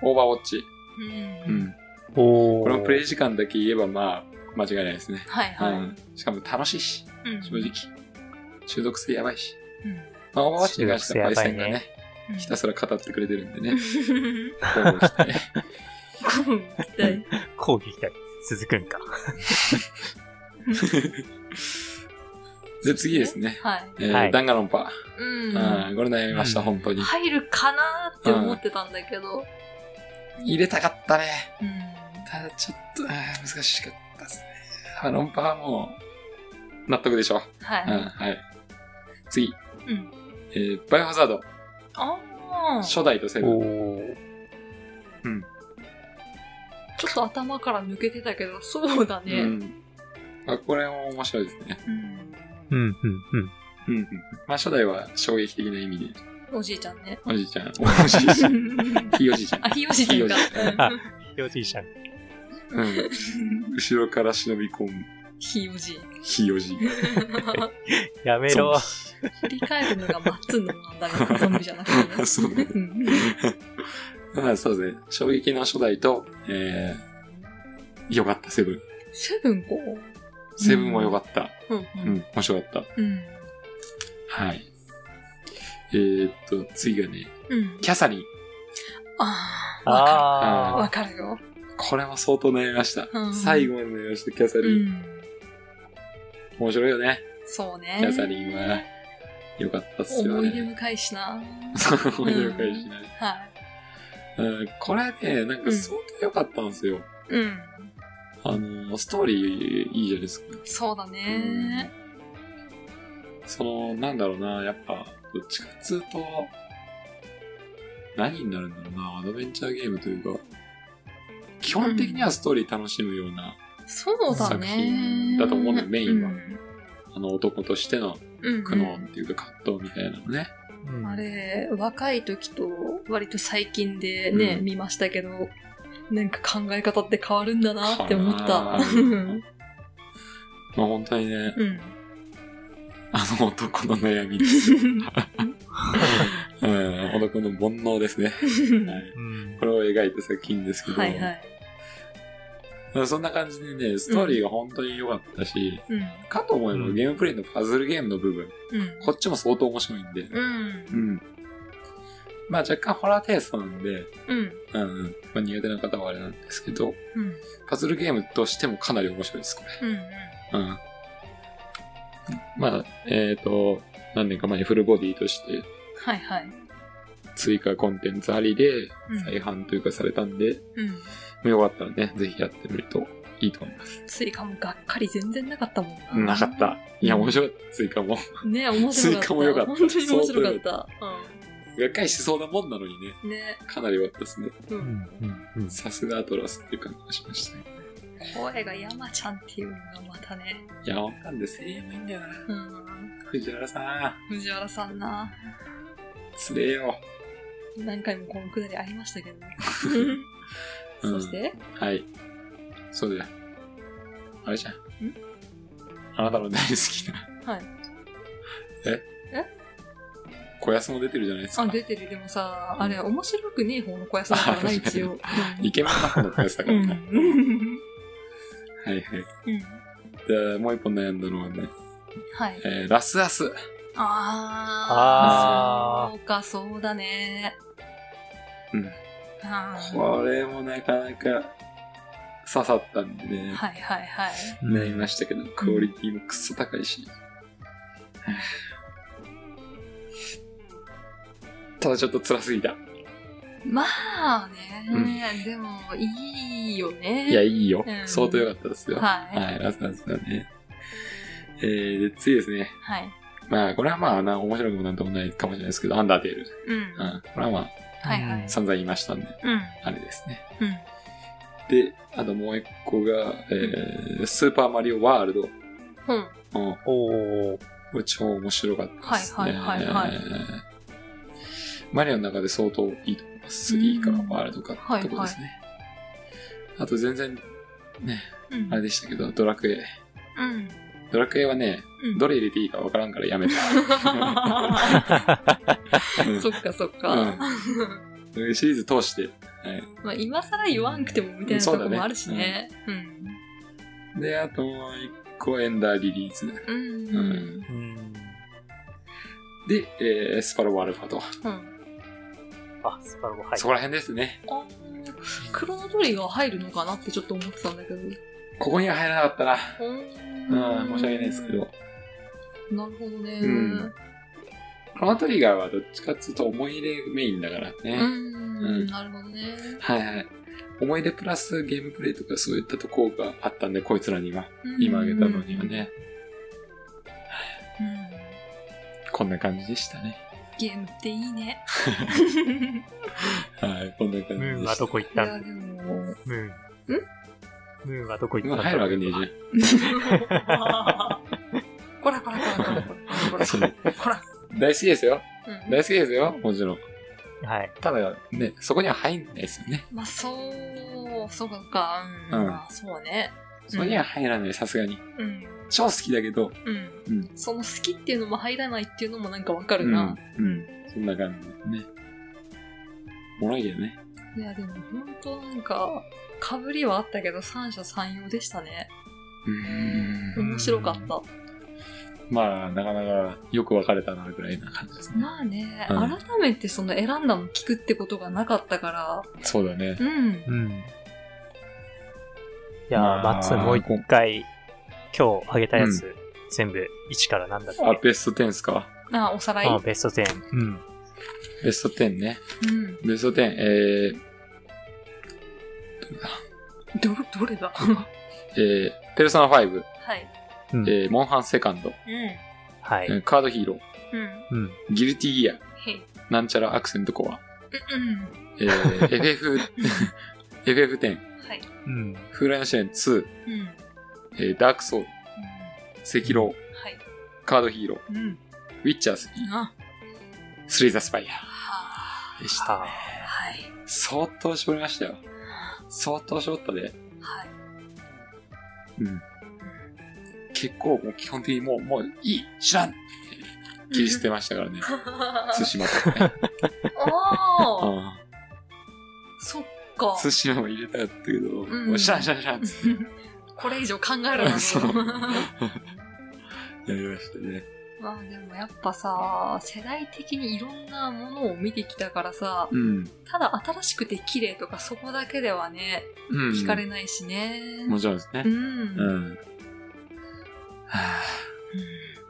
S2: オーバーウォッチ。
S3: う。
S2: うんん。
S4: お
S2: これもプレイ
S4: ジ
S2: 時間だけ言えばまあ、間違いないですね。
S3: はいうはい。うん
S2: ん。しかも楽しいし、正直。中毒性やばいし。まあ、オーバーワッチに関してはパイセンがね、
S3: うん
S2: ひたすら語ってくれてるんで ね、
S3: うん
S2: 交互してね
S3: はい
S4: 攻撃だ。続くんか。
S2: で、次ですね。
S3: はい。
S2: えー
S4: はい
S2: ダンガロンパ。
S3: うん。
S2: うん、これ悩みました、
S4: うん
S2: 本当に。
S3: 入るかなーって思ってたんだけど。
S2: 入れたかったね。
S3: うん。
S2: ただ、ちょっと、あー難しかったですね。まあロンパはもう、納得でしょ。うん、
S3: は
S2: はい。次。
S3: い。うん。
S2: えーバイオハザード。
S3: ああ。ちょ
S2: 初代とセブン。
S4: おー
S3: っと頭から抜けてたけど、そうだ
S2: う
S3: ね。
S2: ん。あ、これも面白いですね。
S3: うん。
S4: うん、うん、うん。
S2: うんうん。まあ、初代は衝撃的な意味で、
S3: おじいちゃん ね。
S2: おじいちゃん、おじいちゃん、ひいおじいちゃん
S3: あ、。ひよじちゃんか
S2: ひよじちゃ
S4: ん。幼児者。
S2: うん。
S3: うん
S2: 後ろから忍び込む、
S3: ひよじ。
S2: ひいおじい。
S4: やめろ。
S3: 振り返るのがマッツンのなんだね。ゾンビじゃなくて ね。
S2: そうね。
S3: うん
S2: まあそうですね。衝撃の初代と、えー、よかった、セブン。
S3: セブンこう。
S2: セブンもよかった。
S3: うん
S2: うん、面白かった。
S3: うん。
S2: はい。えー、っと、次がね、
S3: うん。うん。
S2: キャサリン。
S3: ああ。わかる。
S4: あ
S3: わ
S4: あ。
S3: かるよ。
S2: これも相当悩みました。
S3: うん
S2: 最後まで悩みました、キャサ
S3: う
S2: リン。
S3: ん。
S2: 面白いよね。
S3: そうね。
S2: キャサリンは、よかったっすよ
S3: 思い出
S2: ね。
S3: 深いしな。
S2: 思い出深いしない。
S3: はい。
S2: うん、これね、なんか相当良かったんですよ。
S3: うん。
S2: あの、ストーリーいいじゃないですか。
S3: そうだね。
S2: その、なんだろうな、やっぱ、どっちかっつうと、何になるんだろうな、アドベンチャーゲームというか、基本的にはストーリー楽しむような、
S3: そうだ
S2: 作
S3: ね
S2: 品。だと思うのよメインは
S3: うん
S2: あの男としての
S3: うん
S2: 苦悩っていうか葛藤みたいなのね。
S4: うん
S3: あれ、若い時と割と最近でね、
S2: うん
S3: 見ましたけど、なんか考え方って変わるんだなって思っ
S2: か
S3: た。
S2: な
S3: うん。
S2: まあ本当にね、
S3: うん。
S2: あの男の悩 み、うん、男の煩悩ですね。はい
S4: うん。
S2: これを描いた作品ですけど、
S3: はいはい。
S2: そんな感じでね、ストーリーが本当に良かったし、
S3: うん。
S2: かと思えば
S4: うん
S2: ゲームプレイのパズルゲームの部分、
S3: うん。
S2: こっちも相当面白いんで、
S3: うん
S2: う。ん。まあ若干ホラーテイストなんで、
S3: うん。
S2: うんうん、まあ、苦手な方はあれなんですけど、
S3: うん。
S2: パズルゲームとしてもかなり面白いです、これ。
S3: うん。
S2: うん。まあ、えっ、と、何年か前にフルボディとして
S3: はいはい。
S2: 追加コンテンツありで
S3: うん
S2: 再販というかされたんで、
S3: うん。
S2: よかったらね、ぜひやってみるといいと思います。
S3: 追加もがっかり全然なかったもん
S2: なかった。いや、面白い。追加も。
S3: ね面白かった。
S2: 追加も良かった
S3: 本当に面白かった。
S2: がっかりしそうなもんなのにね、
S3: うん。ね
S2: かなり終わったですね。
S3: う。
S4: うんん、うん、うん。
S2: さすがアトラスっていう感じがしましたね。
S3: 声が山ちゃんっていうのがまたね。
S2: いや、わかんない。声優もいいんだよな。
S3: うん。
S2: 藤原さん、
S3: 藤原さんな。
S2: つれえよ。
S3: 何回もこのくだりありましたけどね。
S2: うん
S3: そして、
S2: はい。そうだよ。あれじゃん。あなたの大好きな。
S3: はい。
S2: え
S3: え
S2: 小安も出てるじゃないですか。
S3: あ、出てる。でもさ、あれ、面白くねえ方の小屋さんだからな、
S2: あ
S3: 一応。
S2: イケメンな方の小安だか
S3: う
S2: ら
S3: ん。う
S2: ね。
S3: ん。
S2: はいはい。
S3: うん
S2: で、もう一本悩んだのはね、
S3: はい。
S2: えー、ラスアス。
S3: あー
S4: あー
S3: そうか、そうだね。
S2: うん
S3: あー
S2: これもなかなか刺さったんでね、
S3: はいはいはい。
S2: 悩みましたけど、クオリティもクソ高いし。ただちょっと辛すぎた。
S3: まあね、
S2: う
S3: でも、いいよね。
S2: いや、いいよ
S3: う。ん
S2: 相当良かったですよ。
S3: はい。
S2: はい、ラストなんですよね。えー、で、次ですね。
S3: はい。
S2: まあ、これはまあ、な面白くもなんともないかもしれないですけど、アンダーテール。
S3: うん。
S2: うん。これはまあ、
S3: はいはい。
S2: 散々言いましたんで、
S3: うん。
S2: あれですね。
S3: うん。
S2: で、あともう一個が、えー、スーパーマリオワールド。
S3: うん。
S2: うん。
S4: おー。
S2: これ超面白かったですね。
S3: はいはいはいはい
S2: マリオの中で相当いいと思います。3からワールドか
S3: はいはい
S2: ってことですね。あと全然、ね、
S3: うん。
S2: あれでしたけど、ドラクエ。
S3: うん。
S2: ドラクエはね、
S3: うん
S2: どれ入れていいかわからんからやめた。うん
S3: そっかそっか。
S2: うんシリーズ通して。はい
S3: まあ、今更言わんくてもみたいなとこもあるしね。うん。
S2: で、あともう一個エンダーリリーズ。
S3: うん。
S2: う
S3: うんん。
S4: うん。
S2: で、えースパロボアルファと。
S4: あ、スパロボ入
S2: そこら辺ですね。
S3: あのークロノトリガー入るのかなってちょっと思ってたんだけど。
S2: ここには入らなかったな。う
S3: う
S2: ん、申し訳ないですけど。。
S3: なるほどね。
S2: うんこのトリガーはどっちかっていうと思い入れメインだから
S3: う
S2: ね。
S3: ん。なるほどね。
S2: はいはい。思い出プラスゲームプレイとかそういったところがあったんで、こいつらには。今あげたのにはね。
S3: うん。うん。
S2: こんな感じでしたね。
S3: ゲームっていい ね。
S2: はい、こんな感じで
S4: ムーン
S2: した
S4: はどこ行っ
S3: い
S4: た
S3: や、
S4: の
S3: でも。
S4: ムーン。ムーンはどこ行
S2: ま
S4: っ
S2: あ、
S4: た
S2: 入るわけねえじ
S3: こらこらこらこらこらこ
S2: ゃ
S3: ら
S2: ん。
S3: こら。
S2: 大好きですよ。
S3: うん
S2: 大好きですよ。もちろん。
S4: はい。
S2: ただ、ね、そこには入んないですよね。
S3: まあ、そう、そうか、か。う
S2: うん
S3: ん。まあ、そうね。
S2: そこには入らない、さすがに。
S3: うん。
S2: 超好きだけど。
S3: う
S2: うん
S3: ん。その好きっていうのも入らないっていうのもなんかわか
S2: う
S3: る
S2: ん。う
S3: な。
S2: ん。そんな感じですね。おもろいけどね。
S3: いや、でも本当なんか、かぶりはあったけど、三者三様でしたね。
S2: うーん。
S3: 面白かった。
S2: まあ、なかなかよく分かれたな、ぐらいな感じですね。
S3: まあね、
S2: うん
S3: 改めてその選んだの聞くってことがなかったから、
S2: そうだね。
S3: うん。
S4: うん。いやー
S2: まあ
S4: マッツンもう一回、今日あげたやつ、全部1からなんだっけ
S2: あ、ベスト10っすか
S3: あ、おさらい。
S4: あ、ベスト10。うん。
S2: ベスト10ね。
S3: うん。
S2: ベスト10、えー、
S3: ど、どれだは
S2: えー、ペルソナ5、
S3: い。
S4: うん
S2: えー、モンハンセカンド、
S3: う
S4: はい。
S2: うんカードヒーロ
S3: ん。うん。
S4: うん。
S2: ー、ギルティギア、
S3: へい。
S2: なんちゃらアクセントコア、
S3: うん。
S2: え ー、FF、FF10、
S3: はい。
S4: うん。
S2: 風来の試練2、
S3: うん。うん。
S2: えー、ダークソウル、赤狼、
S3: はい。
S2: カードヒーロー、
S3: うん。
S2: ウィッチャー3、
S3: あ、
S2: スリーザスパイ
S3: は
S2: ア
S3: あ。
S2: でした。
S4: はあ。
S3: はい。
S2: 相当絞りましたよ。相当絞ったで。
S3: はい。
S2: うん。結構もう基本的にもう、もういい知らん切り捨てましたからね。対馬とかね。
S3: ああ、
S2: あ
S3: そっか
S2: あ。対馬も入れたかったけど、
S3: ん
S2: もう知らん知らん知らんっつっ
S3: これ以上考えるの
S2: そう
S3: ね。
S2: てやりましたね。
S3: まあでもやっぱさ、世代的にいろんなものを見てきたからさ、
S2: うん。
S3: ただ新しくて綺麗とかそこだけではね、
S2: うん。
S3: 惹かれないしね。
S2: もちろんです
S3: う
S2: ね。
S3: ん。
S2: う
S3: うん
S2: ん。はあ、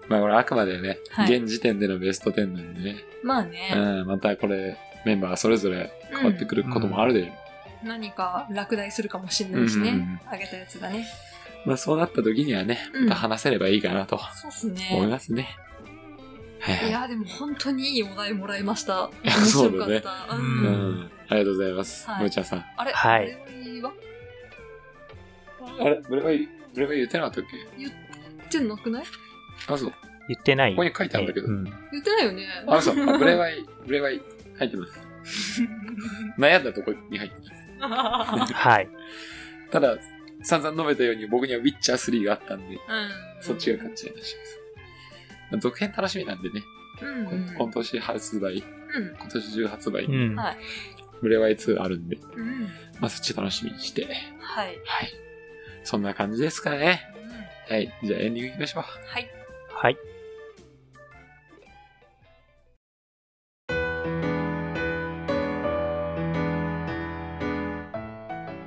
S2: まあこれあくまでね、
S3: はい
S2: 現時点でのベスト10なんでね。
S3: まあね、
S2: うん。またこれ、メンバーそれぞれ変わってくることもあるで、
S3: 何か落第するかもしれないし
S2: うんうん
S3: ね。あげたやつだね。
S2: まあそうなった時にはね、
S3: うん
S2: また話せればいいかなと
S3: そうっす
S2: 思い
S3: ね。
S2: ますね。はいはい
S3: いや、でも本当にいいお題もらいました。面
S2: そう
S3: 白
S2: だ
S3: か
S2: ね
S3: った。う
S2: う
S4: う
S2: んん。ありがとうございます。
S3: はい
S2: むーちゃんさん。
S3: あれ、
S4: は
S3: はいい、これは
S2: あれブレバイ、ブレバイ言ってなかったっけ
S3: 言ってなくない
S2: あ、そう。
S4: 言ってない。
S2: ここに書いてあるんだけど
S4: うん。
S3: 言ってないよね。
S2: あ、そう。あブレバイ、 ブレバイ入ってます。悩んだとこに入ってます。
S4: はい。
S2: ただ、散々述べたように僕にはウィッチャー3があったんで、
S3: うん
S2: そっちが勝っちゃいました。まあ続編楽しみなんでね、
S3: うん
S2: こん今年発売、
S3: うん
S2: 今年中発売、
S4: うん。
S3: はい
S2: ブレワイ2あるんで、
S3: うん
S2: まあそっち楽しみにして、
S3: はい。
S2: はい。そんな感じですかね。
S3: うん
S2: はい。じゃあエンディングいきましょう。
S3: はい。
S4: はい。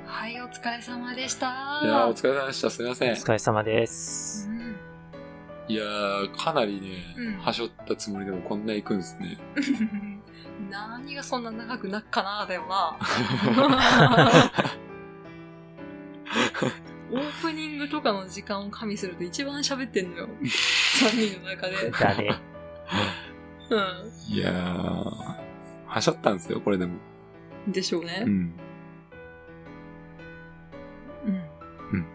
S3: はい、お疲れ様でした。
S2: いやーお疲れ様でした。すいませ
S4: お
S2: ん。
S4: 疲れ様です。
S3: うん
S2: いやー、かなりね、
S3: うん
S2: はしょったつもりでもこんな行くんですね。
S3: 何がそんな長くなっかなだよな。 オープニングとかの時間を加味すると一番喋ってんのよ。3人の中で。
S4: だね。
S3: う
S2: いやー、はしゃったんですよ、これでも。
S3: ん。でしょう
S2: う
S3: ね。
S2: ん。
S3: うん。
S2: うん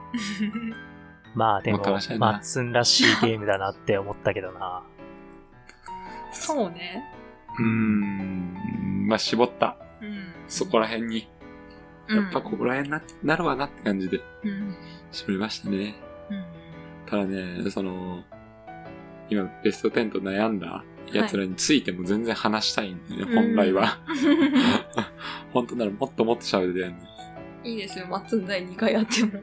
S4: まあでも
S2: もっとらしい、な
S4: マッツンらしいゲームだなって思ったけどな。
S3: そうね。
S2: うーん、まあ、絞った。
S3: うん。
S2: そこら辺に。やっぱここら辺な、なるわなって感じで、
S3: うん。うん。
S2: 絞りましたね。
S3: うん
S2: ただね、その、今、ベスト10と悩んだ奴らについても全然話したいんだよね、
S3: はい
S2: 本来は。 本当ならもっともっと喋りたいのに。
S3: いいですよ、マッツン第2回やっても。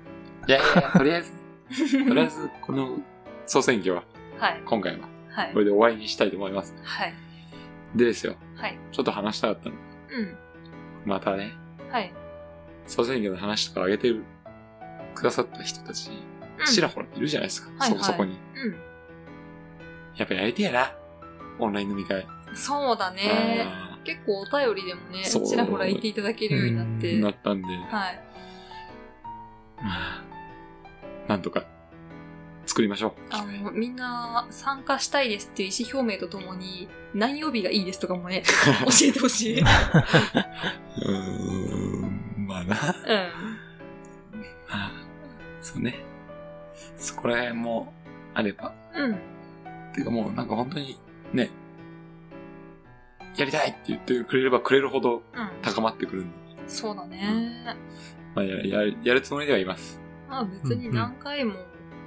S2: いやいや、とりあ えず、とりあえず、この総選挙は、
S3: はい。
S2: 今回は、
S3: はい
S2: こ。れで終わりにしたいと思います。
S3: はい。
S2: でですよ、
S3: はい。
S2: ちょっと話したかったの。
S3: う
S2: またね、
S3: ん。はい。
S2: 総選挙の話とか上げてる、くださった人たち、
S3: うん
S2: ちらほらいるじゃないですか、
S3: はいはい
S2: そ、そこに。
S3: う
S2: やっぱやりてえな、オンライン飲み会。
S3: ん。そうだね。
S2: あ
S3: 結構お便りでもね、
S2: そう
S3: ちらほら言っていただけるようになっ
S2: ー
S3: て。
S2: なったんで、ま
S3: はい。
S2: あなんとか、作りましょ
S3: あの、みんな参加したいですっていう意思表明とともに、何曜日がいいですとかもね、教えてほしい。う
S2: う。
S3: ん。
S2: うーん、まあな。あそうね。そこら辺もあれば。
S3: うん。
S2: てかもうなんか本当にね、やりたいって言ってくれればくれるほど
S3: う
S2: 高まってくるんで。
S3: ん。そうだね。
S2: まあや、や、やるつもりではいます。
S3: まあ別に何回も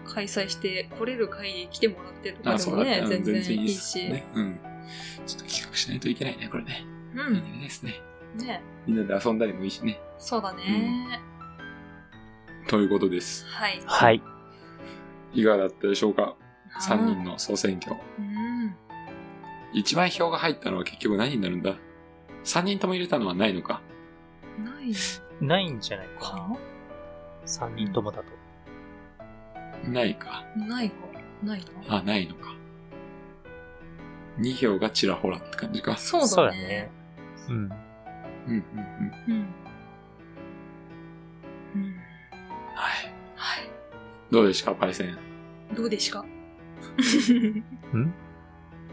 S3: 開催して、来れる会に来てもらってとか
S2: あ、
S3: で
S2: そ
S3: も
S2: うだ
S3: ね、
S2: うん
S3: 全然いい
S2: っす
S3: し。
S2: ね。うん。ちょっと企画しないといけないね、これね。
S3: う
S2: いい
S3: ん。
S2: ねですね。
S3: ね。
S2: みんなで遊んだりもいいしね。
S3: そうだね。
S2: ということです。
S3: はい。
S4: はい。
S2: いかがだったでしょうか
S3: は
S2: ?3
S3: い
S2: 人。の総選挙。
S3: うん。
S2: 一番票が入ったのは結局何になるんだ ?3 人とも入れたのはないのか
S3: ないの
S4: ないんじゃないか
S3: か
S4: な。3人ともだと。
S2: ないか。
S3: ないか。ない
S2: あ、ないのか。2票がちらほらって感じか
S3: な。。そうだね。。
S4: う
S2: う
S4: ん。
S2: んうんうん。
S3: うん。うん。
S2: はい。
S3: はい。
S2: どうでしたパイセン。
S3: どうでしか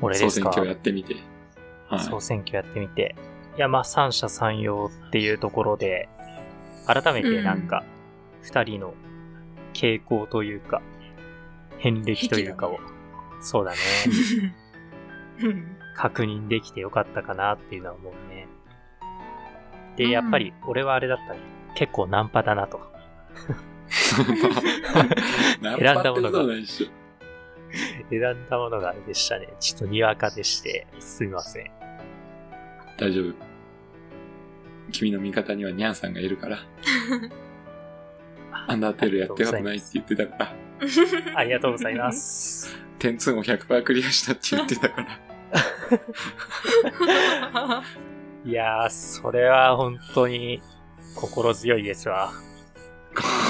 S4: 俺で
S2: 総
S4: す
S2: 選
S4: か。
S2: 挙やってみて。はい。
S4: 総選挙やってみて。いや、まあ、三者三様っていうところで、改めてなんか、二人の傾向というか、遍歴というかを、
S3: 癖
S4: そう だね、
S3: うん。
S4: 確認できてよかったかなっていうのは思うね。で、
S3: うん
S4: やっぱり、俺はあれだったね。結構ナンパだなと。
S2: ナン
S4: 選
S2: パ
S4: んだ
S2: って
S4: も
S2: こ
S4: のが
S2: とはないっしょ
S4: 選んだものがあれでしたね。ちょっとにわかでして、すみません。
S2: 大丈夫。君の味方にはニャンさんがいるから。アンダーテールやってよくないって言ってたから。
S4: ありがとうございま。す。
S2: 点数も100%クリアしたって言ってたから。
S4: いやー、それは本当に心強いですわ。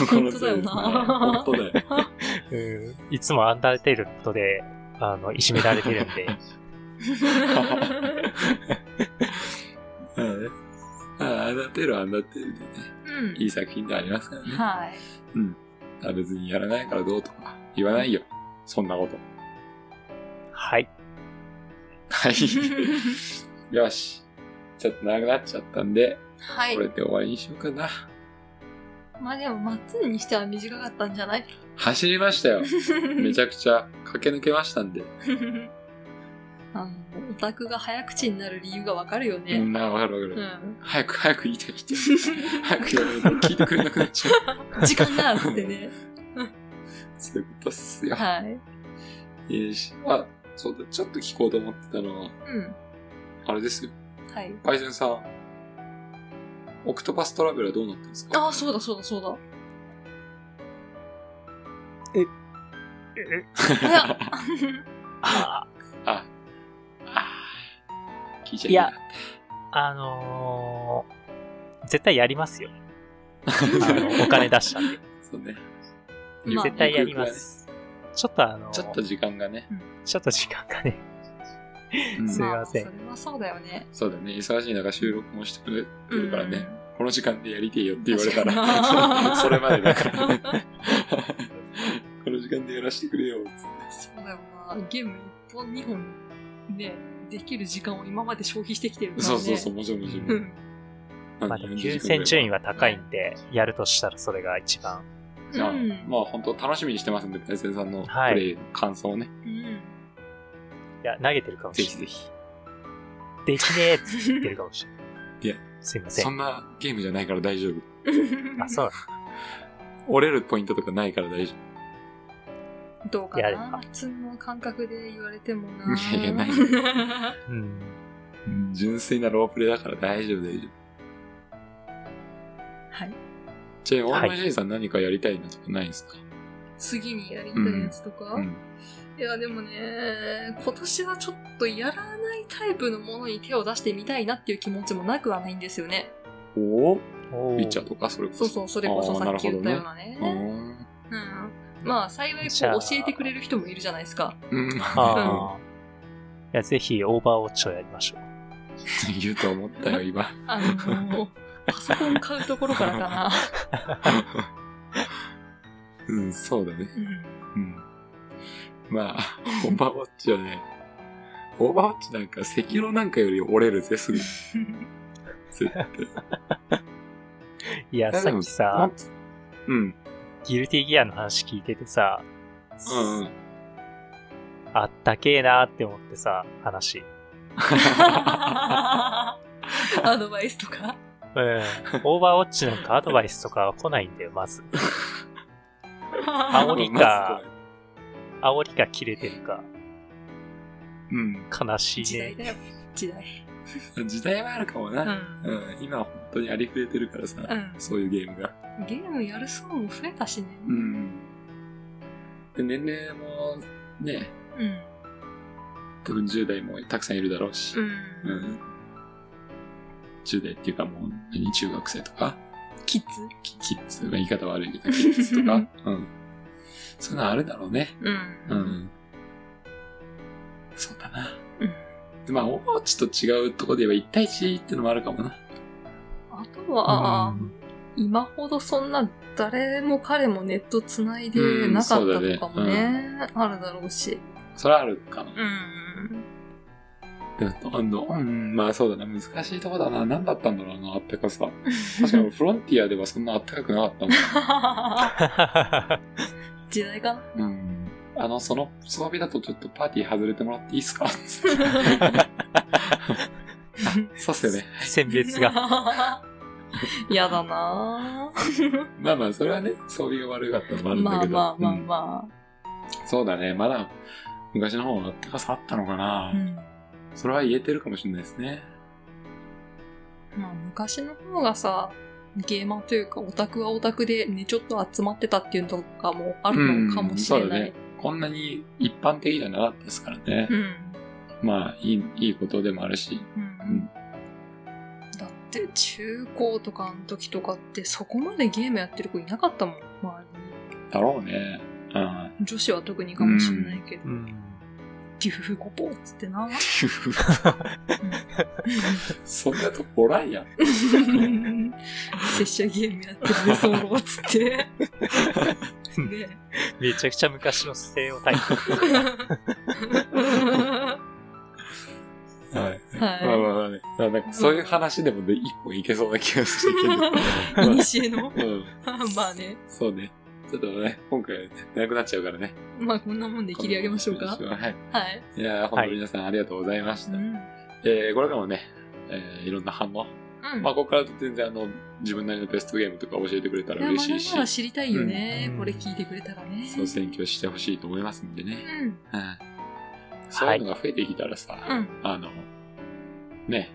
S2: 心強いですね
S3: 本
S2: 本当
S3: 当
S2: だよ。
S4: うん。いつもアンダーテールのことで、あの、いじめられてるん
S2: う
S4: で、
S2: んあアンダーテールはアンダーテールでね、
S3: うん
S2: いい作品でありますからね。
S3: はい。
S2: あ別にやらないからどうとか言わないよ。そんな こと。
S4: はい。
S2: はい。よし。ちょっと長くなっちゃったんで、
S3: はい
S2: こ。れで終わりにしようかな。
S3: まあでも、マッツンにしては短かったんじゃない
S2: 走りました よ。めち
S3: ゃ。
S2: ゃくちゃ駆け抜けましたんで。
S3: あの、オタクが早口になる理由がわかるよ
S2: み
S3: ね。
S2: んなわかるわか
S3: う
S2: る。
S3: ん。
S2: 早く早く言いたい言いたい。 早くやると聞いてくれなくなっ ちゃう。
S3: 時間がっつってね。
S2: そういうことっすよ。
S3: はい。
S2: いいし。あ、そうだ、ちょっと聞こうと思ってたのは、
S3: うん。
S2: あれですよ。
S3: はい。
S2: パイセンさん、オクトパストラベラーどうなったんですか
S3: ああ、そうだそうだそうだ。いや
S4: あ
S2: あ、あー、聞いちゃい
S4: い
S2: けな
S4: やあのー、絶対やりますよ。あ のお金出したんで。
S2: そうね。
S3: まあ
S4: 絶対やります。ちょっとあのー
S2: ちょっと時間がね。
S4: ちょっと時間がね、
S2: うん
S4: すいません
S3: あそれはそうだよね。
S2: そうだね。忙しい中収録もしてくれてるからね。
S3: うん
S2: この時間でやりてえよって言われた
S3: 確か に
S2: ら、それまでだから。 この時間でやらせてくれよ。
S3: そうだよな。ゲーム1本、2本、ね、できる時間を今まで消費してきてるからね。
S2: そうそうそう、もちろんもちろ。
S3: うんん。
S4: まあでも優先順位は高いんで、やるとしたらそれが一番。
S2: じゃあ、
S3: うん
S2: まあ本当楽しみにしてますんで、大戦さんのプ
S4: はい
S2: レイの感想をね、
S3: うん。
S4: いや、投げてるかもし
S2: ぜ
S4: れ
S2: ひぜひ。
S4: ない。できねえって言ってるかもしれない。
S2: いや、
S4: すいませ
S2: そ
S4: ん。
S2: んなゲームじゃないから大丈夫。
S4: あ、そうな
S2: 折れるポイントとかないから大丈
S3: どうか
S4: いやで
S3: な
S4: も
S3: 普通の感覚で言われても な。
S2: いやいやない
S4: の。うん。
S2: 夫。純粋なロープレイだから大丈夫、大丈夫。
S3: はい。
S2: じゃあ、
S4: はい
S2: OMG さん何かやりたいなとかないんですか、
S3: 次にやりたいやつとか、
S2: うん。
S3: いやでもね、今年はちょっとやらないタイプのものに手を出してみたいなっていう気持ちもなくはないんですよね。
S2: おお
S4: お
S2: ウィッチャー
S4: ー
S2: とか、それこそ。
S3: そうそう、それこそさっき言ったようなね。
S2: うーん。
S3: うん。まあ幸いこう
S4: じゃ
S3: 教
S4: あ
S3: えてくれる人もいるじゃないですか。
S2: うん。
S4: ああ。いや、ぜひオーバーウォッチをやりましょう。
S2: 言うと思ったよ、 今。
S3: あのーパソコン買うところからかな。
S2: うん、そうだね。
S3: うん
S2: うん。まあ、オーバーウォッチはね、 オーバーウォッチなんか、赤色なんかより折れるぜ、すぐ。絶対。
S4: いや、さっきさ、
S2: うん。
S4: ギルティギアの話聞いててさ、
S2: うんうん。
S4: あったけえなーって思ってさ、 話。
S3: アドバイスとか
S4: うん。オーバーウォッチなんかアドバイスとかは来ないんだよ、まず。煽りか。煽りが切れてるか、
S2: うん。
S4: 悲しい
S3: 時代
S4: ね。
S3: だよ。時代。
S2: 時代はあるかも
S3: う
S2: な。
S3: ん
S2: うん。今本当にありふれてるからさ、
S3: うん
S2: そういうゲームが。
S3: ゲームやる層も増えたしね。
S2: うん。で、年齢もね、
S3: うん。
S2: 多分10代もたくさんいるだろうし。
S3: うん。
S2: うん。10代っていうかもう、何中学生とか、
S3: キッズ
S2: キキッズ、まあ言い方悪いけど、キッズとか、うん。そういうのあるだろうね。
S3: うん。
S2: うん。そうだな。
S3: うん
S2: でまあ、オーバーウォッチと違うとこで言えば1対1ってのもあるかもな。
S3: あとは、
S4: うん
S3: 今ほどそんな誰も彼もネット繋いで
S2: うん
S3: なかった
S2: そうだね
S3: とかもね、あるだろうし。
S2: それはあるかな。
S3: うん。
S2: でもあの、うん、まあそうだな、難しいとこだな。何だったんだろうな、あったか さ。確か にフロンティアではそんなあったかくなかったもん。
S3: 時代かな
S2: うん。あの、その装備だとちょっとパーティー外れてもらっていいっ すかつってそうっすよね。
S4: 選別が。
S3: やだなぁ
S2: まあまあ、それはね、装備が悪かったのもあるんだ
S3: まあ
S2: けど。
S3: まあまあ
S2: うん
S3: ま
S2: そうだね、まだ昔の方があったかさあったのか
S3: あ。
S2: な。
S3: うん
S2: それは言えてるかもしれないですね。
S3: まあ昔の方がさ、ゲーマーというかオタクはオタクでね、ちょっと集まってたっていうのとかもあるのかもしれな
S2: うん
S3: い
S2: そ。こんなに一般的じゃなかったですからね
S3: う。ん。
S2: まあ、いい、いいことでもあるし。
S3: うんだって中高とかの時とかってそこまでゲームやってる子いなかったもん、周
S2: だろうね。 うん。
S3: りに。女子は特にかもしれないけど
S4: う、ん。
S3: ピュフフコポーっつってな。
S2: そんなとこおらんやん。
S3: 拙者ゲームやってるね、そのっつって。 ね
S4: めちゃくちゃ昔のステオタイプ。
S2: はい。まあ
S3: は
S2: まあまあね。だからなんかそういう話でもね、一本いけそうな気がするけ
S3: い。
S2: ど。
S3: いにしえの
S2: うん。
S3: まあね。
S2: そうね。ちょっとね、今回はね、長くなっちゃうからね。
S3: まあこんなもんで切り上げましょうか。
S2: はい。
S3: はい。
S2: いやー本当に皆さんありがとうございまし
S3: う
S2: た。
S3: ん。
S2: えー、これからもね、えー、いろんな反応。
S3: うん
S2: まあ、ここから全然あの、自分なりのベストゲームとか教えてくれた
S3: い
S2: ら
S3: や、ま
S2: 嬉しい
S3: だ
S2: し
S3: ま、だ知りたいよね。
S4: うん
S3: これ聞いてくれたらね。
S2: そう選挙してほしいと思いますんでね。
S3: うん。
S2: うん。そういうのが増えてきたらさ、
S3: うん。
S2: あの、ね、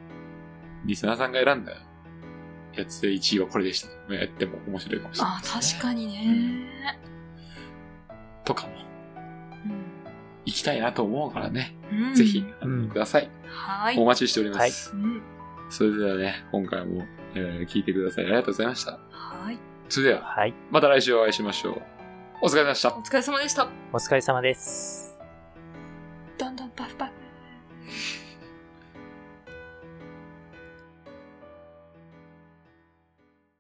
S2: リスナーさんが選んだやつで1位はこれでした。やっても面白いかもしれない
S3: あ、
S2: ですね、
S3: 確かにね。
S2: とかも、行きたいなと思うからね、
S3: うん
S2: ぜひ、あ
S4: う
S2: の
S4: ん
S2: ください。
S3: はい。
S2: お待ちしております。
S4: はい
S3: うん
S2: それではね、今回も、えー聞いてください。ありがとうございました。
S3: はい。
S2: それでは、
S4: はい。
S2: また来週お会いしましょう。お疲れ様でした
S3: お。疲れ様でした。
S4: お疲れ様です。